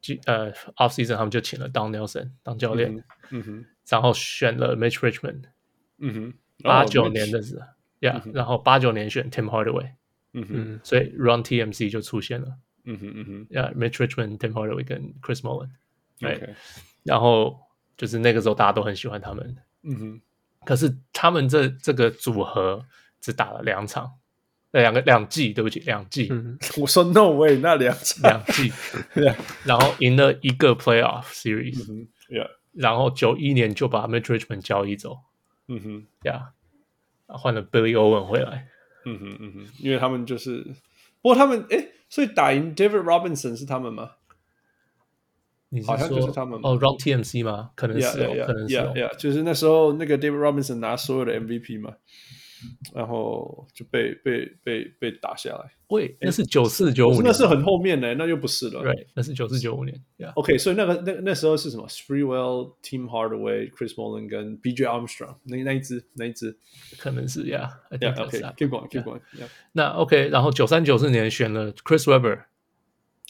[SPEAKER 4] 季呃 off season，他们就请了 Don Nelson 当教练，
[SPEAKER 3] 嗯哼，
[SPEAKER 4] 然后选了 Mitch Richmond，
[SPEAKER 3] 嗯哼，
[SPEAKER 4] 八
[SPEAKER 3] 哦
[SPEAKER 4] 九
[SPEAKER 3] 那
[SPEAKER 4] 年的时候，Yeah，、然后八九年选 Tim Hardaway，
[SPEAKER 3] 嗯哼，
[SPEAKER 4] 所以 Run TMC 就出现了
[SPEAKER 3] 嗯哼，嗯哼
[SPEAKER 4] ，Yeah，Mitch Richmond、Tim Hardaway 跟 Chris Mullin，对
[SPEAKER 3] ，OK，
[SPEAKER 4] 然后就是那个时候大家都很喜欢他们，
[SPEAKER 3] 嗯哼，
[SPEAKER 4] 可是他们这这个组合只打了两场，呃两个两季，对不起，两季，
[SPEAKER 3] 我说 No way，那两场
[SPEAKER 4] 两季，
[SPEAKER 3] ，Yeah 嗯
[SPEAKER 4] 然后赢了一个 Playoff Series，、
[SPEAKER 3] Yeah，
[SPEAKER 4] 然后九一年就把 Mitch Richmond 交易走
[SPEAKER 3] 嗯哼，
[SPEAKER 4] ，Yeah，换了 Billy Owen 回来。
[SPEAKER 3] 嗯哼，嗯哼，因为他们就是，不过他们哎，所以打赢 David Robinson 是他们吗
[SPEAKER 4] 你是
[SPEAKER 3] 好像就是
[SPEAKER 4] 说
[SPEAKER 3] 他们吧
[SPEAKER 4] 哦，Run TMC 吗？可能
[SPEAKER 3] ？Yeah
[SPEAKER 4] 是哦，
[SPEAKER 3] Yeah
[SPEAKER 4] 可能
[SPEAKER 3] Yeah
[SPEAKER 4] 是哦
[SPEAKER 3] Yeah，yeah，就是那时候那个 David Robinson 拿所有的 MVP 嘛，然后就被被被被打下来，
[SPEAKER 4] 喂，那是九四九五年，
[SPEAKER 3] 那是很 Oh 后面的，那就不是了。
[SPEAKER 4] 对，那是九四九五年，Yeah，
[SPEAKER 3] OK，所以那个那那时候是什么？Spreewell、Team Hardaway、Chris Mullin 跟 B.J. Armstrong 那那一支那一支
[SPEAKER 4] 可能是 Yeah，I think that's that
[SPEAKER 3] ，Yeah，OK，keep going，keep going，yeah，
[SPEAKER 4] 那 OK，然后九三九四年选了 Chris Webber，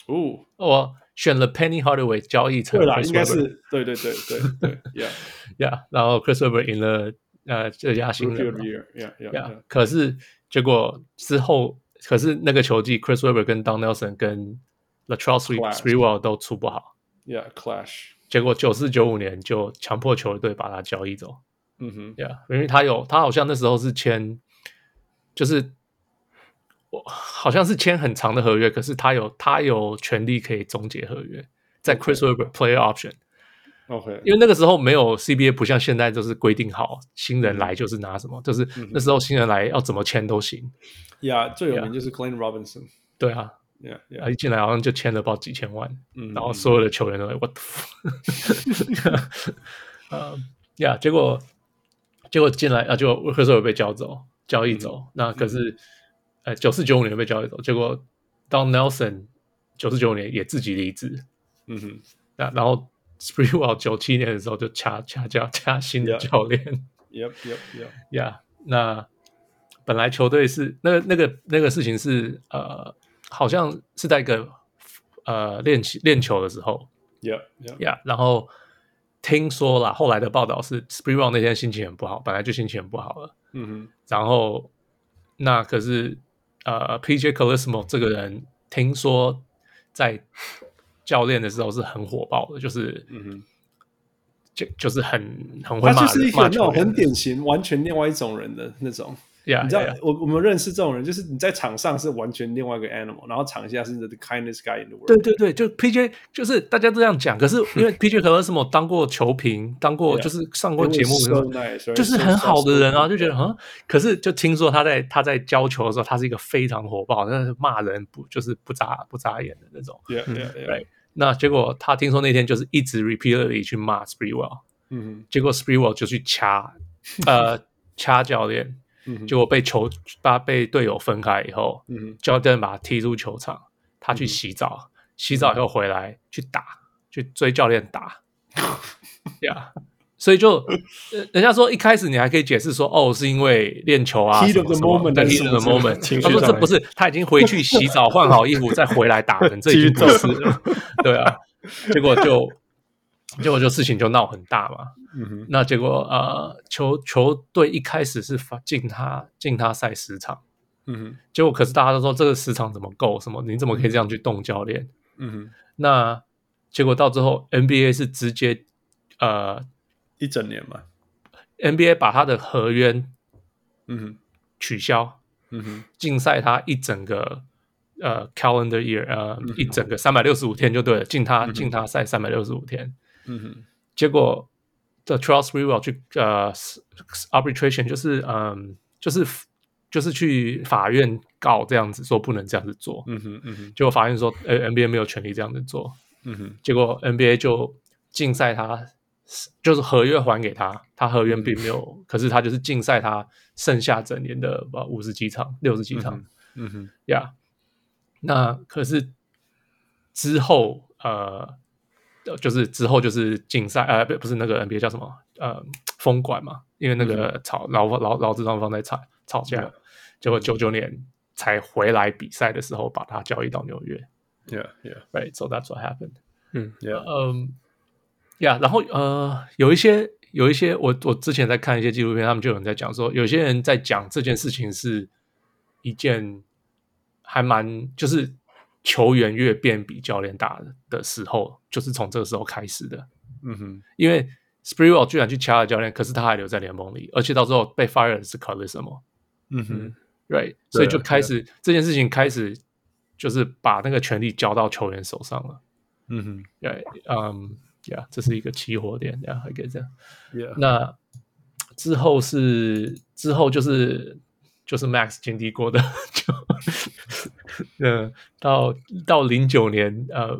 [SPEAKER 3] 哦，
[SPEAKER 4] 我选了 Penny Hardaway 交易成
[SPEAKER 3] 对啦，
[SPEAKER 4] Chris
[SPEAKER 3] 应该
[SPEAKER 4] Webber
[SPEAKER 3] 是对对对对对，Yeah，Rookie
[SPEAKER 4] Yeah，然后 Chris Webber 赢了呃最佳新人
[SPEAKER 3] of
[SPEAKER 4] 嘛
[SPEAKER 3] the Year，Yeah，Yeah，
[SPEAKER 4] ，Yeah，可是结果之后，可是那个球季 Chris Webber 跟 Don Nelson 跟 Latrell
[SPEAKER 3] Clash
[SPEAKER 4] Sprewell 都出不好，
[SPEAKER 3] Yeah，Clash，
[SPEAKER 4] 结果九四九五年就强迫球队把他交易走。
[SPEAKER 3] 嗯哼，
[SPEAKER 4] Yeah，因为他有他好像那时候是签，就是我好像是签很长的合约，可是他有他有权利可以终结合约，在 Chris Webber player option，
[SPEAKER 3] ，OK，
[SPEAKER 4] 因为那个时候没有 CBA，不像现在就是规定好新人来就是拿什么，就是那时候新人来要怎么签都行。
[SPEAKER 3] Yeah，最有
[SPEAKER 4] Yeah
[SPEAKER 3] 名就是 Glenn Robinson，Yeah，Yeah，
[SPEAKER 4] 对啊，啊一进来好像就签了不知道几千万，
[SPEAKER 3] 嗯
[SPEAKER 4] 然后所有的球员都 what the fuck，呃 呀，结果结果进来啊，就科索尔被交走交
[SPEAKER 3] 嗯
[SPEAKER 4] 易走，那可是呃九四九五年被交易走，结果 Don Nelson 九四九五年也自己离职，
[SPEAKER 3] 嗯哼
[SPEAKER 4] 那然后 Sprewell 九七年的时候就掐掐掐掐新的
[SPEAKER 3] Yeah
[SPEAKER 4] 教练。
[SPEAKER 3] ，Yep，Yep，Yep，
[SPEAKER 4] 呀那本来球队是那个那个那个事情是呃，好像是在一个呃练习练球的时候
[SPEAKER 3] Yep Yep，
[SPEAKER 4] 呀然后听说啦，后来的报道是 Spring Run 那天心情很不好，本来就心情很不好了，
[SPEAKER 3] 嗯哼，
[SPEAKER 4] 然后那可是呃 PJ c o l i s m o 这个人听说在教练的时候是很火爆的，就是嗯
[SPEAKER 3] 哼。
[SPEAKER 4] 就就是很很会
[SPEAKER 3] 他
[SPEAKER 4] 骂
[SPEAKER 3] 就是
[SPEAKER 4] 人
[SPEAKER 3] 一个
[SPEAKER 4] 骂
[SPEAKER 3] 那
[SPEAKER 4] 球
[SPEAKER 3] 种
[SPEAKER 4] 员
[SPEAKER 3] 很
[SPEAKER 4] 的
[SPEAKER 3] 典型、完全另外一种人的那种
[SPEAKER 4] 呀，
[SPEAKER 3] 你知道
[SPEAKER 4] yeah, 哎 yeah.
[SPEAKER 3] 我我们认识这种人，就是你在场上是完全另外一个 animal，然后场下是 the kindest guy in the world。
[SPEAKER 4] 对对对，就 PJ 就是大家都这样讲，可是因为 PJ 和 s m o 当过球评，当过
[SPEAKER 3] Yeah.
[SPEAKER 4] 就是上过节目
[SPEAKER 3] It
[SPEAKER 4] 的时候
[SPEAKER 3] was so nice, right?
[SPEAKER 4] 就是很好的人
[SPEAKER 3] So-
[SPEAKER 4] 啊，就觉得啊，可是就听说他在他在教球的时候，他是一个非常火爆，但是骂人不就是不眨不眨眼的那种。
[SPEAKER 3] Yeah, yeah, yeah.
[SPEAKER 4] Right. 那结果他听说那天就是一直 repeatedly 去骂 Sprewell，
[SPEAKER 3] 嗯
[SPEAKER 4] 结果 Sprewell 就去掐 呃掐教练，
[SPEAKER 3] 嗯哼
[SPEAKER 4] 结果被球把被队友分开以后，
[SPEAKER 3] 嗯哼嗯
[SPEAKER 4] 教练把他踢出球场，他去洗澡，洗澡以后回来去打，去追教 练打，呀、yeah.，所以就呃人家说一开始你还可以解释说，哦，是因为练球啊
[SPEAKER 3] Heat
[SPEAKER 4] 什么
[SPEAKER 3] of the moment
[SPEAKER 4] 什么对
[SPEAKER 3] 还是
[SPEAKER 4] heat
[SPEAKER 3] 什
[SPEAKER 4] of the
[SPEAKER 3] 么
[SPEAKER 4] moment，
[SPEAKER 5] 情绪
[SPEAKER 4] 他说
[SPEAKER 5] 上
[SPEAKER 4] 这
[SPEAKER 5] 来
[SPEAKER 4] 不是，他已经回去洗澡换好衣服再回来打 人，这已经不是了， 对啊，结果就 结果就事情就闹很大嘛，
[SPEAKER 3] 嗯哼
[SPEAKER 4] 那结果呃球球队一开始是罚进他进他赛十场。
[SPEAKER 3] 嗯哼
[SPEAKER 4] 结果可是大家都说这个时长怎么够？什么你怎么可以这样去动教练？
[SPEAKER 3] 嗯哼，
[SPEAKER 4] 那结果到最后 NBA 是直接呃
[SPEAKER 3] 一整年嘛，
[SPEAKER 4] NBA 把他的合约
[SPEAKER 3] 嗯哼
[SPEAKER 4] 取消，
[SPEAKER 3] 嗯哼
[SPEAKER 4] 禁赛他一整个呃 calendar year 呃、一整个三百六十五天就对了，禁他禁他赛三百六十五天。
[SPEAKER 3] 嗯哼
[SPEAKER 4] 结果这 Charles r e w e l l 去呃 s- s- arbitration 就是嗯就是就是去法院告这样子说不能这样子做。
[SPEAKER 3] 嗯哼嗯哼
[SPEAKER 4] 结果法院说，呃，NBA 没有权利这样子做。
[SPEAKER 3] 嗯哼
[SPEAKER 4] 结果 NBA 就禁赛他，就是合约还给他，他合约
[SPEAKER 3] 嗯
[SPEAKER 4] 并没有，可是他就是禁赛他剩下整年的呃五十几场、六十几场
[SPEAKER 3] 嗯哼
[SPEAKER 4] 呀。那可是之后，呃，呃就是之后就是禁赛，呃，不不是那个 NBA 叫什么，呃，封管嘛，因为那个吵劳劳劳资双方在吵吵架，结果九九年才回来比赛的时候把他交易到纽约。
[SPEAKER 3] ，Yeah, yeah,
[SPEAKER 4] Right, so that's what happened.
[SPEAKER 5] 嗯
[SPEAKER 3] yeah.
[SPEAKER 4] 嗯，呀，然后呃，有一些有一些，我我之前在看一些纪录片，他们就有人在讲说，有些人在讲这件事情是一件还蛮就是球员越变比教练大的时候，就是从这个时候开始的，
[SPEAKER 3] 嗯哼
[SPEAKER 4] 因为 Sprewell 居然去掐了教练，可是他还留在联盟里，而且到最后被 fire 的是 c a l i s m o
[SPEAKER 3] 嗯哼
[SPEAKER 4] right，所以就开
[SPEAKER 3] 啊
[SPEAKER 4] 始这件事情开始就是把那个权利交到球员手上了。
[SPEAKER 3] 嗯哼
[SPEAKER 4] 对，嗯，呀，这是一个起火点，然后 I guess 这样。
[SPEAKER 3] ，Yeah,
[SPEAKER 4] 那之后是之后就是就是 Max 经历过的，就呃到到零九年，呃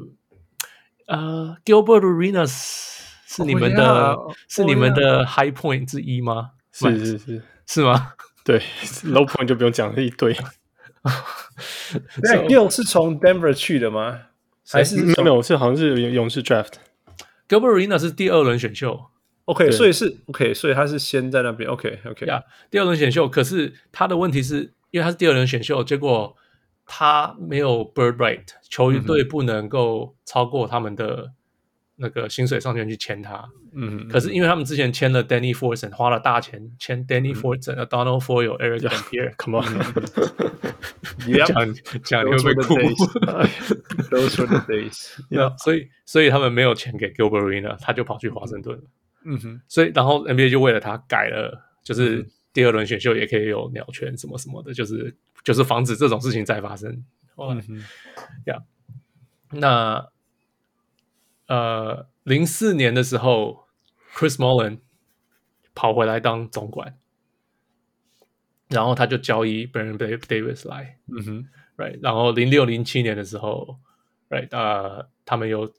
[SPEAKER 4] 呃 Gilbert Arenas 是你们的、
[SPEAKER 5] Oh, yeah.
[SPEAKER 4] 是你们的 high point 之一吗？
[SPEAKER 5] 是是是，
[SPEAKER 4] 是吗？
[SPEAKER 5] 对 ，low point 就不用讲了一 堆，
[SPEAKER 3] 那 Gil 是从 Denver 去的吗？还是
[SPEAKER 5] 没有
[SPEAKER 3] 从
[SPEAKER 5] 没有，是好像是勇勇士 draft，
[SPEAKER 4] Gilbert Arenas 是第二轮选秀，
[SPEAKER 6] OK，所以是 OK，所以他是先在那边 OK，OK，
[SPEAKER 3] 啊
[SPEAKER 4] 呀第二轮选秀，可是他的问题是因为他是第二轮选秀，结果他没有 bird right，球队
[SPEAKER 3] 嗯
[SPEAKER 4] 不能够超过他们的那个薪水上限去签他。
[SPEAKER 3] 嗯
[SPEAKER 4] 可是因为他们之前签了 Danny Forson，花了大钱签 Danny
[SPEAKER 3] 嗯
[SPEAKER 4] Forson、Donald Foyle、Eric Dampier，
[SPEAKER 5] Come on，
[SPEAKER 4] 讲讲你会被哭。
[SPEAKER 6] ，Those were the days。
[SPEAKER 4] 那
[SPEAKER 3] 啊
[SPEAKER 4] 所以所以他们没有钱给 Gilbert Arena，他就跑去华盛顿了。
[SPEAKER 3] 嗯哼嗯
[SPEAKER 4] 所以然后 NBA 就为了他改了，就是第二轮选秀也可以有鸟权什么什么的，就是就是防止这种事情再发生。后
[SPEAKER 3] 嗯
[SPEAKER 4] 来，呀、那呃，零四年的时候，Chris Mullen 跑回来当总管，然后他就交易 Baron Davis 来，
[SPEAKER 3] 嗯哼
[SPEAKER 4] right？然后零六零七年的时候，right？呃，他们又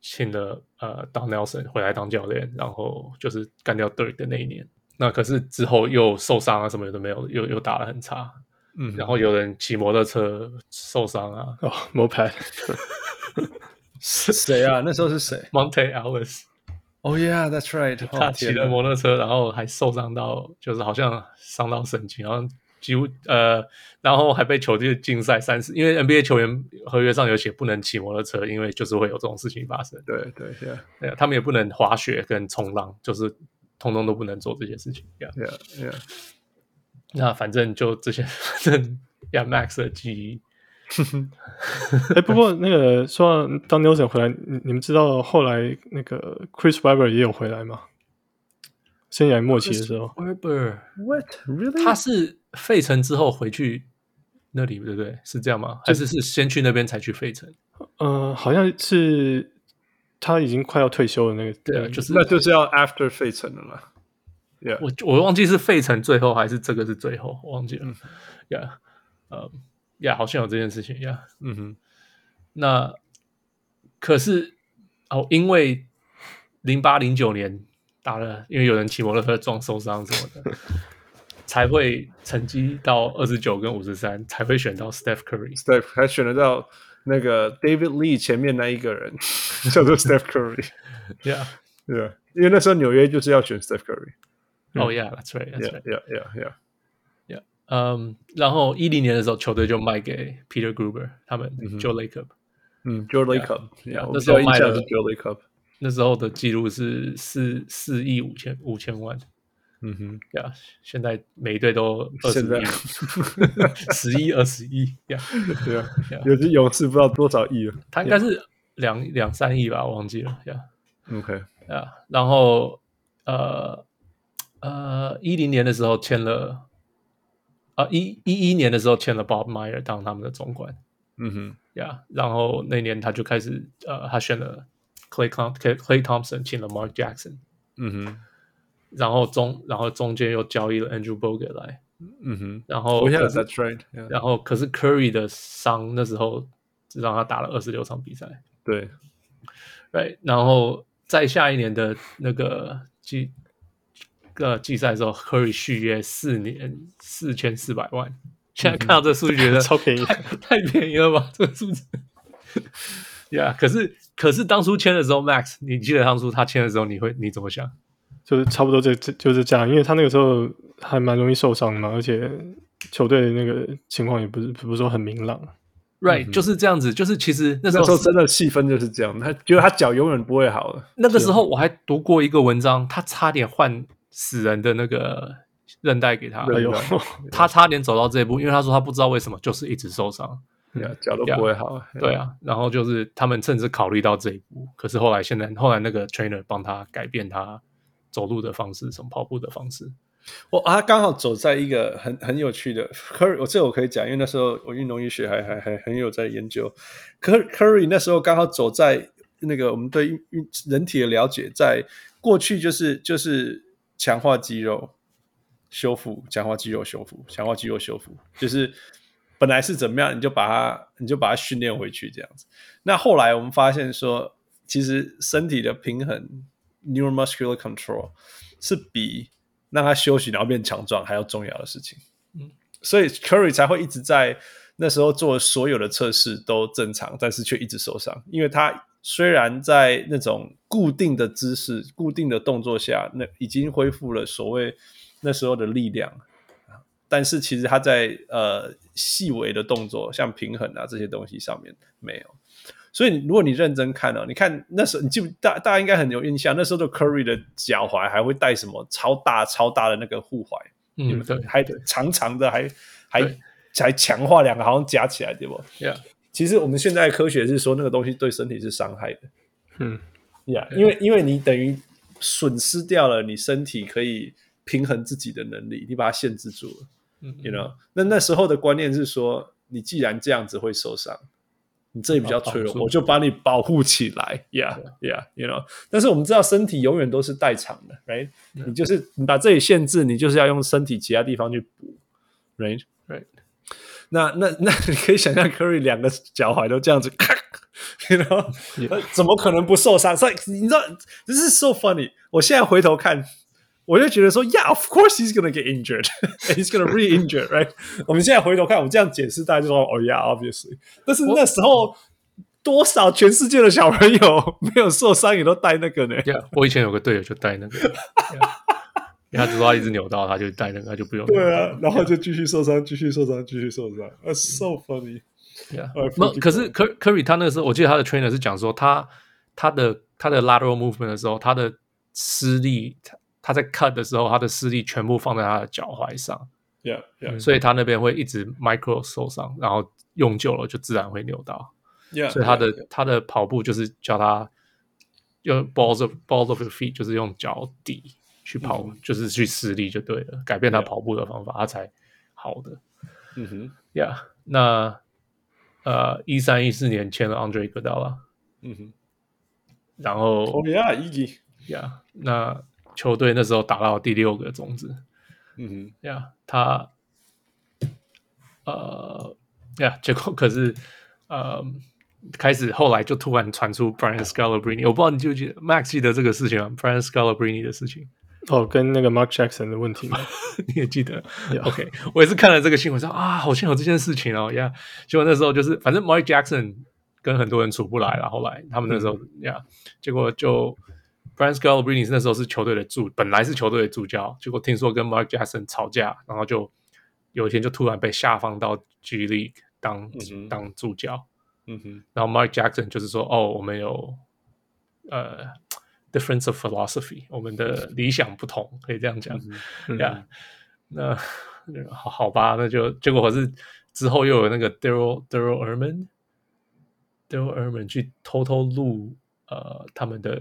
[SPEAKER 4] 请了呃 Don Nelson 回来当教练，然后就是干掉 Dirk 的那一年。那可是之后又受伤啊，什么有的没有，又又打得很差。
[SPEAKER 3] 嗯
[SPEAKER 4] 然后有人骑摩托车受伤啊
[SPEAKER 5] 哦，moped，
[SPEAKER 3] 谁啊？那时候是谁
[SPEAKER 4] ，Monte Ellis
[SPEAKER 3] ？Oh yeah, that's right.
[SPEAKER 4] 他
[SPEAKER 3] 哦
[SPEAKER 4] 骑
[SPEAKER 3] 天
[SPEAKER 4] 了
[SPEAKER 3] 哪
[SPEAKER 4] 摩托车，然后还受伤到，就是好像伤到神经，好像几乎呃，然后还被球队禁赛三十，因为 NBA 球员合约上有写不能骑摩托车，因为就是会有这种事情发生。
[SPEAKER 3] 对对，Yeah,
[SPEAKER 4] 对啊，他们也不能滑雪跟冲浪，就是通通都不能做这些事情。Yeah.
[SPEAKER 3] yeah, yeah.
[SPEAKER 4] 那反正就这些，反正 Yeah Max 的记忆
[SPEAKER 5] 哎，不过那个说到当 Nelson 回来，你你们知道后来那个 Chris Webber 也有回来吗？生涯末期的时候
[SPEAKER 6] 哦
[SPEAKER 4] Weber，
[SPEAKER 6] What really？
[SPEAKER 4] 他是费城之后回去那里，对不对？是这样吗？还是是先去那边才去费城？
[SPEAKER 5] 呃，好像是他已经快要退休的那个，呃
[SPEAKER 4] 对
[SPEAKER 5] 那
[SPEAKER 4] 啊，
[SPEAKER 5] 个
[SPEAKER 4] 就是
[SPEAKER 6] 那就是要 after 费城了啦。
[SPEAKER 4] 我我忘记是费城最后还是这个是最后，我忘记了。
[SPEAKER 6] 嗯
[SPEAKER 4] 呀，呃，呀，好像有这件事情呀。
[SPEAKER 6] 嗯哼，
[SPEAKER 4] 那可是哦，因为零八零九年打了，因为有人骑摩托车撞受伤什么的，才会成绩到二十九跟五十三，才会选到 Steph Curry。
[SPEAKER 6] 对，还选得到那个 David Lee 前面那一 个人，叫做 Steph Curry，
[SPEAKER 4] Yeah，
[SPEAKER 6] 对吧，因为那时候纽约就是要选 Steph Curry，yeah
[SPEAKER 4] 哦、oh,，Yeah，that's right，that's right。
[SPEAKER 6] yeah yeah yeah，
[SPEAKER 4] Yeah，嗯，然后一零年的时候，球队就卖给 Peter Gruber 他们 Joe Lacob，、
[SPEAKER 6] 嗯，Joe l a c o b
[SPEAKER 4] 那
[SPEAKER 6] 我
[SPEAKER 4] 时候
[SPEAKER 6] 印
[SPEAKER 4] 卖
[SPEAKER 6] 象
[SPEAKER 4] 了
[SPEAKER 6] 是 Joe l a c o b
[SPEAKER 4] 那时候的记录是四四亿五千五千万。
[SPEAKER 6] 嗯哼，
[SPEAKER 4] 呀、现在每一队都二十
[SPEAKER 6] 现在
[SPEAKER 4] 亿， 十亿、二十亿呀。
[SPEAKER 6] 对啊
[SPEAKER 4] Yeah，
[SPEAKER 6] 有只勇士不知道多少亿了
[SPEAKER 4] 他应该是两两三亿吧，我忘记了呀
[SPEAKER 6] ，OK，
[SPEAKER 4] 呀。Yeah，然后呃呃，一零年的时候签了，啊一一一年的时候签了 Bob Meyer 当他们的总管。
[SPEAKER 6] 嗯哼，
[SPEAKER 4] 呀然后那年他就开始呃，他选了 Clay Com Clay Thompson，请了 Mark Jackson，
[SPEAKER 6] 嗯哼，
[SPEAKER 4] 然后中然后中间又交易了 Andrew Bogut 来，
[SPEAKER 6] 嗯哼
[SPEAKER 4] 然后
[SPEAKER 6] ，Oh yeah
[SPEAKER 4] 可是
[SPEAKER 6] that's right，yeah，
[SPEAKER 4] 然后可是 Curry 的伤那时候只让他打了二十六场比赛
[SPEAKER 6] 对，
[SPEAKER 4] ，right？然后在下一年的那个季呃季赛的时候，Curry 续约四年四千四百万，现在看到这数据觉得
[SPEAKER 5] 超便宜
[SPEAKER 4] 太太便宜了吧？ 这个数字。呀、yeah,，可是可是当初签的时候，Max，你记得当初他签的时候，你会你怎么想？
[SPEAKER 5] 就是差不多这这就是这样，因为他那个时候还蛮容易受伤的嘛，而且球队那个情况也不是不是说很明朗。
[SPEAKER 4] Right，、就是这样子，就是其实那时
[SPEAKER 6] 那时
[SPEAKER 4] 候
[SPEAKER 6] 候真的气氛就是这样，他觉得他脚永远不会好了，
[SPEAKER 4] 那个时候我还读过一个文章，他差点换死人的那个韧带给他，
[SPEAKER 5] 哎呦，
[SPEAKER 4] 他差点走到这一步，因为他说他不知道为什么，就是一直受伤。
[SPEAKER 6] yeah，脚啊都不会好
[SPEAKER 3] 哎
[SPEAKER 6] 了，
[SPEAKER 4] 对啊，然后就是他们甚至考虑到这一步，可是后来现在后来那个 trainer 帮他改变他走路的方式，什么跑步的方式。
[SPEAKER 3] 我啊，刚好走在一个很很有趣的 Curry，我这我可以讲，因为那时候我运动医学还还还很有在研究。Cur- Curry 那时候刚好走在那个我们对运运人体的了解，在过去就是就是强化肌肉修复，强化肌肉修复，强化肌肉修复，就是本来是怎么样，你就把它你就把它训练回去这样子。那后来我们发现说，其实身体的平衡 （neuromuscular control） 是比让他休息然后变强壮还要重要的事情。所以 Curry 才会一直在那时候做所有的测试都正常，但是却一直受伤，因为他虽然在那种固定的姿势、固定的动作下，那已经恢复了所谓那时候的力量，但是其实他在呃细微的动作，像平衡啊这些东西上面没有。所以你如果你认真看哦，你看那时候你记不大大家应该很有印象，那时候的 Curry 的脚踝还会带什么超大超大的那个护踝，
[SPEAKER 4] 嗯，对
[SPEAKER 3] 还长长的，还还
[SPEAKER 4] 对
[SPEAKER 3] 还强化两个，好像夹起来，对不？
[SPEAKER 4] ，Yeah，
[SPEAKER 3] 其实我们现在科学是说那个东西对身体是伤害的。
[SPEAKER 5] 嗯
[SPEAKER 3] ，Yeah，因为因为你等于损失掉了你身体可以平衡自己的能力，你把它限制住了。
[SPEAKER 4] 嗯
[SPEAKER 3] you know，那那时候的观念是说，你既然这样子会受伤，你这里比较脆弱
[SPEAKER 4] 保，护
[SPEAKER 3] 我就把你保护起来，yeah，yeah，you know。但是我们知道身体永远都是代偿的，right？你就是你把这里限制，你就是要用身体其他地方去补，right？
[SPEAKER 4] ，Right，
[SPEAKER 3] 那那那你可以想象 Curry 两个脚踝都这样子， 咔，然后怎么可能不受伤？所以你知道，这是 so funny。我现在回头看，我就觉得说，Yeah，of course he's gonna get injured, and he's gonna re injured, right？我们现在回头看，我这样解释，大家就说，哦、oh,，Yeah，obviously。但是那时候多少全世界的小朋友没有受伤，也都带那个呢。
[SPEAKER 4] yeah, 我以前有个队友就带那个，因为他只说他一直扭到，他就带那个，他就不用。
[SPEAKER 3] 对 啊，然后就继续受伤，继续受伤，继续受伤。That's so funny.
[SPEAKER 4] Yeah，
[SPEAKER 3] 呃
[SPEAKER 4] 那
[SPEAKER 3] Fujiko
[SPEAKER 4] 可是科 Curry 他那个时候，我记得他的 trainer 是讲说他他的他的 lateral movement 的时候，他的施力，他他在 cut 的时候，他的施力全部放在他的脚踝上，
[SPEAKER 3] Yeah, yeah,
[SPEAKER 4] 所以他那边会一直 micro 受伤，然后用久了就自然会扭到，
[SPEAKER 3] yeah.
[SPEAKER 4] 所以他的他的跑步就是叫他用 balls of balls of your feet，就是用脚底去跑，就是去施力就对了，改变他跑步的方法，他才好的。
[SPEAKER 6] 嗯哼，
[SPEAKER 4] Yeah，那呃，一三一四年签了 Andre Iguodala，
[SPEAKER 6] 嗯哼，Oh
[SPEAKER 4] 然后、
[SPEAKER 3] 哦呀，一级
[SPEAKER 4] Yeah，那球队那时候打到第六个种子
[SPEAKER 6] 嗯哼，
[SPEAKER 4] ，Yeah，他呃，Yeah，结果可是呃，开始后来就突然传出 Brian Scalabrine，我不知道你记不记得 Max 记得这个事情吗？Brian Scalabrine 的事情。
[SPEAKER 5] 哦，跟那个 Mark Jackson 的问题嘛，
[SPEAKER 4] 你也记得？OK，我也是看了这个新闻说啊，好像有这件事情哦呀。结果那时候就是，反正 Mike Jackson 跟很多人处不来了，后来他们那时候
[SPEAKER 6] 嗯
[SPEAKER 4] 呀结果就 Brian Scalabrine 那时候是球队的助，本来是球队的助教，结果听说跟 Mike Jackson 吵架，然后就有一天就突然被下放到 G League 当、
[SPEAKER 6] 嗯哼
[SPEAKER 4] 当助教，
[SPEAKER 6] 嗯哼，
[SPEAKER 4] 然后 Mike Jackson 就是说，哦，我们有呃 difference of philosophy，我们的理想不同，可以这样
[SPEAKER 6] 嗯
[SPEAKER 4] 讲，呀、那好好吧，那就结果是之后又有那个 Daryl Daryl Erman Daryl Erman 去偷偷录呃他们的，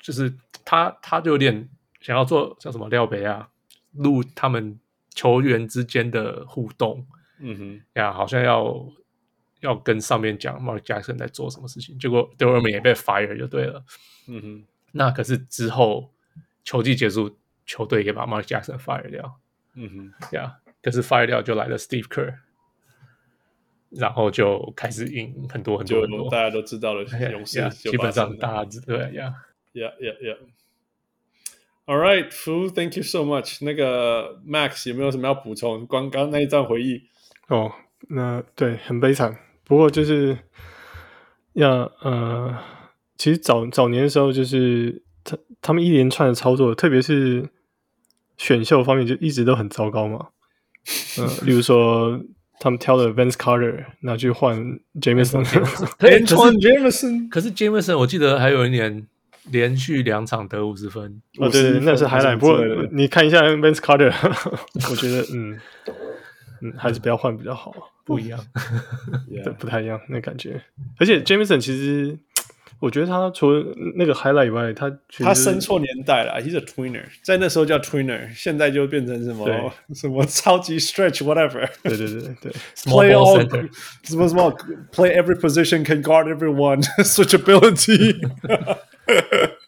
[SPEAKER 4] 就是他他就有点想要做叫什么廖北啊，录他们球员之间的互动，
[SPEAKER 6] 嗯哼，
[SPEAKER 4] 呀，好像要要跟上面讲 Mark Jackson 在做什么事情，结果 d e r m a n 也被 fire 就对了。
[SPEAKER 6] 嗯哼，
[SPEAKER 4] 那可是之后球季结束，球队也把 Mark Jackson fire 掉，
[SPEAKER 6] 嗯哼，
[SPEAKER 4] 呀，可是 fire 掉就来了 Steve Kerr，然后就开始赢很多很
[SPEAKER 3] 就
[SPEAKER 4] 多很多
[SPEAKER 3] 大，家都知道了，勇士
[SPEAKER 4] Yeah，
[SPEAKER 3] 就
[SPEAKER 4] 基本上
[SPEAKER 3] 大
[SPEAKER 4] 大家知对呀。
[SPEAKER 3] ，Yeah Yeah Yeah。All right, Fu, thank you so much。那个 Max 有没有什么要补充？光刚那一段回忆，
[SPEAKER 5] 哦，那对，很悲惨。不过就是要呃，其实早早年的时候，就是他他们一连串的操作，特别是选秀方面，就一直都很糟糕嘛。呃，例如说他们挑了 Vance Carter 拿去换 Jameson，
[SPEAKER 4] 可是
[SPEAKER 3] Jameson
[SPEAKER 4] 可是 Jameson 我记得还有一年连续两场得五十分，
[SPEAKER 5] 哦，对对，那是海
[SPEAKER 3] highlight，
[SPEAKER 5] 莱。不过你看一下 Vance Carter，我 觉得嗯嗯，还是不要换比较好。啊
[SPEAKER 4] 不一样。
[SPEAKER 3] 啊
[SPEAKER 5] 对，不太一样那感觉。而且 Jameson 其实，我觉得他除了那个 highlight 以外，他其实
[SPEAKER 3] 他生错年代了，He's a tweener，在那时候叫 tweener，现在就变成什么什么超级 stretch whatever。
[SPEAKER 5] 对对对对
[SPEAKER 4] Small
[SPEAKER 3] play
[SPEAKER 4] ball
[SPEAKER 3] all
[SPEAKER 4] center
[SPEAKER 3] 什么什么 play every position can guard everyone switchability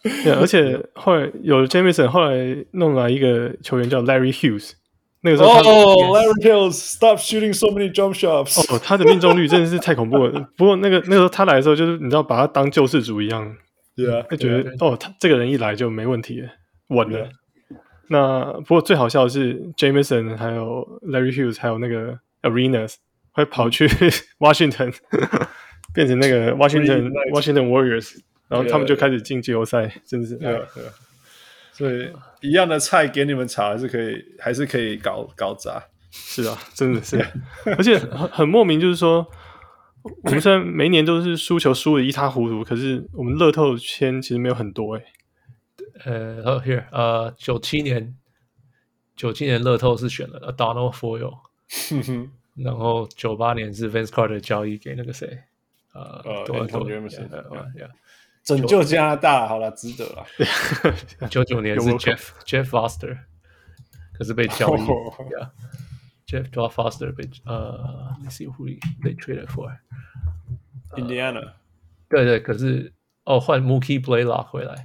[SPEAKER 5] 对，啊而且后来有了 Jameson，后来弄来一个球员叫 Larry Hughes，那个时候他、
[SPEAKER 3] 哦 Larry Hills stop shooting so many jump shots
[SPEAKER 5] 哦他的命中率真的是太恐怖了。不过那个那个时候他来的时候，就是你知道把他当救世主 一样，
[SPEAKER 3] yeah
[SPEAKER 5] 就觉得
[SPEAKER 3] 啊
[SPEAKER 5] 哦他这个人一来就没问题了，稳了。那不过最好笑的是 Jameson 还有 Larry Hughes 还有那个 Arenas 会跑
[SPEAKER 3] 嗯
[SPEAKER 5] 去 Washington，变成那个 Washington
[SPEAKER 3] Reunite
[SPEAKER 5] Washington Warriors，然后他们
[SPEAKER 3] Yeah.
[SPEAKER 5] 就开始进季后赛，真的是哎
[SPEAKER 3] yeah yeah 啊所以一样的菜给你们炒还是可以还是可以搞搞砸
[SPEAKER 5] 是啊，真的是， 而且很很莫名，就是说我们虽然每一年都是输球输的一塌糊涂，可是我们乐透签其实没有很多哎、
[SPEAKER 4] 呃，oh here，呃，九七年，九七年乐透是选了 Donald Foyle，然后九八年是 Vince Carter 交易给那个谁，呃
[SPEAKER 3] 呃，Anton
[SPEAKER 4] 多伦多呃
[SPEAKER 3] Jameson，拯
[SPEAKER 4] 拯
[SPEAKER 3] 救加拿大好了值得
[SPEAKER 6] 啊
[SPEAKER 3] 了
[SPEAKER 4] 九九年
[SPEAKER 5] 有
[SPEAKER 4] 是
[SPEAKER 5] World Cup
[SPEAKER 4] Jeff Jeff Foster，可是被交 易、
[SPEAKER 3] 哦
[SPEAKER 4] yeah. Jeff Jeff Foster 被呃，Let's see who he- they traded for，
[SPEAKER 3] Indiana
[SPEAKER 4] 对对，可是哦换 Mookie Blaylock 回来，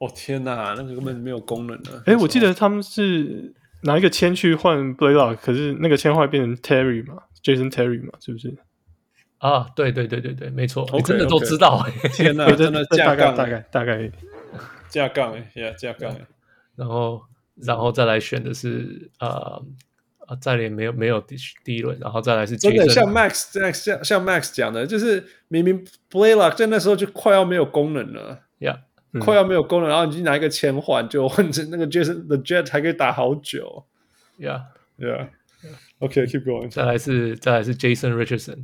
[SPEAKER 3] 哦天哪那个根本没有功能啊了
[SPEAKER 5] 哎、我记得他们是拿一个签去换 Blaylock，可是那个签后来变成 Terry 嘛，Jason Terry 嘛，是不是？
[SPEAKER 4] 啊，对对对对对，没错你
[SPEAKER 3] OK，
[SPEAKER 4] 真的都
[SPEAKER 3] OK
[SPEAKER 4] 知道、欸
[SPEAKER 3] 天哪
[SPEAKER 5] 对
[SPEAKER 3] 呃真的
[SPEAKER 5] 这
[SPEAKER 3] 架
[SPEAKER 5] 大概
[SPEAKER 3] 杠欸
[SPEAKER 5] 大概大概
[SPEAKER 3] 架杠哎 yeah 架杠哎
[SPEAKER 4] 然后然后再来选的是呃呃，再来没有没有第第一轮，然后再来是
[SPEAKER 3] 真的
[SPEAKER 4] Jason-
[SPEAKER 3] 像 Max 这样像像 Max 讲的，就是明明 Blaylock 在那时候就快要没有功能了，
[SPEAKER 4] Yeah，
[SPEAKER 5] 嗯
[SPEAKER 3] 快要没有功能，然后你去拿一个钱换，就换成那 个 Jason the Jet 还可以打好久
[SPEAKER 4] Yeah，
[SPEAKER 3] ，Yeah。OK，keep、going.
[SPEAKER 4] 再来是再来是 Jason Richardson，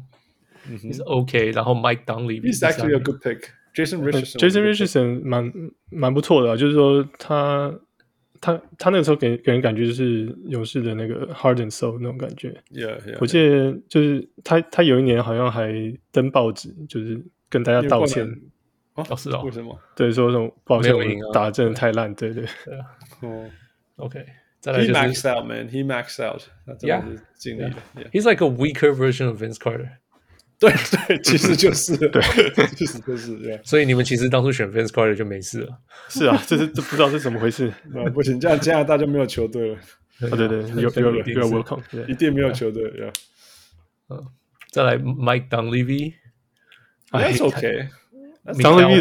[SPEAKER 4] 也是 OK，然后 Mike Dunleavy
[SPEAKER 3] 嗯
[SPEAKER 4] 第
[SPEAKER 3] He's
[SPEAKER 4] 三
[SPEAKER 3] actually a good pick.
[SPEAKER 6] Uh,
[SPEAKER 3] Jason Richardson.
[SPEAKER 5] 呃 Jason Richardson 蛮蛮不错的、啊，就是说他他他那个时候给给人感觉就是勇士的那个 Hard and Soul 那种感觉。
[SPEAKER 3] Yeah, yeah.
[SPEAKER 5] 我记得就是他他有一年好像还登报纸，就是跟大家道歉
[SPEAKER 3] 因为，
[SPEAKER 4] 哦是哦
[SPEAKER 6] Oh
[SPEAKER 3] 为什么？
[SPEAKER 5] 对，说什么抱歉，
[SPEAKER 4] 没
[SPEAKER 5] 我
[SPEAKER 4] 有赢啊
[SPEAKER 6] Oh
[SPEAKER 5] 们打得真的太烂，对对。
[SPEAKER 3] 哦，
[SPEAKER 4] OK，再来
[SPEAKER 3] He
[SPEAKER 4] 就是
[SPEAKER 3] maxed out, man. He maxed out. 他真的是尽力了。Yeah.
[SPEAKER 4] he's like a weaker version of Vince Carter。
[SPEAKER 3] 对对，其实就是对，其实就是这样。
[SPEAKER 4] 所以你们其实当初选 Vince Carter 就没事了。
[SPEAKER 5] 是啊，这是这不知道是怎么 回事。
[SPEAKER 3] 啊，不行，这样加拿大就没有球队了，
[SPEAKER 5] 啊，对对，有有有有 welcome，
[SPEAKER 3] 一
[SPEAKER 5] 对
[SPEAKER 3] 定没有球队。Yeah.
[SPEAKER 4] 再来 Mike Dunleavy，
[SPEAKER 5] 哎
[SPEAKER 3] That's okay.
[SPEAKER 5] 张
[SPEAKER 4] 明
[SPEAKER 5] 卫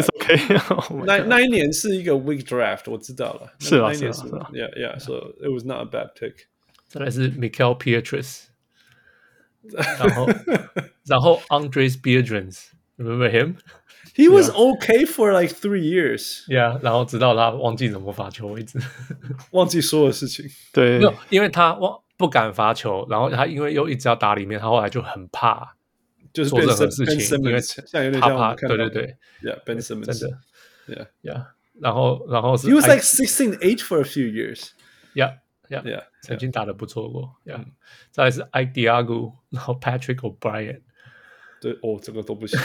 [SPEAKER 4] 天我
[SPEAKER 5] 斌是 OK，
[SPEAKER 3] 那那一年是一个 weak draft，我知道了。那
[SPEAKER 5] 是啊
[SPEAKER 3] 那一年
[SPEAKER 5] 是啊是啊
[SPEAKER 3] Yeah, yeah. So it was not a bad pick.
[SPEAKER 4] 再来是 Michael Pietras，然后然后 Andres Beadrins，remember him？Yeah，
[SPEAKER 3] He was okay for like three years.
[SPEAKER 4] 然后直到他忘记怎么罚球为 止。
[SPEAKER 3] 忘记所有事情。
[SPEAKER 5] 对
[SPEAKER 4] 没有，因为他忘不敢罚球，然后他因为又一直要打里面，他后来就很怕，
[SPEAKER 3] 就是
[SPEAKER 4] 做
[SPEAKER 3] Ben
[SPEAKER 4] 任何
[SPEAKER 3] Sim-
[SPEAKER 4] 事
[SPEAKER 3] Ben
[SPEAKER 4] 情因为
[SPEAKER 3] Simmons，像有点
[SPEAKER 4] 他
[SPEAKER 3] 像我
[SPEAKER 4] 怕，
[SPEAKER 3] 们看
[SPEAKER 4] 对
[SPEAKER 3] 到
[SPEAKER 4] 对对，
[SPEAKER 3] ，Yeah，Ben Simmons，
[SPEAKER 4] 真的
[SPEAKER 3] Yeah.
[SPEAKER 4] ，Yeah。然后，然后是
[SPEAKER 3] He was
[SPEAKER 4] I-
[SPEAKER 3] like sixteen eight for a few years.
[SPEAKER 4] Yeah
[SPEAKER 3] Yeah，
[SPEAKER 4] Yeah
[SPEAKER 3] Mm.
[SPEAKER 4] 曾经打的不错过，Yeah。再来是 Ike Diago，然 后 Patrick O'Brien。
[SPEAKER 3] 对，哦，这个都不行。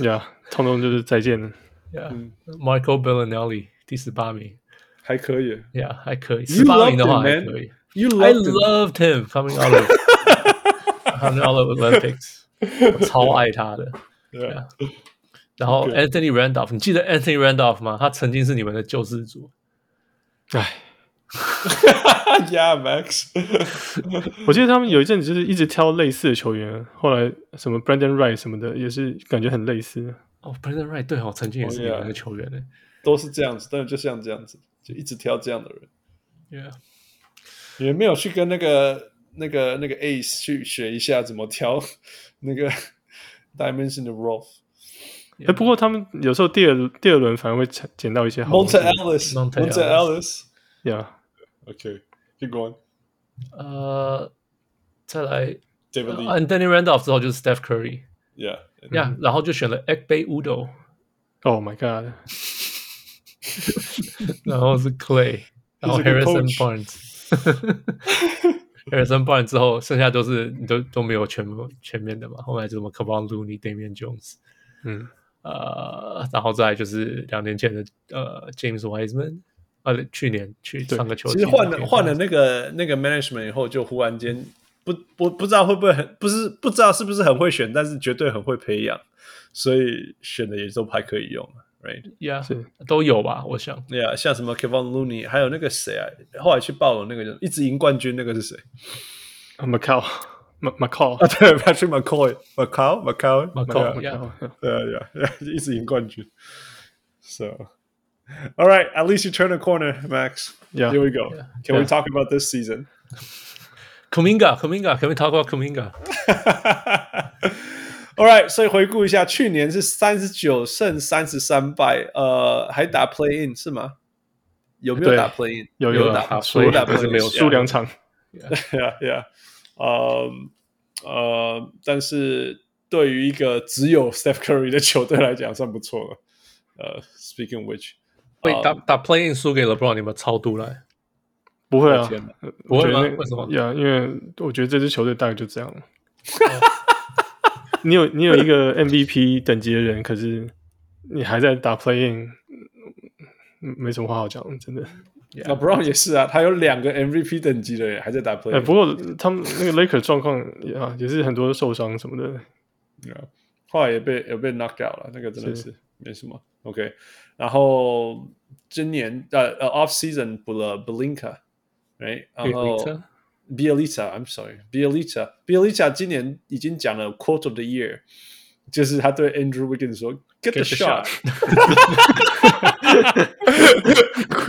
[SPEAKER 5] 呀，通通就是再见了。
[SPEAKER 4] Yeah，Michael Bellinelli 第十八名
[SPEAKER 3] 还可以。
[SPEAKER 4] ，Yeah 还可以，
[SPEAKER 3] You
[SPEAKER 4] 十八名的
[SPEAKER 3] loved
[SPEAKER 4] 话
[SPEAKER 3] him,
[SPEAKER 4] 还
[SPEAKER 3] man.
[SPEAKER 4] 可以。
[SPEAKER 3] You
[SPEAKER 4] I
[SPEAKER 3] loved him.
[SPEAKER 4] loved him coming out of coming out of Olympics，我超爱他的。
[SPEAKER 3] Yeah.
[SPEAKER 4] 然后 Anthony Randolph，你记得 Anthony Randolph 吗？他曾经是你们的救世主。
[SPEAKER 5] 哎，
[SPEAKER 3] Yeah, Max.
[SPEAKER 5] 我记得他们有一阵子就是一直挑类似的球员，后来什么 Brandon Wright 什么的，也是感觉很类似。
[SPEAKER 4] 哦，Brandon Wright，对哦，曾
[SPEAKER 3] Oh，
[SPEAKER 4] 经也是你们的球员呢。
[SPEAKER 3] 都是这样子，但是就像这样子，就一直挑这样的人。
[SPEAKER 4] Yeah，
[SPEAKER 3] 你们没有去跟那个、那个、那个 Ace 去学一下怎么挑那个 Dimension 的 Rolf
[SPEAKER 5] 哎，不过他们有时候第二第二轮反而会捡捡到一些好
[SPEAKER 3] Monte Ellis
[SPEAKER 4] Monte
[SPEAKER 3] Monte Ellis。
[SPEAKER 5] 呀。
[SPEAKER 3] OK, keep going.
[SPEAKER 4] 呃，再来呃
[SPEAKER 3] David Lee.
[SPEAKER 4] Anthony Randolph 之后就是 Steph Curry。
[SPEAKER 3] Yeah.
[SPEAKER 4] Yeah，然后就选了 Ekbay Udo，
[SPEAKER 5] Oh my god！
[SPEAKER 4] 然后是 Clay，然后
[SPEAKER 3] He's a good
[SPEAKER 4] Harrison
[SPEAKER 3] coach.
[SPEAKER 4] Barnes。Harrison Barnes 之后，剩下都是你都都没有全部全面的嘛。后来就什么 Kevon Looney、Damian Jones，
[SPEAKER 5] 嗯，
[SPEAKER 4] 呃，然后再来就是两年前的呃 James Wiseman，呃，其实去年去上个球季
[SPEAKER 3] 其实换了换了那个那个 management 以后，就忽然间不不不知道会不会很不是不知道是不是很会选，但是绝对很会培养，所以选的也都还可以用，right？
[SPEAKER 4] ，Yeah，
[SPEAKER 5] 是
[SPEAKER 4] 都有吧？我想
[SPEAKER 3] 对啊，像什么 Kevin Looney，还有那个谁啊，后来去暴龙那个人一直赢冠军那个是谁
[SPEAKER 5] Macau Ma-
[SPEAKER 3] 啊？
[SPEAKER 5] Macau
[SPEAKER 3] 对，Patrick McCoy，McCoy，McCoy，
[SPEAKER 4] Macau，
[SPEAKER 3] 对啊
[SPEAKER 5] Macau，
[SPEAKER 3] 对啊对啊， 一直赢冠军。So, all right, at least you turn a corner, Max.
[SPEAKER 5] Yeah.
[SPEAKER 3] Here we go. Can we
[SPEAKER 5] Yeah.
[SPEAKER 3] talk about this season?
[SPEAKER 4] Kuminga，Kuminga，Can we talk about Kuminga？
[SPEAKER 3] All right，所以回顾一下，去年是三十九胜三十三败，呃，还打 Play In 是吗？有没有
[SPEAKER 5] 对
[SPEAKER 3] 打 Play In？
[SPEAKER 5] 有
[SPEAKER 4] 嗯有
[SPEAKER 5] 有
[SPEAKER 4] 打
[SPEAKER 5] 打
[SPEAKER 4] 输
[SPEAKER 5] 输
[SPEAKER 4] 了
[SPEAKER 5] 了，
[SPEAKER 4] 但是没有
[SPEAKER 5] 输两场。
[SPEAKER 3] Yeah, yeah. 呃呃，但是对于一个只有 Steph Curry 的球队来讲，算不错了。呃，Speaking of which，
[SPEAKER 4] 被
[SPEAKER 3] 啊
[SPEAKER 4] 打打 Playing 输给 LeBron，你们超度来，
[SPEAKER 5] 不会啊，
[SPEAKER 4] 不
[SPEAKER 5] 我
[SPEAKER 4] 会
[SPEAKER 5] 觉
[SPEAKER 4] 吗？
[SPEAKER 5] 得那
[SPEAKER 4] 为什么？
[SPEAKER 5] 呀因为我觉得这支球队大概就这 样了。你有你有一个 MVP 等级的人，可是你还在打 playing，嗯没什么话好讲，真的。
[SPEAKER 3] 那 Brown 也是啊，他有两个 MVP 等级的人还在打 Play。
[SPEAKER 5] 哎、不过他们那个 Laker 状况也啊，也是很多受伤什么的。
[SPEAKER 3] Yeah. 后来也被也被 knock out 了，那个真的
[SPEAKER 5] 是
[SPEAKER 3] 是没什么。OK，然后今年呃呃 off season 补了 Blinka，right，然后
[SPEAKER 4] Bielitsa
[SPEAKER 3] Bielitsa，I'm sorry，Bielitsa，Bielitsa 今年已经讲了 quote of the year，就是他对 Andrew Wiggins 说 get the
[SPEAKER 4] Get the shot
[SPEAKER 3] shot，quote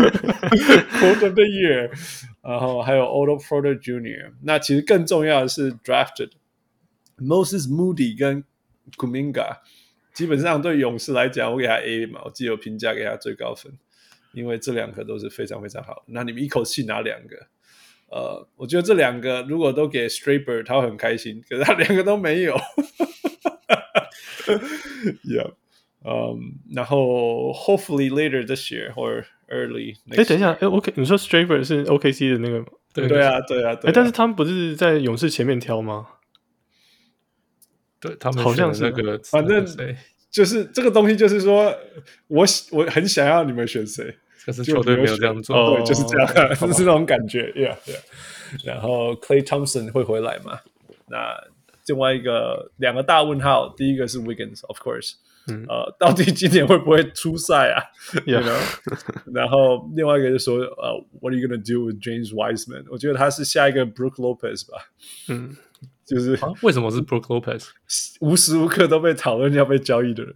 [SPEAKER 3] of the year，然后还有 Otto Porter Jr.，那其实更重要的是 drafted。Moses Moody 跟 Kuminga，基本上对勇士来讲，我给他 A 嘛，我记得有评价给他最高分，因为这两个都是非常非常好的。那你们一口气拿两个，呃，我觉得这两个如果都给 Straber，他会很开心，可是他两个都没有。yeah，嗯、然后 hopefully later this year or early
[SPEAKER 5] 哎、
[SPEAKER 3] next year。
[SPEAKER 5] 等一下，哎、o k 你说 Straver 是 OKC 的那个吗？
[SPEAKER 4] 对
[SPEAKER 3] 对，啊，对啊，
[SPEAKER 5] 哎、
[SPEAKER 3] 对啊
[SPEAKER 5] 但是他们不是在勇士前面挑吗？
[SPEAKER 4] 对他们
[SPEAKER 5] 好像
[SPEAKER 4] 选了
[SPEAKER 5] 是
[SPEAKER 4] 那个，
[SPEAKER 3] 反正
[SPEAKER 4] 谁
[SPEAKER 3] 就是这个东西，就是说我喜我很想要你们选谁，哦
[SPEAKER 4] 可 是球队没有哦这样做。
[SPEAKER 3] 对，就是这样，啊 就是那种感觉，Yeah Yeah。然后 Clay Thompson 会回来嘛？那另外一个两个大问号，第一个是 Wiggins，of course，、呃，到底今年会不会出赛啊
[SPEAKER 5] Yeah.
[SPEAKER 3] 然后另外一个就说，呃，What are you gonna do with James Wiseman？我觉得他是下一个 Brook Lopez 吧，
[SPEAKER 5] 嗯，
[SPEAKER 3] 就是
[SPEAKER 4] 啊为什么是 Brook Lopez？
[SPEAKER 3] 无时无刻都被讨论要被交易的人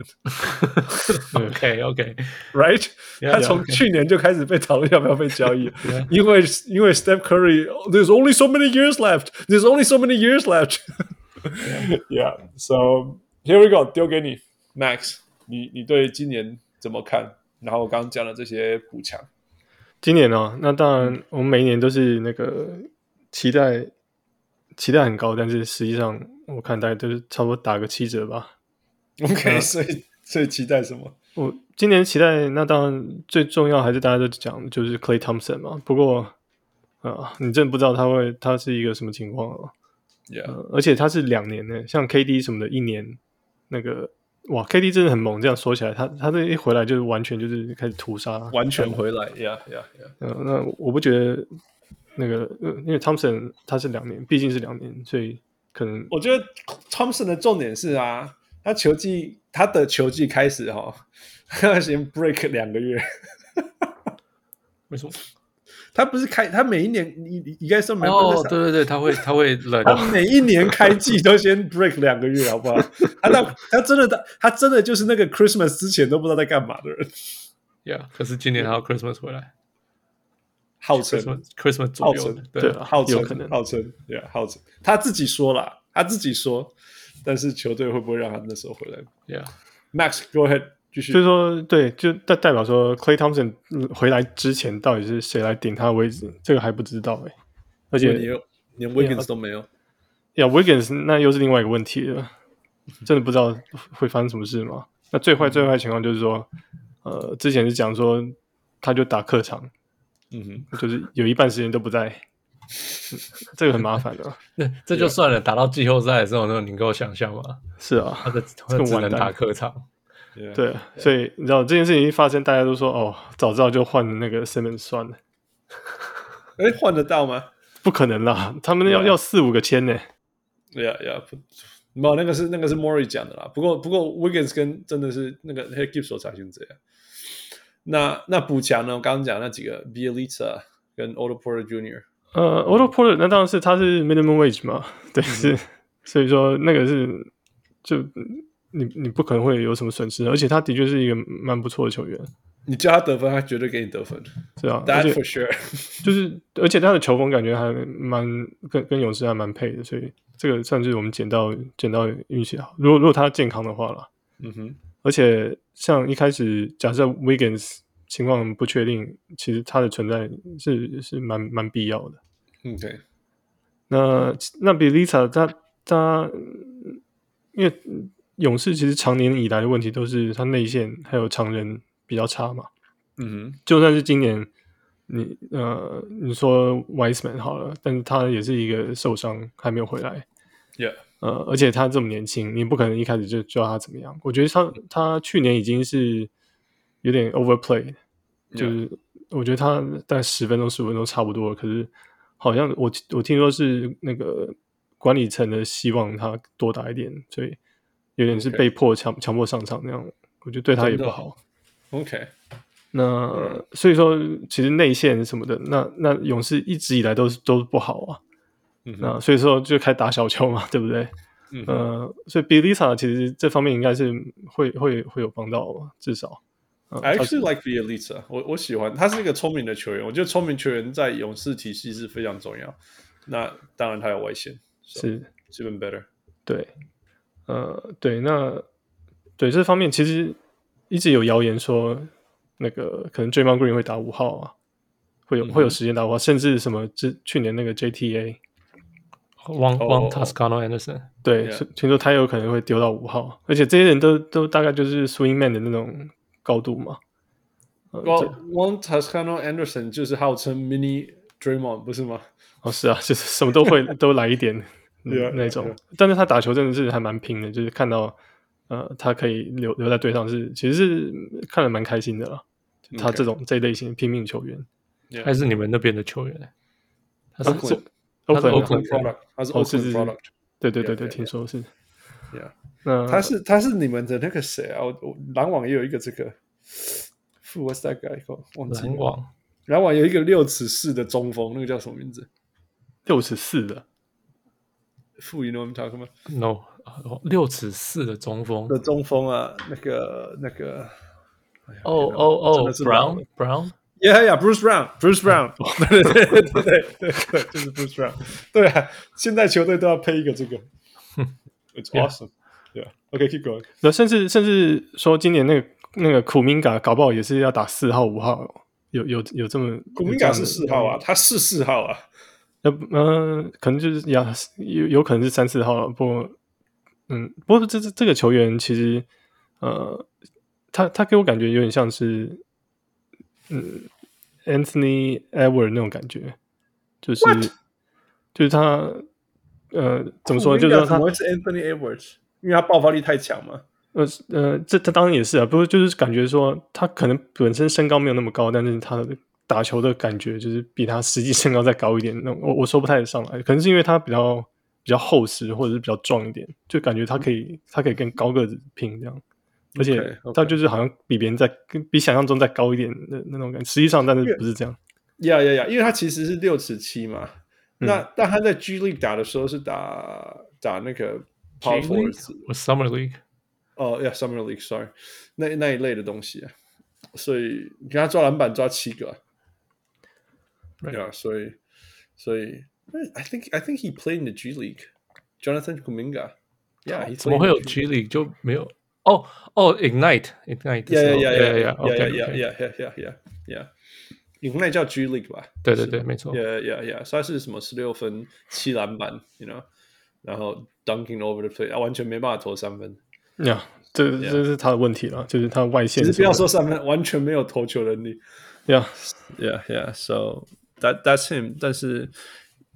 [SPEAKER 4] OK OK，
[SPEAKER 3] ，right？他从去年就开始被讨论要不要被交 易，因为因为 Steph Curry，there's only so many years left，there's only so many years left 。Yeah，so here we go，丢给你，Max，你你对今年怎么看？然后我刚刚讲的这些补强，
[SPEAKER 5] 今年哦，那当然，我们每一年都是那个期待期待很高，但是实际上我看大概都是差不多打个七折吧。
[SPEAKER 3] OK，、所以所以期待什么？
[SPEAKER 5] 我今年期待，那当然最重要还是大家都讲就是 Clay Thompson 嘛。不过，啊，你真的不知道他会他是一个什么情况啊？
[SPEAKER 3] Yeah，
[SPEAKER 5] 呃而且他是两年呢，像 KD 什么的，一年那个哇，KD 真的很猛。这样说起来，他他这一回来就是完全就是开始屠杀，
[SPEAKER 3] 完全回来，Yeah，Yeah，Yeah，
[SPEAKER 5] 呃，那我不觉得那个，呃因为 Thompson 他是两年，毕竟是两年，所以可能
[SPEAKER 3] 我觉得 Thompson 的重点是啊，他球技他的球技开始哈、哦，他先 break 两个月。
[SPEAKER 4] 为什么？
[SPEAKER 3] 他不是开，他每一年，你你应该说没有、
[SPEAKER 4] 哦，对对对，他会他会冷，
[SPEAKER 3] 他每一年开季都先 break 两个月，好 不好？他到他真的他他真的就是那个 Christmas 之前都不知道在干嘛的人，
[SPEAKER 4] Yeah，可是今年他要 Christmas 回来
[SPEAKER 3] 号称
[SPEAKER 4] ，Christmas Christmas
[SPEAKER 3] 号
[SPEAKER 4] 左右
[SPEAKER 3] 称，
[SPEAKER 5] 对
[SPEAKER 4] 对
[SPEAKER 5] 啊
[SPEAKER 3] 号
[SPEAKER 5] 有
[SPEAKER 3] 称
[SPEAKER 5] 可能
[SPEAKER 3] 号称对啊，号称他自己说啦，他自己说，但是球队会不会让他那时候回来
[SPEAKER 4] ，Yeah，
[SPEAKER 3] ？Max go ahead 继续
[SPEAKER 5] 就是说，对，就代代表说，Clay Thompson 嗯回来之前到底是谁来顶他的位置，这个还不知道哎、而
[SPEAKER 3] 因为你
[SPEAKER 5] 且，
[SPEAKER 3] 有连
[SPEAKER 5] 啊
[SPEAKER 3] Wiggins 都没有，
[SPEAKER 5] 呀，Wiggins 那又是另外一个问题了，真的不知道会发生什么事嘛。那最坏最坏情况就是说，呃，之前是讲说他就打客场，
[SPEAKER 3] 嗯哼，
[SPEAKER 5] 就是有一半时间都不在， 嗯这个很麻烦的、
[SPEAKER 4] 那这就算了，打到季后赛的时候，那你够想象吗？
[SPEAKER 5] 是啊，
[SPEAKER 4] 他的他
[SPEAKER 5] 个
[SPEAKER 4] 只
[SPEAKER 5] 完
[SPEAKER 4] 能
[SPEAKER 5] 蛋
[SPEAKER 4] 打客场，
[SPEAKER 3] 对
[SPEAKER 5] 对，所以你知道这件事情一发生，大家都说哦，早知道就换那个 Simmons 算了，
[SPEAKER 3] 哎，换得到吗？
[SPEAKER 5] 不可能啦，他们
[SPEAKER 3] 啊
[SPEAKER 5] 要要四五个签呢。
[SPEAKER 3] 对呀，呀，不，没有那个是那个是 Mori 讲的啦。不过不过 Wiggins 跟真的是那个 h e g i b s 才是这样。那那补强呢？我刚刚讲那几个 b i e l i t a 跟 Otto Porter Jr.
[SPEAKER 5] 呃 o t o Porter 那当然是他是 minimum wage 嘛，
[SPEAKER 3] 嗯
[SPEAKER 5] 对，是，所以说那个是就你你不可能会有什么损失，而且他的确是一个蛮不错的球员，
[SPEAKER 3] 你叫他得分，他绝对给你得分
[SPEAKER 5] 是啊，而
[SPEAKER 3] ，That
[SPEAKER 5] 且
[SPEAKER 3] for sure。
[SPEAKER 5] 就是而且他的球风感觉还蛮跟跟勇士还蛮配的，所以这个算是我们捡到捡到运气好，如果如果他健康的话啦。
[SPEAKER 3] 嗯哼，
[SPEAKER 5] 而且像一开始假设 Wiggins 情况不确定，其实他的存在是是蛮蛮必要的。
[SPEAKER 3] 嗯对，
[SPEAKER 5] 那那比 Lisa 他他，嗯因为勇士其实常年以来的问题都是他内线还有常人比较差嘛。
[SPEAKER 3] 嗯哼，
[SPEAKER 5] 就算是今年你呃你说 Wiseman 好了，但是他也是一个受伤还没有回来，
[SPEAKER 3] Yeah，
[SPEAKER 5] 呃，而且他这么年轻，你不可能一开始就教他怎么样。我觉得他他去年已经是有点 overplay，就是我觉得他大概十分钟十五分钟差不多了。可是好像我我听说是那个管理层的希望他多打一点，所以有点是
[SPEAKER 3] OK
[SPEAKER 5] 被迫强强迫上场那样。我觉得对他也
[SPEAKER 3] 真
[SPEAKER 5] 不
[SPEAKER 3] 的
[SPEAKER 5] 好。
[SPEAKER 3] OK，嗯
[SPEAKER 5] 那所以说，其实内线什么的，那那勇士一直以来都是都是不好啊。
[SPEAKER 3] 嗯哼
[SPEAKER 5] 那所以说就开始打小球嘛，对不对？
[SPEAKER 3] 嗯哼
[SPEAKER 5] 呃，所以 Belisa 其实这方面应该是会会会有帮到吧，至少。呃
[SPEAKER 3] ，I
[SPEAKER 5] 他是
[SPEAKER 3] actually like b i e l i t a 我我喜欢，他是一个聪明的球员，我觉得聪明球员在勇士体系是非常重要。那当然他有外线
[SPEAKER 5] 是
[SPEAKER 3] ，It's even better。
[SPEAKER 5] 对，呃，对，那对这方面其实一直有谣言说，那个可能 d r a m o n Green 会打五号啊，会
[SPEAKER 3] 嗯
[SPEAKER 5] 有、会有时间打五号，甚至什么之去年那个 JTA，
[SPEAKER 4] 汪
[SPEAKER 3] 哦
[SPEAKER 4] 汪 Toscano Anderson，
[SPEAKER 5] 对，
[SPEAKER 3] Yeah
[SPEAKER 5] 是听说他有可能会丢到五号，而且这些人都都大概就是 swing man 的那种高度嘛。呃这
[SPEAKER 3] Well, one Toscano Anderson 就是号称 mini Draymond 不是吗？
[SPEAKER 5] 哦，是啊，就是什么 都会都来一点嗯
[SPEAKER 3] Yeah,
[SPEAKER 5] 那种。但是他打球真的是还蛮拼的，就是看到呃，他可以留留在队上是，其实是看得蛮开心的啦。他这种这类型的拼命球员。
[SPEAKER 4] 还是你们那边的球员？他是做
[SPEAKER 3] Oakland
[SPEAKER 5] 他
[SPEAKER 4] 是 Oakland
[SPEAKER 3] Oakland product，他是
[SPEAKER 5] 哦是
[SPEAKER 3] Oakland
[SPEAKER 5] 是是
[SPEAKER 3] product，
[SPEAKER 5] 啊对对对
[SPEAKER 3] Yeah,
[SPEAKER 5] 对，
[SPEAKER 3] yeah,
[SPEAKER 5] 听说是。
[SPEAKER 3] Yeah
[SPEAKER 5] 那
[SPEAKER 3] 他是他是你们的那个谁啊？我我篮网也有一个这个，Who was that guy called？忘记
[SPEAKER 4] 篮
[SPEAKER 3] 了。
[SPEAKER 4] 网
[SPEAKER 3] 篮网有一个六尺四的中锋，那个叫什么名字
[SPEAKER 5] 六十四的，
[SPEAKER 3] ？Who you know what I'm talking about？
[SPEAKER 4] no 哦六尺四的中锋
[SPEAKER 3] 的中锋啊，那个那个，哎
[SPEAKER 4] 哦哦哦
[SPEAKER 3] 真的是老了
[SPEAKER 4] Brown Brown
[SPEAKER 3] Yeah, yeah, Bruce Brown, Bruce Brown，对 对对对对对对，就是 Bruce Brown。对啊，现在球队都要配一个 这个。It's
[SPEAKER 4] Yeah.
[SPEAKER 3] awesome. Yeah. OK, keep going.
[SPEAKER 5] 那甚至甚至说今年那个那个苦明嘎搞不好也是要打四号五号，有有有这么
[SPEAKER 3] 古明港是
[SPEAKER 5] 有这样的
[SPEAKER 3] 四号啊，他是四号啊。
[SPEAKER 5] 要不呃，可能就是呀，有有可能是三四号了。不过，嗯，不过这这这个球员其实，呃，他他给我感觉有点像是，嗯，Anthony Edward 那种感觉，就是就是他，呃，怎么说？就是说
[SPEAKER 3] 怎
[SPEAKER 5] 他
[SPEAKER 3] 么会是 Anthony Edwards？因为他爆发力太强嘛。
[SPEAKER 5] 呃呃，这他当然也是啊，不过就是感觉说他可能本身身高没有那么高，但是他的打球的感觉就是比他实际身高再高一点。那种我我说不太上来，可能是因为他比较比较厚实，或者是比较壮一点，就感觉他可以他可以跟高个子拼这样，而且
[SPEAKER 3] OK，OK
[SPEAKER 5] 他就是好像比别人在比想象中再高一点的那种感觉，实际上但是不是这样。
[SPEAKER 3] 呀呀呀！因为他其实是六尺七嘛。那但他在 G League 打的时候是打打那个 Power f o r w
[SPEAKER 4] 我 Summer League
[SPEAKER 3] 哦、y e a h s u m m e r League，sorry，那那一类的东西啊，所以你看他抓篮板抓七个啊，对
[SPEAKER 4] Right.
[SPEAKER 3] 啊，所以所以，I think I think he played in the G League，Jonathan Kuminga，yeah，
[SPEAKER 4] 怎么会有 G League 就没有？哦哦，Ignite Ignite 的时候
[SPEAKER 3] League？Yeah yeah yeah yeah
[SPEAKER 4] OK
[SPEAKER 3] yeah
[SPEAKER 4] OK，
[SPEAKER 3] yeah yeah yeah yeah yeah，影那叫 G League 吧？
[SPEAKER 4] 对对对，没错。
[SPEAKER 3] Yeah, yeah, yeah. 所以他是什么十六分、七篮板，you know，然后 dunking over the play，啊，完全没办法投三分。
[SPEAKER 5] 呀、这这是他的问题了，就是他外线
[SPEAKER 3] 其
[SPEAKER 5] 什么的。
[SPEAKER 3] 实不要说三分，完全没有投球能力。
[SPEAKER 5] 呀
[SPEAKER 3] Yeah, yeah. So that that's him. 但是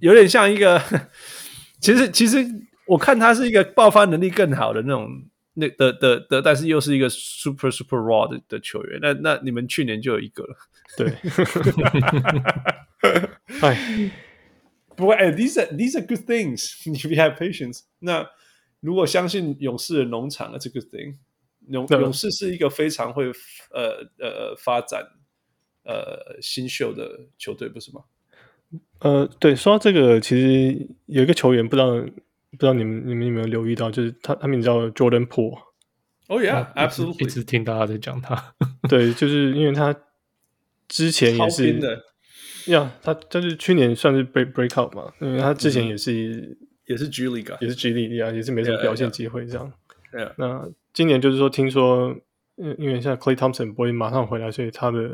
[SPEAKER 3] 有点像一个， 其实其实我看他是一个爆发能力更好的那种那的的的，但是又是一个 super super raw 的的球员。那那你们去年就有一个了。
[SPEAKER 5] 对，哎。
[SPEAKER 3] 不过，哎，these are these are good things if you have patience。那如果相信勇士的农场，that's a good thing。勇
[SPEAKER 5] 对啊
[SPEAKER 3] 勇士是一个非常会呃呃发展呃新秀的球队，不是吗？
[SPEAKER 5] 呃，对，说到这个，其实有一个球员，不知道不知道你们你们有没有留意到，就是他他名字叫 Jordan Po，
[SPEAKER 3] Oh yeah,
[SPEAKER 5] 啊
[SPEAKER 4] 一直一
[SPEAKER 3] absolutely，
[SPEAKER 4] 直听大家在讲他。
[SPEAKER 5] 对，就是因为他之前
[SPEAKER 3] 超拼
[SPEAKER 5] 也是
[SPEAKER 3] 的，
[SPEAKER 5] 呀，他他是去年算是 break break out 嘛，因为他
[SPEAKER 3] 嗯
[SPEAKER 5] 之前也是、
[SPEAKER 3] 也是 G League 啊
[SPEAKER 5] 也是 G 力啊，也是没什么
[SPEAKER 3] Yeah,
[SPEAKER 5] 表现
[SPEAKER 3] yeah.
[SPEAKER 5] 机会这样。
[SPEAKER 3] Yeah.
[SPEAKER 5] 那今年就是说，听说因因为现在 Clay Thompson 不会马上回来，所以他的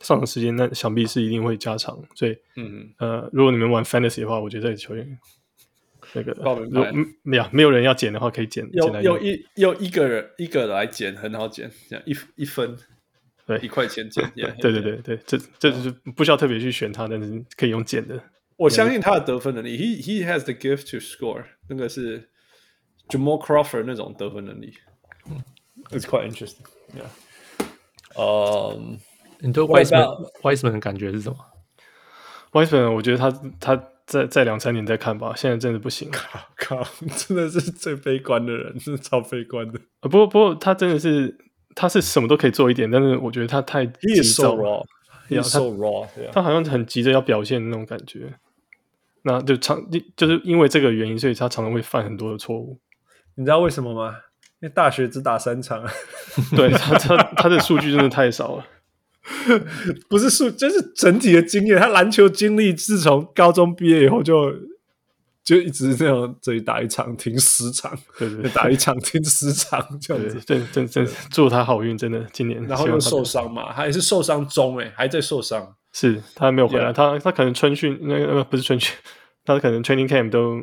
[SPEAKER 5] 上场时间那想必是一定会加长，所以
[SPEAKER 3] 嗯，
[SPEAKER 5] 呃，如果你们玩 fantasy 的话，我觉得这个球员那个
[SPEAKER 3] 报名
[SPEAKER 5] 如
[SPEAKER 3] 牌
[SPEAKER 5] 嗯没有没有人要捡的话，可以捡捡
[SPEAKER 3] 有
[SPEAKER 5] 来
[SPEAKER 3] 有
[SPEAKER 5] 用。
[SPEAKER 3] 一有一个人一个来捡，很好捡，这样一一分，
[SPEAKER 5] 对
[SPEAKER 3] 一块钱捡。Yeah,
[SPEAKER 5] 对对
[SPEAKER 3] yeah.
[SPEAKER 5] 对对，这这就是不需要特别去选它，但是可以用捡的。
[SPEAKER 3] 我相信他的得分能力，he he has the gift to score，那个是 Jamal Crawford 那种得分能力。It's quite interesting. Yeah. 嗯、
[SPEAKER 4] 你对
[SPEAKER 3] What
[SPEAKER 4] Wiseman
[SPEAKER 3] about-
[SPEAKER 4] Wiseman 的感觉是什 么？
[SPEAKER 5] Wiseman，我觉得他他再再两三年再看吧，现在真的不行。
[SPEAKER 3] 靠，真的是最悲观的人，真的超悲观的。
[SPEAKER 5] 呃不过不过他真的是他是什么都可以做一点，但是我觉得他太
[SPEAKER 3] He
[SPEAKER 5] 急
[SPEAKER 3] is so
[SPEAKER 5] 躁了，
[SPEAKER 3] raw. He is so raw. Yeah.
[SPEAKER 5] 他好像很急着要表现的那种感觉。那就常就是因为这个原因，所以他常常会犯很多的错误。
[SPEAKER 3] 你知道为什么吗？因为大学只打三场，
[SPEAKER 5] 对他他他的数据真的太少了。
[SPEAKER 3] 不是数，就是整体的经验。他篮球经历自从高中毕业以后就就一直这样，这里打一场停十场，
[SPEAKER 5] 对对
[SPEAKER 3] 就
[SPEAKER 5] 对，
[SPEAKER 3] 打一场停十场这样
[SPEAKER 5] 对
[SPEAKER 3] 子，。
[SPEAKER 5] 真真真祝他好运，真的今年。
[SPEAKER 3] 然后
[SPEAKER 5] 希望
[SPEAKER 3] 又
[SPEAKER 5] 他
[SPEAKER 3] 受伤嘛，还是受伤中哎、还在受伤。
[SPEAKER 5] 是他没有回来，他他可能春训那个呃不是春训，他可能 training camp 都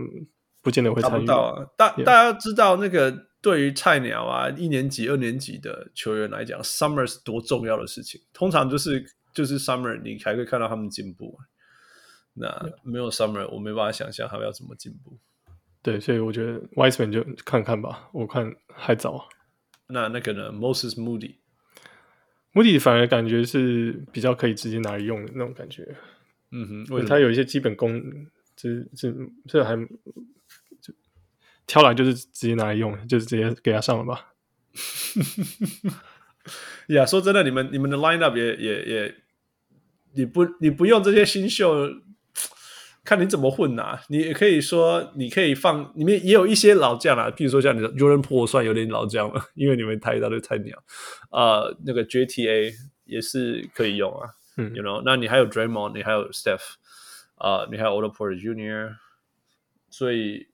[SPEAKER 5] 不见得会
[SPEAKER 3] 达
[SPEAKER 5] 参
[SPEAKER 3] 不
[SPEAKER 5] 与。
[SPEAKER 3] 到啊。大
[SPEAKER 5] Yeah.
[SPEAKER 3] 大家知道那个对于菜鸟啊，一年级、二年级的球员来讲，summer 是多重要的事情。通常就是就是 summer，你才会看到他们进步啊。那没有 summer，我没办法想象他们要怎么进步。
[SPEAKER 5] 对，所以我觉得 Wiseman 就看看吧，我看还早。啊
[SPEAKER 3] 那那个呢，Moses Moody
[SPEAKER 5] Moody 反而感觉是比较可以直接拿来用的那种感觉，
[SPEAKER 3] 嗯哼，
[SPEAKER 5] 就
[SPEAKER 3] 为
[SPEAKER 5] 是它有一些基本功，这这这还就挑来就是直接拿来用，就是直接给它上了吧。
[SPEAKER 3] 呀说真的，你们你们的 lineup 也也也，你不你不用这些新秀，看你怎么混呐、啊你也可以说，你可以放里面也有一些老将啊，譬如说像你的 Jordan p o o 算有点老将了，因为你们太大堆菜鸟，呃，那个 JTA 也是可以用啊，
[SPEAKER 5] 嗯
[SPEAKER 3] ，you know，那你还有 Draymond，你还有 Steph，啊、你还有 Old Porter Jr，所以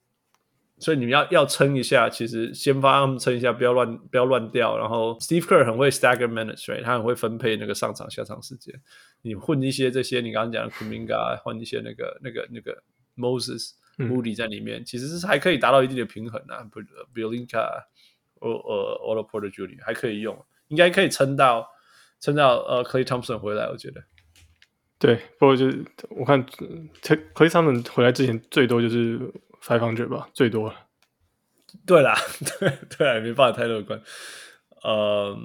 [SPEAKER 3] 所以你们要要撑一下，其实先发他们撑一下，不要乱不要乱掉。然后 Steve Kerr 很会 stagger minutes，right？他很会分配那个上场下场时间。你混一些这些，你刚刚讲的 Kuminga，换一些那个那个那个 Moses
[SPEAKER 5] 嗯
[SPEAKER 3] Moody 在里面，其实是还可以达到一定的平衡啊。不 b i l i n k a 呃呃 o l a Porter Jr 还可以用，应该可以撑到撑到呃 Clay Thompson 回来，我觉得。
[SPEAKER 5] 对，不过就是我看 c l a y 他们回来之前最多就是 five hundred 吧，最多了。
[SPEAKER 3] 对啦， 对对，啊没办法太乐观。呃，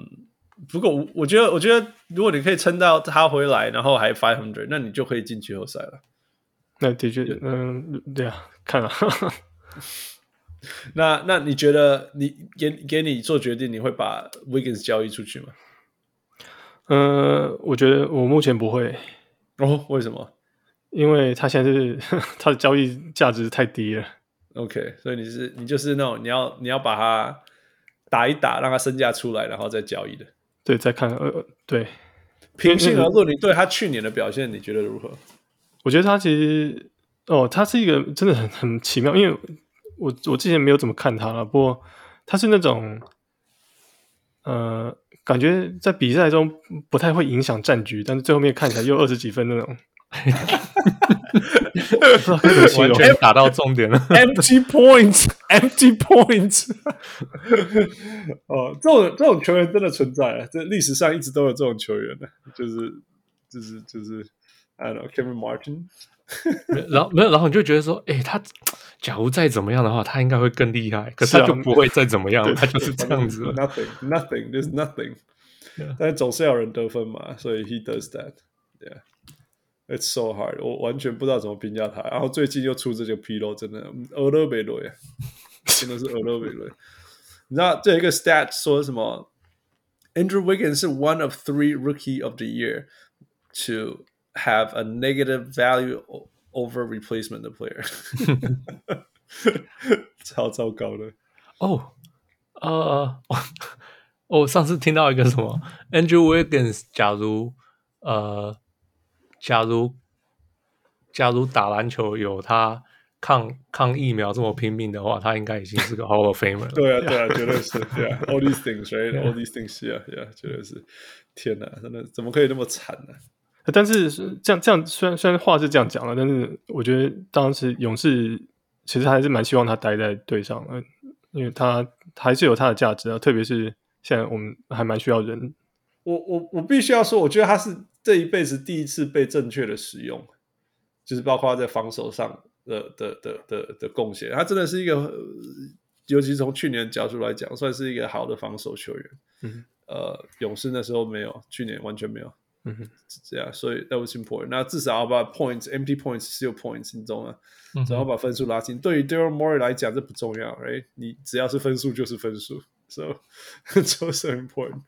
[SPEAKER 3] 不过我我觉得，我觉得如果你可以撑到他回来，然后还 five hundred，那你就可以进季后赛了。
[SPEAKER 5] 那的确，嗯、对啊，看了、
[SPEAKER 3] 那那你觉得你给给你做决定，你会把 Wiggins 交易出去吗？
[SPEAKER 5] 呃，我觉得我目前不会，
[SPEAKER 3] 哦，为什么
[SPEAKER 5] 因为他现在是 他的交易价值太低了。
[SPEAKER 3] ？OK，所以你是你就是那种你要你要把他打一打，让他身价出来，然后再交易的。
[SPEAKER 5] 对，再看，呃，呃对，
[SPEAKER 3] 平心而论，你对他去年的表现，你觉得如何？
[SPEAKER 5] 我觉得他其实，哦，他是一个真的很很奇妙，因为我我之前没有怎么看他了，不过他是那种，呃，感觉在比赛中不太会影响战局，但是最后面看起来又二十几分那种，不知道该怎么形
[SPEAKER 4] 完
[SPEAKER 5] 容。
[SPEAKER 4] 全打到重点了。
[SPEAKER 3] empty points, empty points 哦，这种这种球员真的存在啊，这历史上一直都有这种球员的，就是就是就是，I don't know Kevin Martin
[SPEAKER 4] 然后没有，然后你就觉得说，哎、他假如再怎么样的话，他应该会更厉害，可
[SPEAKER 5] 是
[SPEAKER 4] 是
[SPEAKER 5] 啊
[SPEAKER 4] 他就不会再怎么样，他就是这样子了。
[SPEAKER 3] nothing nothing there's nothing，但是总是要有人得分嘛，所以 he does that yeah。It's so hard，我完全不知道怎么评价他。然后最近又出这个纰漏，真的俄勒贝罗呀，真的是俄勒贝罗。你知道这有一个 stat 说什么？Andrew Wiggins 是 one of three rookie of the year to have a negative value o- over replacement 的 player，超糟糕的。
[SPEAKER 4] 哦，呃， 我、我上次听到一个什么 Andrew Wiggins，假如呃，假如假如打篮球有他抗抗疫苗这么拼命的话，他应该已经是个 Hall of Famer 了。
[SPEAKER 3] 对啊，对啊，绝对是对 啊，all these things right，all these things yeah，yeah，绝对是。天哪，真的怎么可以那么惨呢、
[SPEAKER 5] 但是是这样这样，虽然虽然话是这样讲了，但是我觉得当时勇士其实还是蛮希望他待在队上的，因为他还是有他的价值啊，特别是现在我们还蛮需要人。
[SPEAKER 3] 我我我必须要说，我觉得他是这一辈子第一次被正确的使用，就是包括在防守上的的的的的贡献。他真的是一个，呃尤其从去年的角度来讲，算是一个好的防守球员。
[SPEAKER 5] 嗯，
[SPEAKER 3] 呃，勇士那时候没有，去年完全没有。
[SPEAKER 5] 嗯哼，
[SPEAKER 3] 是这样，所以 that was important。那至少要把 points、empty points、still points，你懂吗？
[SPEAKER 4] 嗯哼
[SPEAKER 3] 然后把分数拉近。对于 Daryl Morey 来讲，这不重要，right？你只要是分数就是分数，so 就是 important。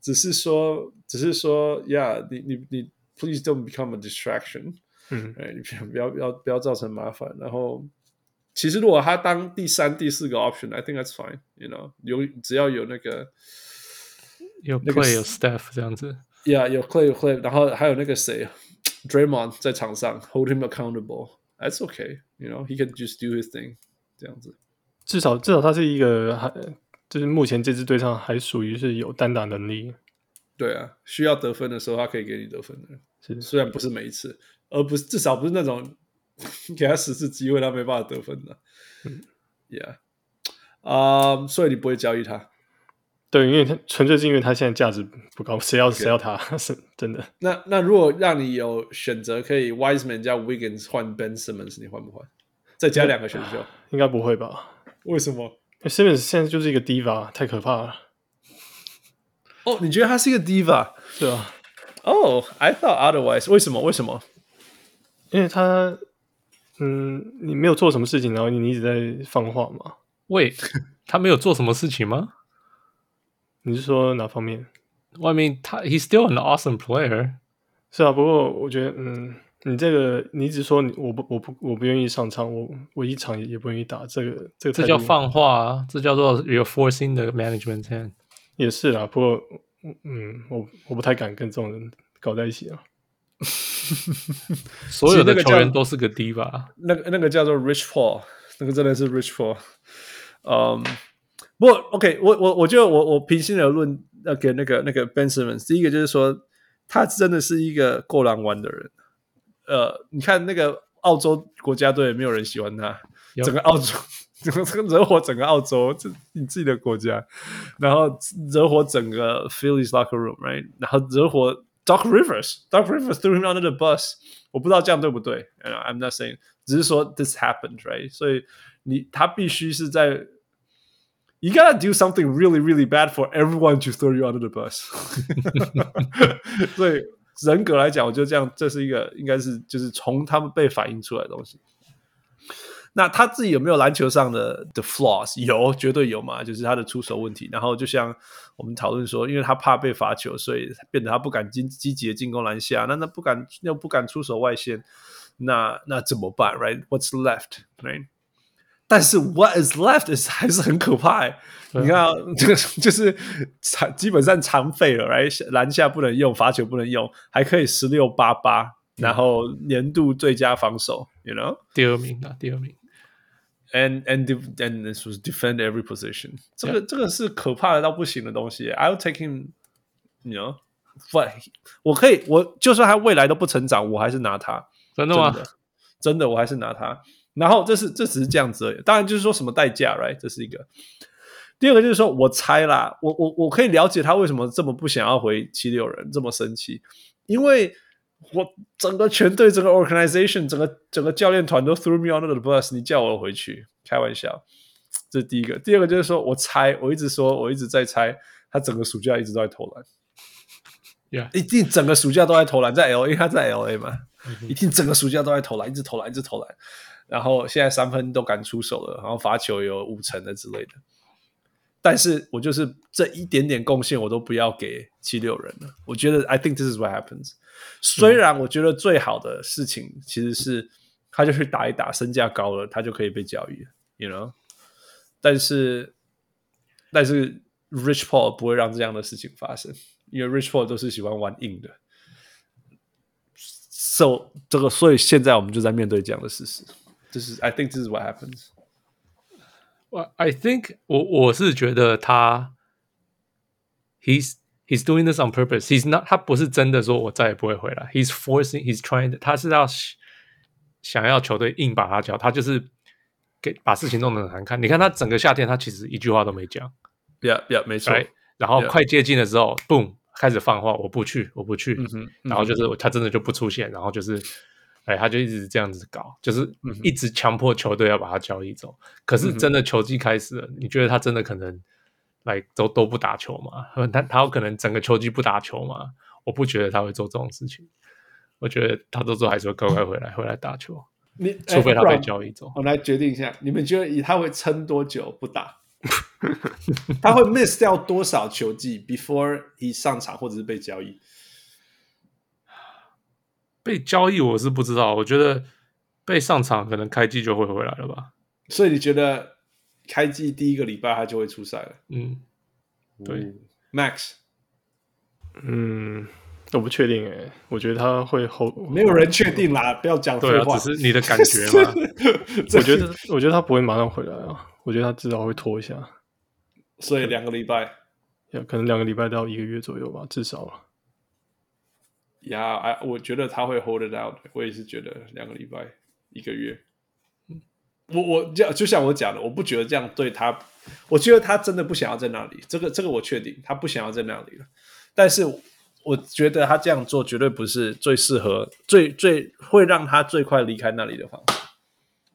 [SPEAKER 3] 只是说，只是说，yeah，你你你，please don't become a distraction。
[SPEAKER 5] 嗯，
[SPEAKER 3] 哎，你不要不要不要不要造成麻烦。然后，其实如果他当第三、第四个 option，I think that's fine，you know，有只要有那个。
[SPEAKER 4] 有
[SPEAKER 3] 那个
[SPEAKER 4] Play 有 Steph 这样子，
[SPEAKER 3] Yeah，有 Clay 有 Clay，然后还有那个谁，Draymond 在场上 hold him accountable。That's okay, you know he can just do his thing，这样子。
[SPEAKER 5] 至少至少他是一个还就是目前这支队上还属于是有单打能力。
[SPEAKER 3] 对啊，需要得分的时候，他可以给你得分的人。
[SPEAKER 5] 是
[SPEAKER 3] 虽然不是每一次，而不是至少不是那种 给他十次机会他没办法得分的。Yeah，啊、所以你不会交易他？
[SPEAKER 5] 对，因为他纯粹是因为他现在价值不高，谁要谁要他 是真的。
[SPEAKER 3] 那那如果让你有选择，可以 Wiseman 加 Wiggins 换 Ben Simmons，你换不换？再加两个选秀？
[SPEAKER 5] 应该不会吧
[SPEAKER 3] 为什么？
[SPEAKER 5] ？Simmons 现在就是一个 diva，太可怕了。
[SPEAKER 3] 哦，你觉得她是一个 diva？
[SPEAKER 5] 对啊，
[SPEAKER 3] 哦、i thought otherwise。为什么？为什么？
[SPEAKER 5] 因为他，嗯，你没有做什么事情，然后你一直在放话嘛？
[SPEAKER 4] 喂， 他没有做什么事情吗？
[SPEAKER 5] 你是说哪方面？
[SPEAKER 4] 外面他 he's still an awesome player。
[SPEAKER 5] 是啊，不过我觉得，嗯，你这个你一直说你我不我不我不愿意上场，我我一场也也不愿意打，这个这
[SPEAKER 4] 这
[SPEAKER 5] 个态
[SPEAKER 4] 叫
[SPEAKER 5] 度
[SPEAKER 4] 放话啊，这叫做 you're forcing the management hand。
[SPEAKER 5] 也是啦。不过，嗯，我我不太敢跟这种人搞在一起啊。
[SPEAKER 4] 所有
[SPEAKER 3] 其实那
[SPEAKER 4] 的
[SPEAKER 3] 个
[SPEAKER 4] 球
[SPEAKER 3] 叫
[SPEAKER 4] 员都是个 diva。
[SPEAKER 3] 那个那个叫做 Rich Paul，那 个真的是 Rich Paul。嗯，不过 OK，我我我觉得我我平心而论，要给那个那个 Ben Simmons，第一个就是说，他真的是一个够狼玩的人。呃，你看那个澳洲国家队，没有人喜欢他，
[SPEAKER 4] 有
[SPEAKER 3] 整个澳洲。整个惹火整个澳洲，这你自己的国家，然后惹火整个 Phillies locker room，right？然后惹火 Doc Rivers，Doc Rivers threw him under the bus。我不知道这样对不对，and I'm not saying，只是说 this happened，right？所以你他必须是在 You gotta do something really, really bad for everyone to throw you under the bus 。所以人格来讲，我觉得这样，这是一个应该是就是从他们被反映出来的东西。那他自己有没有篮球上的的 flaws？有，绝对有嘛，就是他的出手问题。然后就像我们讨论说，因为他怕被罚球，所以变得他不敢积积极的进攻篮下，那那不敢又不敢出手外线，那那怎么办？Right？What's left？Right？但是 what is left is 还是很可怕、欸。你看、啊，这个就是残基本上残废了，来篮下不能用，罚球不能用，还可以十六八八，然后年度最佳防守，you know。
[SPEAKER 4] 第二名啊，第二名。
[SPEAKER 3] and and def- and this was defend every position. 这个这个是可怕的到不行的东西。I'll take him, you know, but he- 我可以，我就算他未来都不成长，我还是拿他。
[SPEAKER 4] 真的
[SPEAKER 3] 真
[SPEAKER 4] 吗？
[SPEAKER 3] 的，真的，我还是拿他。然后这是这只是这样子而已，当然就是说什么代价，right？这是一个。第二个就是说，我猜啦，我我我可以了解他为什么这么不想要回七六人，这么生气，因为我整个全队、整个 organization、整个整个教练团都 threw me under the bus，你叫我回去，开玩笑。这是第一个，第二个就是说我猜，我一直说，我一直在猜，他整个暑假一直都在投篮
[SPEAKER 4] Yeah
[SPEAKER 3] 一定整个暑假都在投篮，在 L A，因为他在 L A 嘛，一定整个暑假都在投篮，一直投篮，一直投篮。然后现在三分都敢出手了，然后罚球有五成的之类的。但是我就是这一点点贡献，我都不要给七六人了。我觉得 I think this is what happens。虽然我觉得最好的事情其实是他就去打一打，身价高了，他就可以被交易了，you know。但是，但是 Rich Paul 不会让这样的事情发生，因为 Rich Paul 都是喜欢玩硬的。So 这个，所以现在我们就在面对这样的事实，就是 I think this is what happens。
[SPEAKER 4] 我 I think 我我是觉得他，he's he's doing this on purpose. He's not 他不是真的说我再也不会回来。He's forcing, he's trying. 他是要想要球队硬把他叫，他就是给把事情弄得很难看。你看他整个夏天，他其实一句话都没讲，
[SPEAKER 3] Yeah, yeah，没错。
[SPEAKER 4] 对。然后
[SPEAKER 3] Yeah
[SPEAKER 4] 快接近的时候，boom 开始放话，我不去，我不去。
[SPEAKER 3] 嗯哼
[SPEAKER 4] 然后就是他真的就不出现，然后就是，哎，他就一直这样子搞，就是
[SPEAKER 3] 嗯
[SPEAKER 4] 一直强迫球队要把他交易走。可
[SPEAKER 7] 嗯
[SPEAKER 4] 是真的球季开始了，你觉得他真的可能来都都不打球吗？呃他他有可能整个球季不打球吗？我不觉得他会做这种事情。我觉得他都做还是会赶快回来，回来打球，
[SPEAKER 7] 你
[SPEAKER 4] 除非他被
[SPEAKER 7] 易。
[SPEAKER 4] 交易走。
[SPEAKER 7] 我们来决定一下，你们觉得以他会撑多久不打？ 他会 miss 掉多少球季 before 一上场或者是被交易？
[SPEAKER 4] 被交易我是不知道，我觉得被上场可能开季就会回来了吧。
[SPEAKER 7] 所以你觉得开季第一个礼拜他就会出赛了
[SPEAKER 4] 嗯，对，
[SPEAKER 7] ？Max，
[SPEAKER 5] 嗯，我不确定诶、欸我觉得他会后，
[SPEAKER 7] 没有人确定啦，不要讲
[SPEAKER 4] 对
[SPEAKER 7] 废
[SPEAKER 4] 啊，
[SPEAKER 7] 话。
[SPEAKER 4] 只是你的感觉 嘛。
[SPEAKER 7] 这
[SPEAKER 5] 我觉得，我觉得他不会马上回来啊，我觉得他至少会拖一下，
[SPEAKER 7] 所以两个礼拜。
[SPEAKER 5] 要可能两个礼拜到一个月左右吧，至少啊。
[SPEAKER 7] 呀，哎，我觉得他会 hold it out，我也是觉得两个礼拜、一个月。我我这样就像我讲的，我不觉得这样对他，我觉得他真的不想要在那里，这个这个我确定，他不想要在那里了。但是我觉得他这样做绝对不是最适合、最最会让他最快离开那里的方式，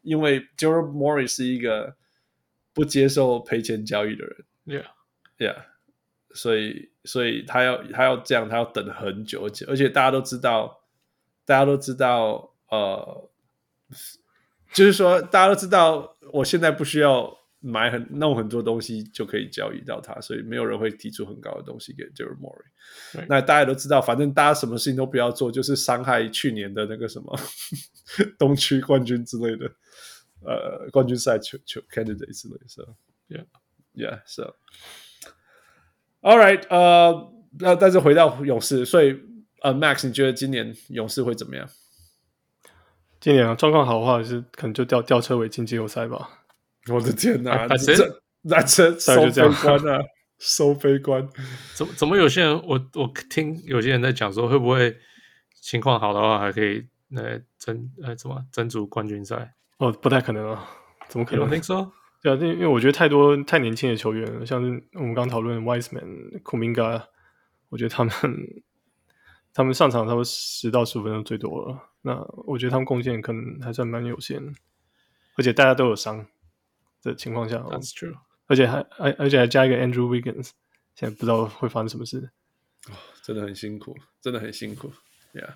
[SPEAKER 7] 因为 j e r o m Murray 是一个不接受赔钱交易的人。
[SPEAKER 4] Yeah，
[SPEAKER 7] Yeah，
[SPEAKER 3] 所以所以他要他要这样，他要等很久，而且而且大家都知道，大家都知道，呃，就是说大家都知道，我现在不需要买很弄很多东西就可以交易到它，所以没有人会提出很高的东西给 j e r e m o r y 那大家都知道，反正大家什么事情都不要做，就是伤害去年的那个什么 东区冠军之类的，呃，冠军赛球球 candidate 之类的。So
[SPEAKER 4] Yeah.
[SPEAKER 3] yeah, so. All right，呃，那但是回到勇士，所以呃，Max，你觉得今年勇士会怎么样？
[SPEAKER 5] 今年啊，状况好的话是可能就吊吊车尾进季后赛吧。
[SPEAKER 3] 我的天哪、
[SPEAKER 4] That's it？
[SPEAKER 3] 这那这
[SPEAKER 5] 啊大概
[SPEAKER 3] 收
[SPEAKER 5] 就这
[SPEAKER 3] 悲
[SPEAKER 5] 样
[SPEAKER 3] 观啊，收悲观。
[SPEAKER 4] 怎么怎么有些人，我我听有些人在讲说，会不会情况好的话还可以呃争呃怎么争足冠军 赛
[SPEAKER 5] 哦，不太可能啊，怎么可
[SPEAKER 4] ？You don't
[SPEAKER 5] 能？
[SPEAKER 4] think so？
[SPEAKER 5] 对啊，因因为我觉得太多太年轻的球员了，像是我们刚讨论的 Wiseman、Kuminga，我觉得他们 他们上场差不多十到十五分钟最多了。那我觉得他们贡献可能还算蛮有限，而且大家都有伤的情况下，哦
[SPEAKER 4] That's true.
[SPEAKER 5] 而且还而而且还加一个 Andrew Wiggins，现在不知道会发生什么事。
[SPEAKER 3] 真的很辛苦，真的很辛苦。Yeah，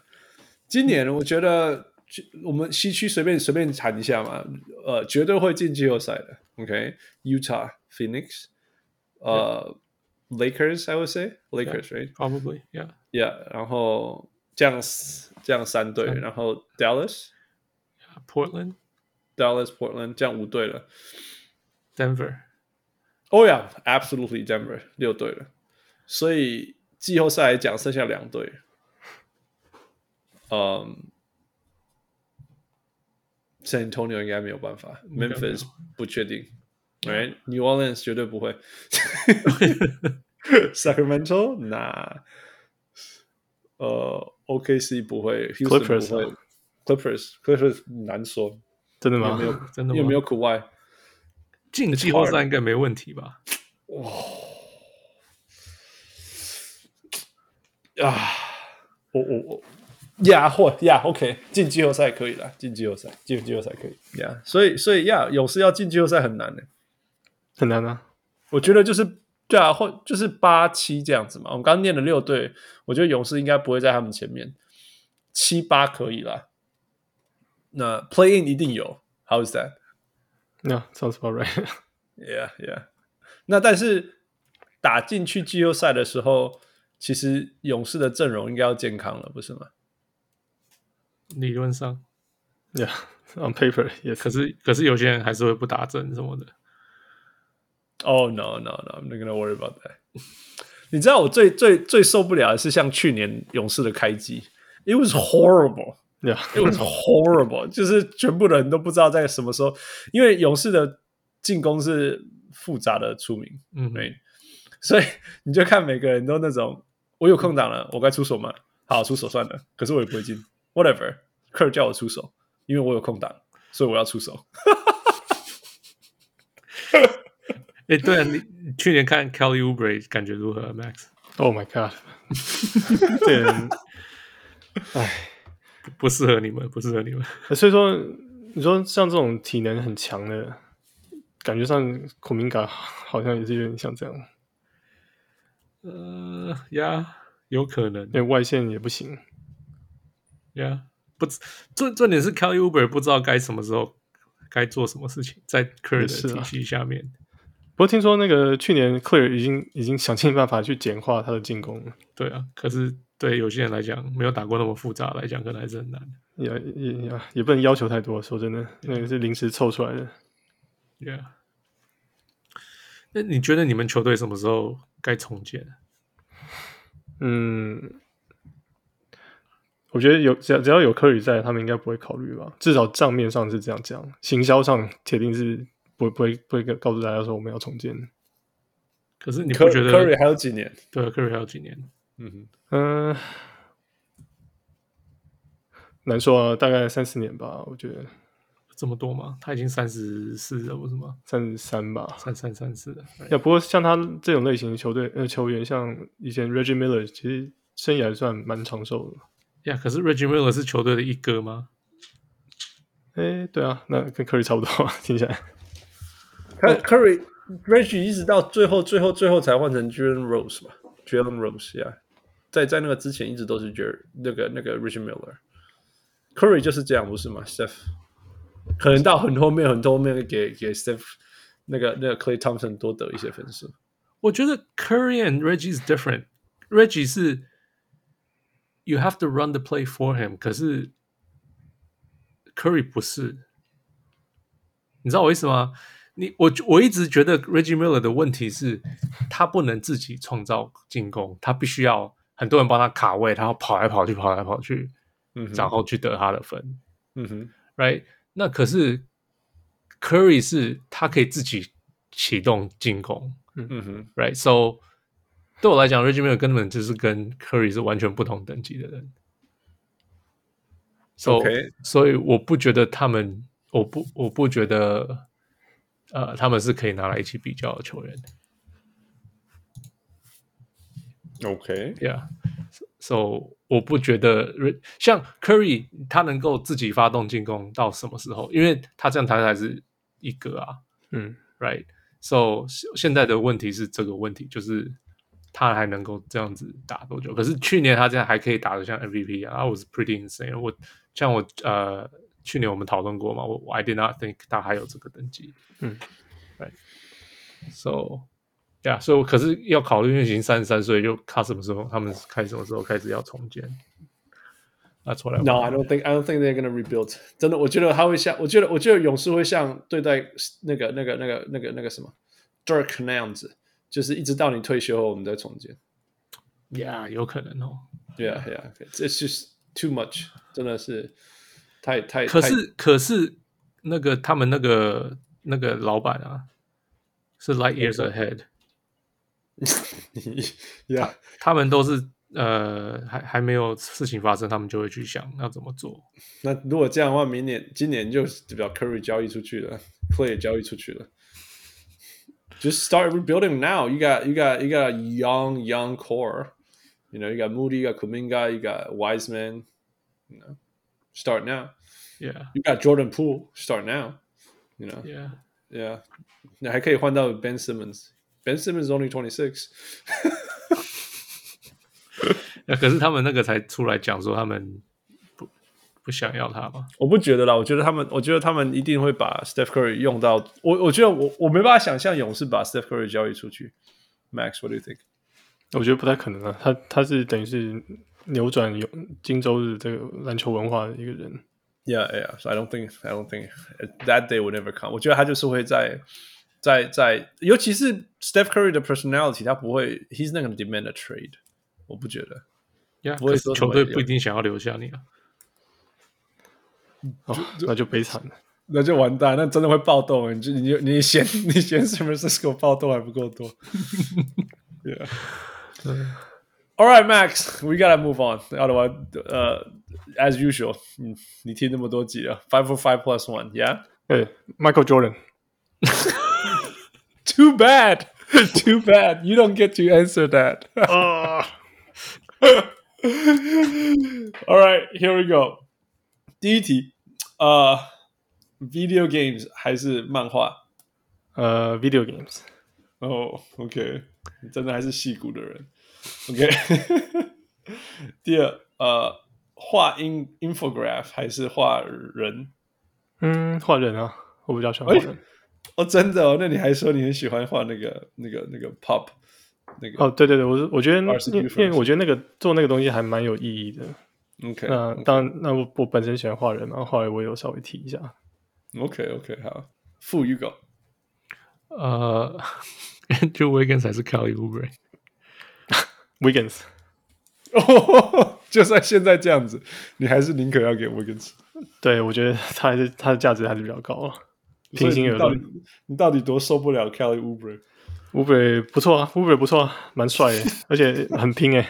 [SPEAKER 3] 今年我觉得就我们西区随便随便谈一下嘛，呃，绝对会进季后赛的。OK，Utah、Phoenix，呃、l a k e r s I would say Lakers，right？
[SPEAKER 4] Probably, yeah.
[SPEAKER 3] Yeah，然后这样四这样三队，然后 Dallas、
[SPEAKER 4] Portland,
[SPEAKER 3] Dallas、Portland 这样五队了。
[SPEAKER 4] Denver.
[SPEAKER 3] Oh yeah，absolutely Denver 六队了。所以季后赛来讲，剩下两队。嗯、s a n Antonio 应该没有办法
[SPEAKER 4] 该没有
[SPEAKER 3] ，Memphis 不确定，Right？New Orleans 绝对不 会，Sacramento 那呃 OKC 不会 h o u s
[SPEAKER 5] Clippers
[SPEAKER 3] t o
[SPEAKER 5] 啊
[SPEAKER 3] n 不会，Clippers，Clippers 难说，
[SPEAKER 5] 真的
[SPEAKER 3] 有
[SPEAKER 5] 吗
[SPEAKER 3] 没？有
[SPEAKER 4] 真的吗
[SPEAKER 3] 有没有苦外？
[SPEAKER 4] 进季后赛应该没问题吧？
[SPEAKER 3] 啊，我我我，呀或呀，OK，进季后赛可以了，进季后赛，进季后赛可以呀。所以所以呀，勇士要进季后赛很难的、 欸
[SPEAKER 5] 很难啊。
[SPEAKER 3] 我觉得就是对啊，或就是八七这样子嘛。我们刚刚念了六队，我觉得勇士应该不会在他们前面，七八可以啦。那 Play In 一定有，How is that？
[SPEAKER 5] 那、yeah, sounds about right 。
[SPEAKER 3] Yeah, yeah。那但是打进去季后赛的时候，其实勇士的阵容应该要健康了，不是吗？
[SPEAKER 4] 理论上，
[SPEAKER 5] yeah, on paper 也
[SPEAKER 4] 可
[SPEAKER 5] 是。
[SPEAKER 4] 是可是有些人还是会不打针什么的。
[SPEAKER 3] Oh no no no! I'm not gonna worry about that. 你知道我最最最受不了的是像去年勇士的开机，It was horrible. It
[SPEAKER 5] Yeah,
[SPEAKER 3] was horrible. 就是全部的人都不知道在什么时候，因为勇士的进攻是复杂的出名，
[SPEAKER 4] 嗯哼，
[SPEAKER 3] 对，所以你就看每个人都那种，我有空档了，我该出手吗？好，出手算了，可是我也不会进，whatever。客人叫我出手，因为我有空档，所以我要出手。
[SPEAKER 4] 哎，对啊，你你去年看 Kelly Oubre 感觉如何，Max？啊
[SPEAKER 5] Oh my god，这人
[SPEAKER 4] 不适合你们，不适合你们。
[SPEAKER 5] 所以说，你说像这种体能很强的，感觉上孔明感好像也是有点像这样，
[SPEAKER 4] 呃呀，有可能
[SPEAKER 5] 因为外线也不行。
[SPEAKER 4] 呀。不知，重重点是 Kelly Oubre 不知道该什么时候该做什么事情，在 c u r
[SPEAKER 5] 也
[SPEAKER 4] r 的
[SPEAKER 5] 是啊
[SPEAKER 4] 体系下面。
[SPEAKER 5] 不过听说那个去年 Clear 已经已经想尽办法去简化他的进攻了，
[SPEAKER 4] 对啊，可是对有些人来讲，没有打过那么复杂来讲，可能还是很难。
[SPEAKER 5] 也也也也不能要求太多。说真的，那个是临时凑出来的。
[SPEAKER 4] Yeah，那你觉得你们球队什么时候该重建？
[SPEAKER 5] 嗯，我觉得有只要只要有科里在，他们应该不会考虑吧。至少账面上是这样讲，行销上铁定是不不会不会告诉大家说我们要重建。
[SPEAKER 4] 可是你
[SPEAKER 3] 你
[SPEAKER 4] 不觉得
[SPEAKER 3] Curry 还有几年？
[SPEAKER 4] 对啊 Curry 还有几年？
[SPEAKER 5] 嗯、难说啊，大概三四年吧，我觉得
[SPEAKER 4] 这么多吗？他已经三十四了，不是吗？
[SPEAKER 5] 三十三吧。
[SPEAKER 4] 三三三四了。
[SPEAKER 5] 要不过像他这种类型的球队呃球员，像以前 Reggie Miller，其实生涯算蛮长寿的。
[SPEAKER 4] 呀可是 Reggie Miller 是球队的一哥吗？
[SPEAKER 5] 哎，对啊，那跟科里差不多啊，听起来。
[SPEAKER 3] Curry Reggie 一直到最后、最后、最后才换成 Jalen Rose 嘛，Jalen Rose，yeah，在在那个之前一直都是 Jer 那个那个 Rich Miller，Curry 就是这样不是吗？Steph 可能到很后面、很后面给给 Steph 那个那个 Clay Thompson 多得一些分数。
[SPEAKER 4] 我觉得 Curry and Reggie is different。Reggie 是 you have to run the play for him，可是 Curry 不是。你知道我意思吗？你我我一直觉得 Reggie Miller 的问题是，他不能自己创造进攻，他必须要很多人帮他卡位，他要跑来跑去，跑来跑去，
[SPEAKER 3] 嗯哼
[SPEAKER 4] 然后去得他的分。
[SPEAKER 3] 嗯哼，
[SPEAKER 4] right？那可是 Curry 是他可以自己启动进攻
[SPEAKER 3] 嗯哼，
[SPEAKER 4] ，right？So 对我来讲，Reggie Miller 根本就是跟 Curry 是完全不同等级的人。So
[SPEAKER 3] OK
[SPEAKER 4] 所以我不觉得他们，我不我不觉得，呃，他们是可以拿来一起比较的球员。
[SPEAKER 3] OK，
[SPEAKER 4] Yeah. So 我不觉得像 Curry 他能够自己发动进攻到什么时候？因为他这样他才是一个啊
[SPEAKER 5] 嗯，
[SPEAKER 4] ，right? So 现在的问题是这个问题，就是他还能够这样子打多久？可是去年他这样还可以打得像 MVP 啊，I was pretty insane 我。像我呃，去年我们讨论过嘛，我我 I did not think 他还有这个等级。
[SPEAKER 5] 嗯
[SPEAKER 4] ，right. So 对啊，所以我可是要考虑，因为已经三十三岁，就看什么时候他们开什么时候开始要重建。那出来
[SPEAKER 8] No, I don't think I don't think they're gonna rebuild。真的，我觉得他会像，我觉得我觉得勇士会像对待那个那个那个那个那个什么 Dirk 那样子，就是一直到你退休后我们再重建。
[SPEAKER 4] ，Yeah，有可能哦。
[SPEAKER 8] Yeah, yeah, it's just too much，真的是太太。
[SPEAKER 4] 可
[SPEAKER 8] 太
[SPEAKER 4] 是可是那个他们那个那个老板啊，是 Light Years Ahead，
[SPEAKER 8] ，Yeah，
[SPEAKER 4] 他们都是呃还还没有事情发生，他们就会去想要怎么做。
[SPEAKER 8] 那如果这样的话，明年今年就把 Curry 交易出去了，Clay 也交易出去了。Just start rebuilding now. You got you got you got a young young core. You know you got Moody, you got Kuminga, you got Wiseman. You know, start now.
[SPEAKER 4] Yeah
[SPEAKER 8] You got Jordan Poole. Start now. You know,
[SPEAKER 4] yeah，
[SPEAKER 8] yeah. 你还可以换到 Ben Simmons. Ben Simmons is only twenty six.
[SPEAKER 4] 那呃可是他们那个才出来讲说他们不不想要他嘛。
[SPEAKER 3] 我不觉得啦，我觉得他们，我觉得他们一定会把 Steph Curry 用到。我我觉得我我没办法想象勇士把 Steph Curry 交易出去。Max，what do you think？
[SPEAKER 5] 我觉得不太可能啊。他他是等于是扭转有荆州的这个篮球文化的一个人。
[SPEAKER 3] Yeah, yeah. So I don't think, I don't think that day will never come. 我觉得他就是会在在在，尤其是 Steph Curry 的 personality，他不会，he's not gonna demand a trade。我不觉得。
[SPEAKER 4] Yeah，
[SPEAKER 3] 不会
[SPEAKER 4] 可是
[SPEAKER 3] 说什
[SPEAKER 4] 球
[SPEAKER 3] 么
[SPEAKER 4] 队不一定想要留下你啊。
[SPEAKER 5] 哦，那就悲惨了。
[SPEAKER 3] 那就完蛋，那真的会暴动。你就你就你嫌你嫌 San Francisco 暴动还不够多？Yeah. All right, Max, we gotta move on. Otherwise, 呃、as usual，嗯，你听那么多集了，five for five plus one, yeah.
[SPEAKER 5] 哎，Michael Jordan，
[SPEAKER 3] Too bad, too bad. You don't get to answer that. All right, here we go. 第一题，呃、v i d e o games 还是漫画？
[SPEAKER 5] 呃，Video Games，
[SPEAKER 3] 哦、o k 你真的还是戏骨的人。OK，第二，呃，画音 infograph 还是画人？
[SPEAKER 5] 嗯，画人啊，我比较喜欢画人。
[SPEAKER 3] 哦，真的哦，那你还说你很喜欢画那个、那个、那个 pop 那个
[SPEAKER 5] 哦，对对对，我是我觉得，
[SPEAKER 3] 20
[SPEAKER 5] 因为
[SPEAKER 3] difference
[SPEAKER 5] 因为我觉得那个做那个东西还蛮有意义的。
[SPEAKER 3] ？OK，
[SPEAKER 5] 那当然，那我我本身喜欢画人嘛，后来我也有稍微提一下。
[SPEAKER 3] OK，OK，、好，副 you go。
[SPEAKER 4] 呃，Andrew Wiggins 还是 Kelly Oubre？
[SPEAKER 5] Wiggins，
[SPEAKER 3] 哦，就算现在这样子，你还是宁可要给 Wiggins。
[SPEAKER 5] 对我觉得他还是他的价值还是比较高啊。平心而
[SPEAKER 3] 所以
[SPEAKER 5] 论
[SPEAKER 3] 你到底你到底多受不了 Kelly Oubre？
[SPEAKER 5] 乌北不错啊，乌北不错啊，蛮帅的，而且很拼哎、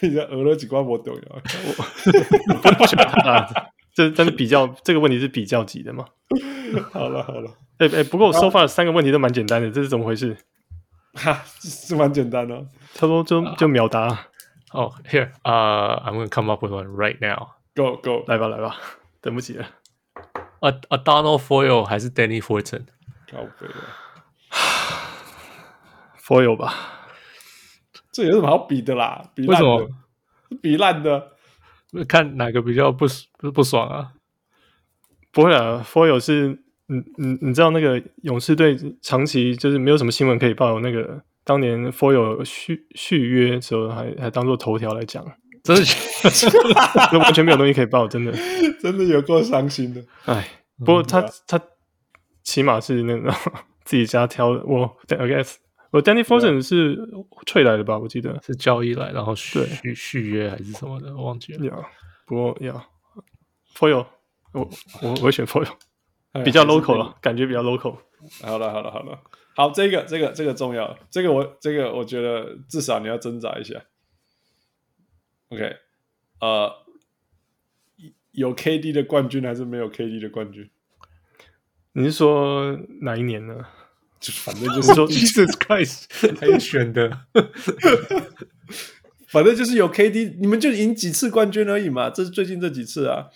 [SPEAKER 3] 你在俄罗斯瓜我懂呀。
[SPEAKER 5] 啊，这但是比较这个问题是比较级的嘛。
[SPEAKER 3] 好了好了，
[SPEAKER 5] 哎、哎、不
[SPEAKER 3] 啊
[SPEAKER 5] 过 so far 三个问题都蛮简单的，这是怎么回事？
[SPEAKER 3] 哈，这这蛮简单的、哦。
[SPEAKER 5] 差不多就就秒答，啊
[SPEAKER 4] 哦、h e r e 呃、i m gonna come up with one right now。
[SPEAKER 3] Go go，
[SPEAKER 5] 来吧来吧，等不及了。
[SPEAKER 4] 啊 A A Donald Foyle 还是 Danny Fortune？
[SPEAKER 3] 靠背了。
[SPEAKER 5] foil 吧？
[SPEAKER 3] 这有什么好比的啦？比
[SPEAKER 4] 为
[SPEAKER 3] 烂
[SPEAKER 4] 什
[SPEAKER 3] 的
[SPEAKER 4] 么
[SPEAKER 3] 比烂的？
[SPEAKER 4] 看哪个比较不不不爽啊？
[SPEAKER 5] 不会啊，foil 是，你你你知道那个勇士队长期就是没有什么新闻可以报，那个当年 foil 续续约的时候还还当做头条来讲，
[SPEAKER 4] 真的
[SPEAKER 5] 就完全没有东西可以报，真的。
[SPEAKER 3] 真的有够伤心的。
[SPEAKER 5] 哎，不过他、
[SPEAKER 3] 对啊
[SPEAKER 5] 他起码是那个 自己家挑的。我 I guess 我 Danny
[SPEAKER 3] 啊
[SPEAKER 5] Forson 是脆来的吧？我记得。
[SPEAKER 4] 是交易来，然后续
[SPEAKER 5] 对
[SPEAKER 4] 续续约还是什么的，我忘 记了。
[SPEAKER 5] 呀、不过呀、f o i l 我我我会选 Foil，
[SPEAKER 3] 哎呀
[SPEAKER 5] 比较
[SPEAKER 3] 还是
[SPEAKER 5] local
[SPEAKER 3] 那个
[SPEAKER 5] 了，感觉比较 local。
[SPEAKER 3] 好了，好了，好了，好，这个，这个，这个重要，这个我，这个我觉得至少你要挣扎一下。OK，呃，有 KD 的冠军还是没有 KD 的冠军？
[SPEAKER 5] 你是说哪一年呢？
[SPEAKER 3] 就反正就是
[SPEAKER 5] 你说
[SPEAKER 4] Jesus Christ，还选的，
[SPEAKER 3] 反正就是有 KD，你们就赢几次冠军而已嘛，这是最近这几次啊。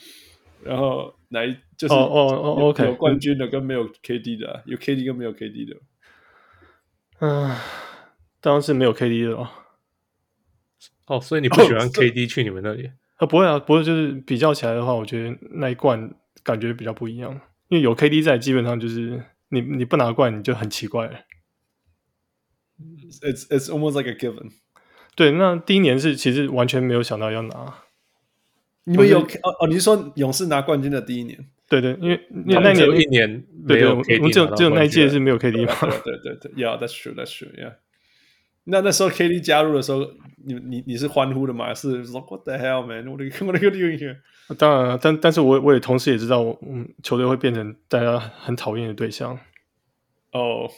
[SPEAKER 3] 然后哪一就是
[SPEAKER 5] 哦哦哦
[SPEAKER 3] 有
[SPEAKER 5] OK
[SPEAKER 3] 有冠军的跟没有 KD 的啊、有 KD 跟没有 KD 的，
[SPEAKER 5] 嗯、当然是没有 KD 的哦。
[SPEAKER 4] 哦，所以你不喜
[SPEAKER 3] 哦
[SPEAKER 4] 欢
[SPEAKER 3] 这
[SPEAKER 4] KD 去你们那里？
[SPEAKER 5] 啊，不会啊，不过就是比较起来的话，我觉得那一冠感觉比较不一样，因为有 KD 在，基本上就是你你不拿冠你就很奇怪了。
[SPEAKER 3] it's it's almost like a given。
[SPEAKER 5] 对，那第一年是其实完全没有想到要拿，
[SPEAKER 3] 你们有哦哦，你是说勇士拿冠军的第一年？
[SPEAKER 5] 对对，因为因为
[SPEAKER 4] 他们
[SPEAKER 5] 那
[SPEAKER 4] 只
[SPEAKER 5] 年
[SPEAKER 4] 有一年
[SPEAKER 5] 对
[SPEAKER 4] 没
[SPEAKER 5] 对，
[SPEAKER 4] 有
[SPEAKER 5] 我们
[SPEAKER 4] KD，
[SPEAKER 5] 我们只
[SPEAKER 4] 拿
[SPEAKER 5] 有
[SPEAKER 4] 到
[SPEAKER 5] 只有那一
[SPEAKER 4] 冠军
[SPEAKER 5] 届
[SPEAKER 4] 了
[SPEAKER 5] 是没有 KD 嘛，
[SPEAKER 3] 对对对，Yeah, that's true, that's true, yeah。那那时候 KD 加入的时候，你你你是欢呼的吗？还是说 What the hell, man? What are you, what are you doing here?
[SPEAKER 5] 当然啊，但但是我我也同时也知道，我嗯，球队会变成大家很讨厌的对象，
[SPEAKER 3] 哦、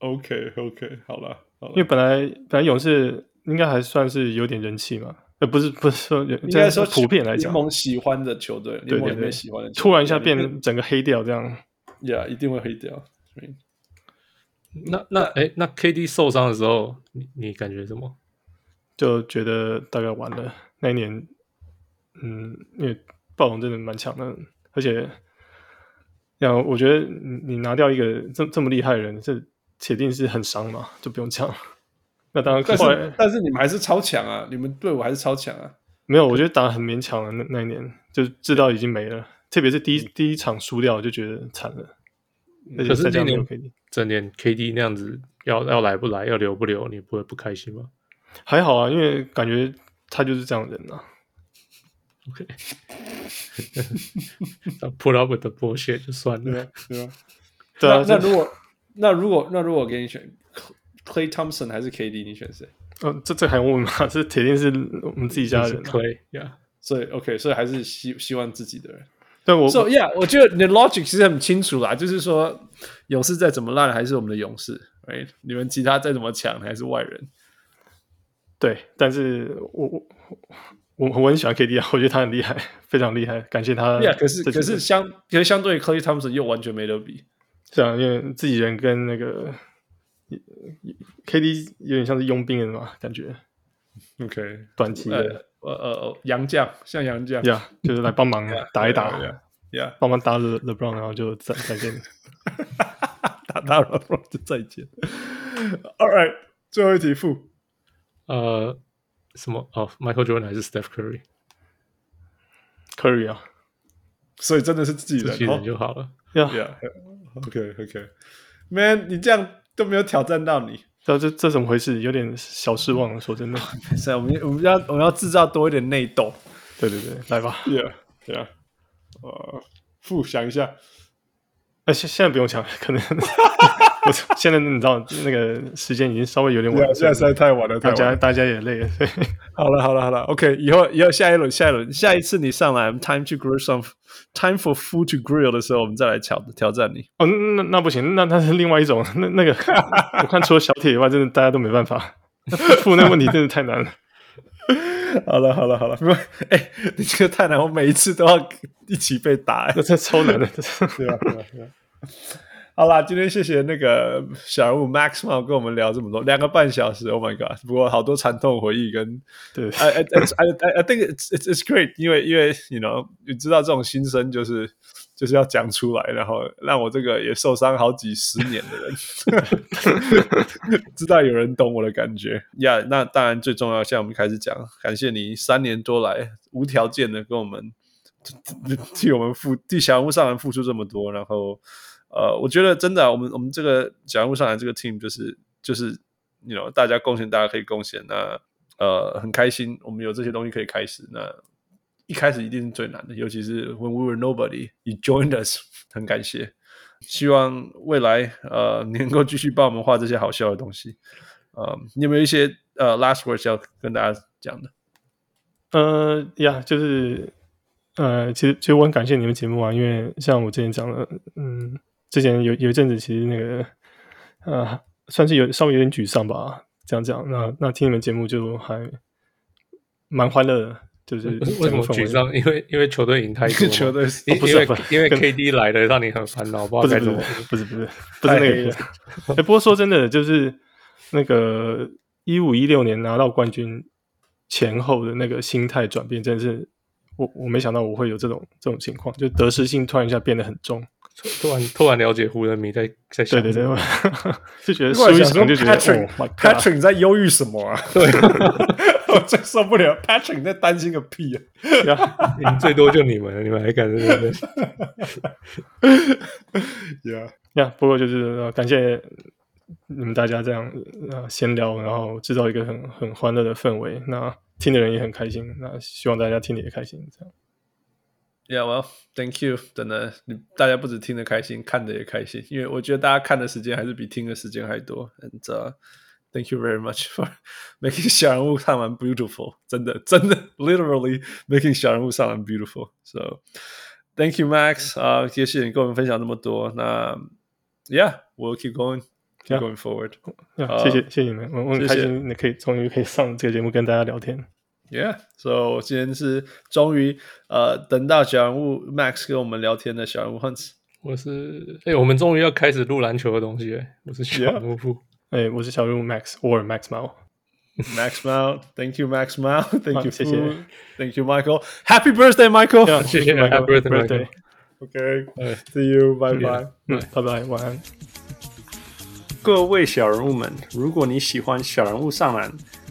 [SPEAKER 3] o k OK，好了好
[SPEAKER 5] 因为
[SPEAKER 3] 了，
[SPEAKER 5] 本来本来勇士应该还算是有点人气嘛，呃，不是不是说有
[SPEAKER 3] 应该说
[SPEAKER 5] 普遍来讲
[SPEAKER 3] 联，盟喜欢的球队，联
[SPEAKER 5] 对
[SPEAKER 3] 盟
[SPEAKER 5] 对
[SPEAKER 3] 里
[SPEAKER 5] 对
[SPEAKER 3] 面喜欢的，球队
[SPEAKER 5] 突然一下变
[SPEAKER 3] 你
[SPEAKER 5] 得整个黑掉这样，
[SPEAKER 3] Yeah，一定会黑掉。Right
[SPEAKER 4] 那那哎，那 KD 受伤的时候，你你感觉什么？
[SPEAKER 5] 就觉得大概完了。那一年，嗯，因为暴龙真的蛮强的，而且，然后我觉得你你拿掉一个这这么厉害的人，这铁定是很伤嘛，就不用讲。那当然
[SPEAKER 3] 但
[SPEAKER 5] 后来
[SPEAKER 3] 是但是你们还是超强啊，你们队伍还是超强啊。
[SPEAKER 5] 没有，我觉得打得很勉强了。那那一年就知道已经没了，特别是第一、
[SPEAKER 3] 嗯
[SPEAKER 5] 第一场输掉，就觉得惨了。而且
[SPEAKER 4] 可是
[SPEAKER 5] 再加
[SPEAKER 4] 今
[SPEAKER 5] 上没
[SPEAKER 4] 年
[SPEAKER 5] 有 KD，
[SPEAKER 4] 整年 KD 那样子，要要来不来，要留不留，你不会不开心 吗
[SPEAKER 5] 还好啊，因为感觉他就是这样的人啊。
[SPEAKER 4] ？OK，put up with the bullshit 就算了。
[SPEAKER 3] 对吧？
[SPEAKER 5] 对啊，
[SPEAKER 3] 那那
[SPEAKER 5] 这
[SPEAKER 3] 如果那如果那如果我给你选 Clay Thompson 还是 KD，你选谁？
[SPEAKER 5] 呃，这这还用问吗？这铁定是我们自己家
[SPEAKER 4] 就
[SPEAKER 5] 人
[SPEAKER 4] 是
[SPEAKER 5] 啊、
[SPEAKER 4] Clay，yeah，
[SPEAKER 3] 所以 OK，所以还是希希望自己的人。
[SPEAKER 5] 但我
[SPEAKER 3] So yeah，我觉得你的 logic 其实很清楚啦，就是说勇士再怎么烂还是我们的勇士，right？你们其他再怎么强还是外人。
[SPEAKER 5] 对，但是我我我我很喜欢 KD 啊，我觉得他很厉害，非常厉害，感谢他。
[SPEAKER 3] Yeah，可啊呃是
[SPEAKER 5] 这几
[SPEAKER 3] 可是
[SPEAKER 5] 年
[SPEAKER 3] 相可是相对 Clay Thompson 又完全没得比。
[SPEAKER 5] 是啊，因为自己人跟那个 KD 有点像是佣兵人嘛，感觉
[SPEAKER 3] OK，
[SPEAKER 5] 短期
[SPEAKER 3] 呃
[SPEAKER 5] 的
[SPEAKER 3] 呃呃，杨将像杨将
[SPEAKER 5] 呀就是来帮忙打一打，
[SPEAKER 3] ，Yeah，
[SPEAKER 5] 帮忙打 Le LeBron，然后就再再见。
[SPEAKER 3] 打到了就再见。All right，最后一题负
[SPEAKER 4] 呃，什么哦，Michael Jordan 还是 Steph Curry，
[SPEAKER 5] Curry 啊，
[SPEAKER 3] 所以真的是自己
[SPEAKER 4] 自
[SPEAKER 3] 人
[SPEAKER 4] 己人
[SPEAKER 3] 哦
[SPEAKER 4] 就好了。
[SPEAKER 5] 呀、
[SPEAKER 3] Yeah，OK OK，Man，你这样都没有挑战到你。
[SPEAKER 5] 这啊这这怎么回事？有点小失望，说真的。
[SPEAKER 3] 是啊，我们我们要我们要制造多一点内斗。
[SPEAKER 5] 对对对，来吧。
[SPEAKER 3] Yeah, yeah. 呃，复想一下，
[SPEAKER 5] 呃，现现在不用想，可 能我现在你知道那个时间已经稍微有点晚了，
[SPEAKER 3] 啊现在实在太晚了，太
[SPEAKER 5] 大
[SPEAKER 3] 晚
[SPEAKER 5] 家
[SPEAKER 3] 了。
[SPEAKER 5] 大家也累了，所以
[SPEAKER 3] 好了，好了，好了。OK，以后以后下一轮，下一轮，下一次你上来，time to grill some time for food to grill 的时候，我们再来挑挑战你。
[SPEAKER 5] 哦，那那不行，那那是另外一种，那 那个我看除了小铁以外，真的大家都没办法。 付那个问题真的太 难了，
[SPEAKER 3] 好了，好了，好了。不， 哎，你这个太难，我每一次都要一起被打、哎
[SPEAKER 5] 那这超难的。
[SPEAKER 3] 对吧？对吧对吧好啦，今天谢谢那个小人物 Max 嘛，跟我们聊这么多，两个半小时，Oh my God！不过好多惨痛回忆跟
[SPEAKER 5] 对，
[SPEAKER 3] I, I, I, I I think it's it's it's great，因为因为 you know 你知道这种心声就是就是要讲出来，然后让我这个也受伤好几十年的人， 知道有人懂我的感觉呀。Yeah, 那当然最重要，现在我们开始讲，感谢你三年多来无条件的跟我们替我们付替小人物上篮付出这么多，然后呃，我觉得真的啊、我们我们这个小人物上篮这个 team 就是就是你 you know 大家贡献，大家可以贡献，那呃很开心，我们有这些东西可以开始那。一开始一定是最难的，尤其是 When we were nobody, you joined us，很 感谢。希望未来呃 你能够继续帮我们画这些好笑的东西。呃，你有没有一些呃 last words 要跟大家讲的？
[SPEAKER 5] 呃呀，就是呃，其实其实我很感谢你们节目啊，因为像我之前讲的，嗯，之前有有一阵子其实那个呃，算是有稍微有点沮丧吧，这样讲。那那听你们节目就还蛮欢乐的，就是
[SPEAKER 4] 为
[SPEAKER 5] 整
[SPEAKER 4] 什
[SPEAKER 5] 个
[SPEAKER 4] 么
[SPEAKER 5] 氛
[SPEAKER 4] 沮
[SPEAKER 5] 围
[SPEAKER 4] 丧？因为因为球队赢太 多嘛，
[SPEAKER 3] 球队
[SPEAKER 4] 因
[SPEAKER 5] 不
[SPEAKER 4] 因
[SPEAKER 5] 是
[SPEAKER 4] 为
[SPEAKER 5] 不是
[SPEAKER 4] 因为
[SPEAKER 5] 跟
[SPEAKER 4] KD 来了，让你很烦恼，不
[SPEAKER 5] 不
[SPEAKER 4] 知道该
[SPEAKER 5] 是
[SPEAKER 4] 怎么。
[SPEAKER 5] 不是不是不是不是那个意思。哎、不过说真的，就是那个一五一六年拿到冠军前后的那个心态转变，真的是我我没想到我会有这种这种情况，就得失心突然一下变得很重。
[SPEAKER 4] 突然突然了解湖人迷在在
[SPEAKER 5] 对
[SPEAKER 4] 想
[SPEAKER 5] 对
[SPEAKER 4] 什
[SPEAKER 5] 对，
[SPEAKER 4] 么
[SPEAKER 5] 我就觉得
[SPEAKER 3] 我
[SPEAKER 5] 输一
[SPEAKER 3] 想说
[SPEAKER 5] 场就觉得
[SPEAKER 3] Patrick-
[SPEAKER 5] 哦 my God
[SPEAKER 3] Patrick 你在忧郁什么啊？对， 我最受不了 Patrick 你在担心个屁啊！
[SPEAKER 4] 赢最多就你们了，你们还敢在那 边
[SPEAKER 3] Yeah，
[SPEAKER 5] 呀不过就是、呃感谢你们大家这样呃闲聊，然后制造一个很很欢乐的氛围，那听的人也很开心，那希望大家听的也开心，这样。
[SPEAKER 3] Yeah, well, thank you. 真的，你大家不止听得开心，看的也开心，因为我觉得大家看的时间还是比听的时间还多。And、uh, thank you very much for making 小人物上完 beautiful. 真的，真的，literally making 小人物上完 beautiful. So thank you, Max. 啊、也谢谢你跟我们分享那么多。那 Yeah, we'll keep going, keep
[SPEAKER 5] Yeah.
[SPEAKER 3] going forward.
[SPEAKER 5] 啊，
[SPEAKER 3] 呃
[SPEAKER 5] 谢谢谢谢你们，我我很
[SPEAKER 3] 谢
[SPEAKER 5] 开
[SPEAKER 3] 谢
[SPEAKER 5] 心，你可以终于可以上这个节目跟大家聊天。
[SPEAKER 3] Yeah, so 今天是终于呃等到小人物 Max 跟我们聊天的小人物 Hunts。
[SPEAKER 4] 我是哎、我们终于要开始录篮球的东西了。我是小人物，
[SPEAKER 5] 哎，我是小人物 Max，我是 Max 猫。
[SPEAKER 3] Max Mount. Thank you, Max Mount. Thank
[SPEAKER 5] 好
[SPEAKER 3] you,
[SPEAKER 5] 谢谢
[SPEAKER 3] Fu. Thank you, Michael. Happy birthday, Michael.
[SPEAKER 4] 谢谢
[SPEAKER 5] Michael，
[SPEAKER 4] Happy birthday，Michael
[SPEAKER 3] Okay.
[SPEAKER 4] 哎
[SPEAKER 3] See you. Bye bye.
[SPEAKER 5] 嗯，拜拜，晚安。
[SPEAKER 3] 各位小人物们，如果你喜欢小人物上篮，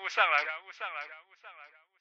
[SPEAKER 1] 物上来，小人物上来，小人物上来。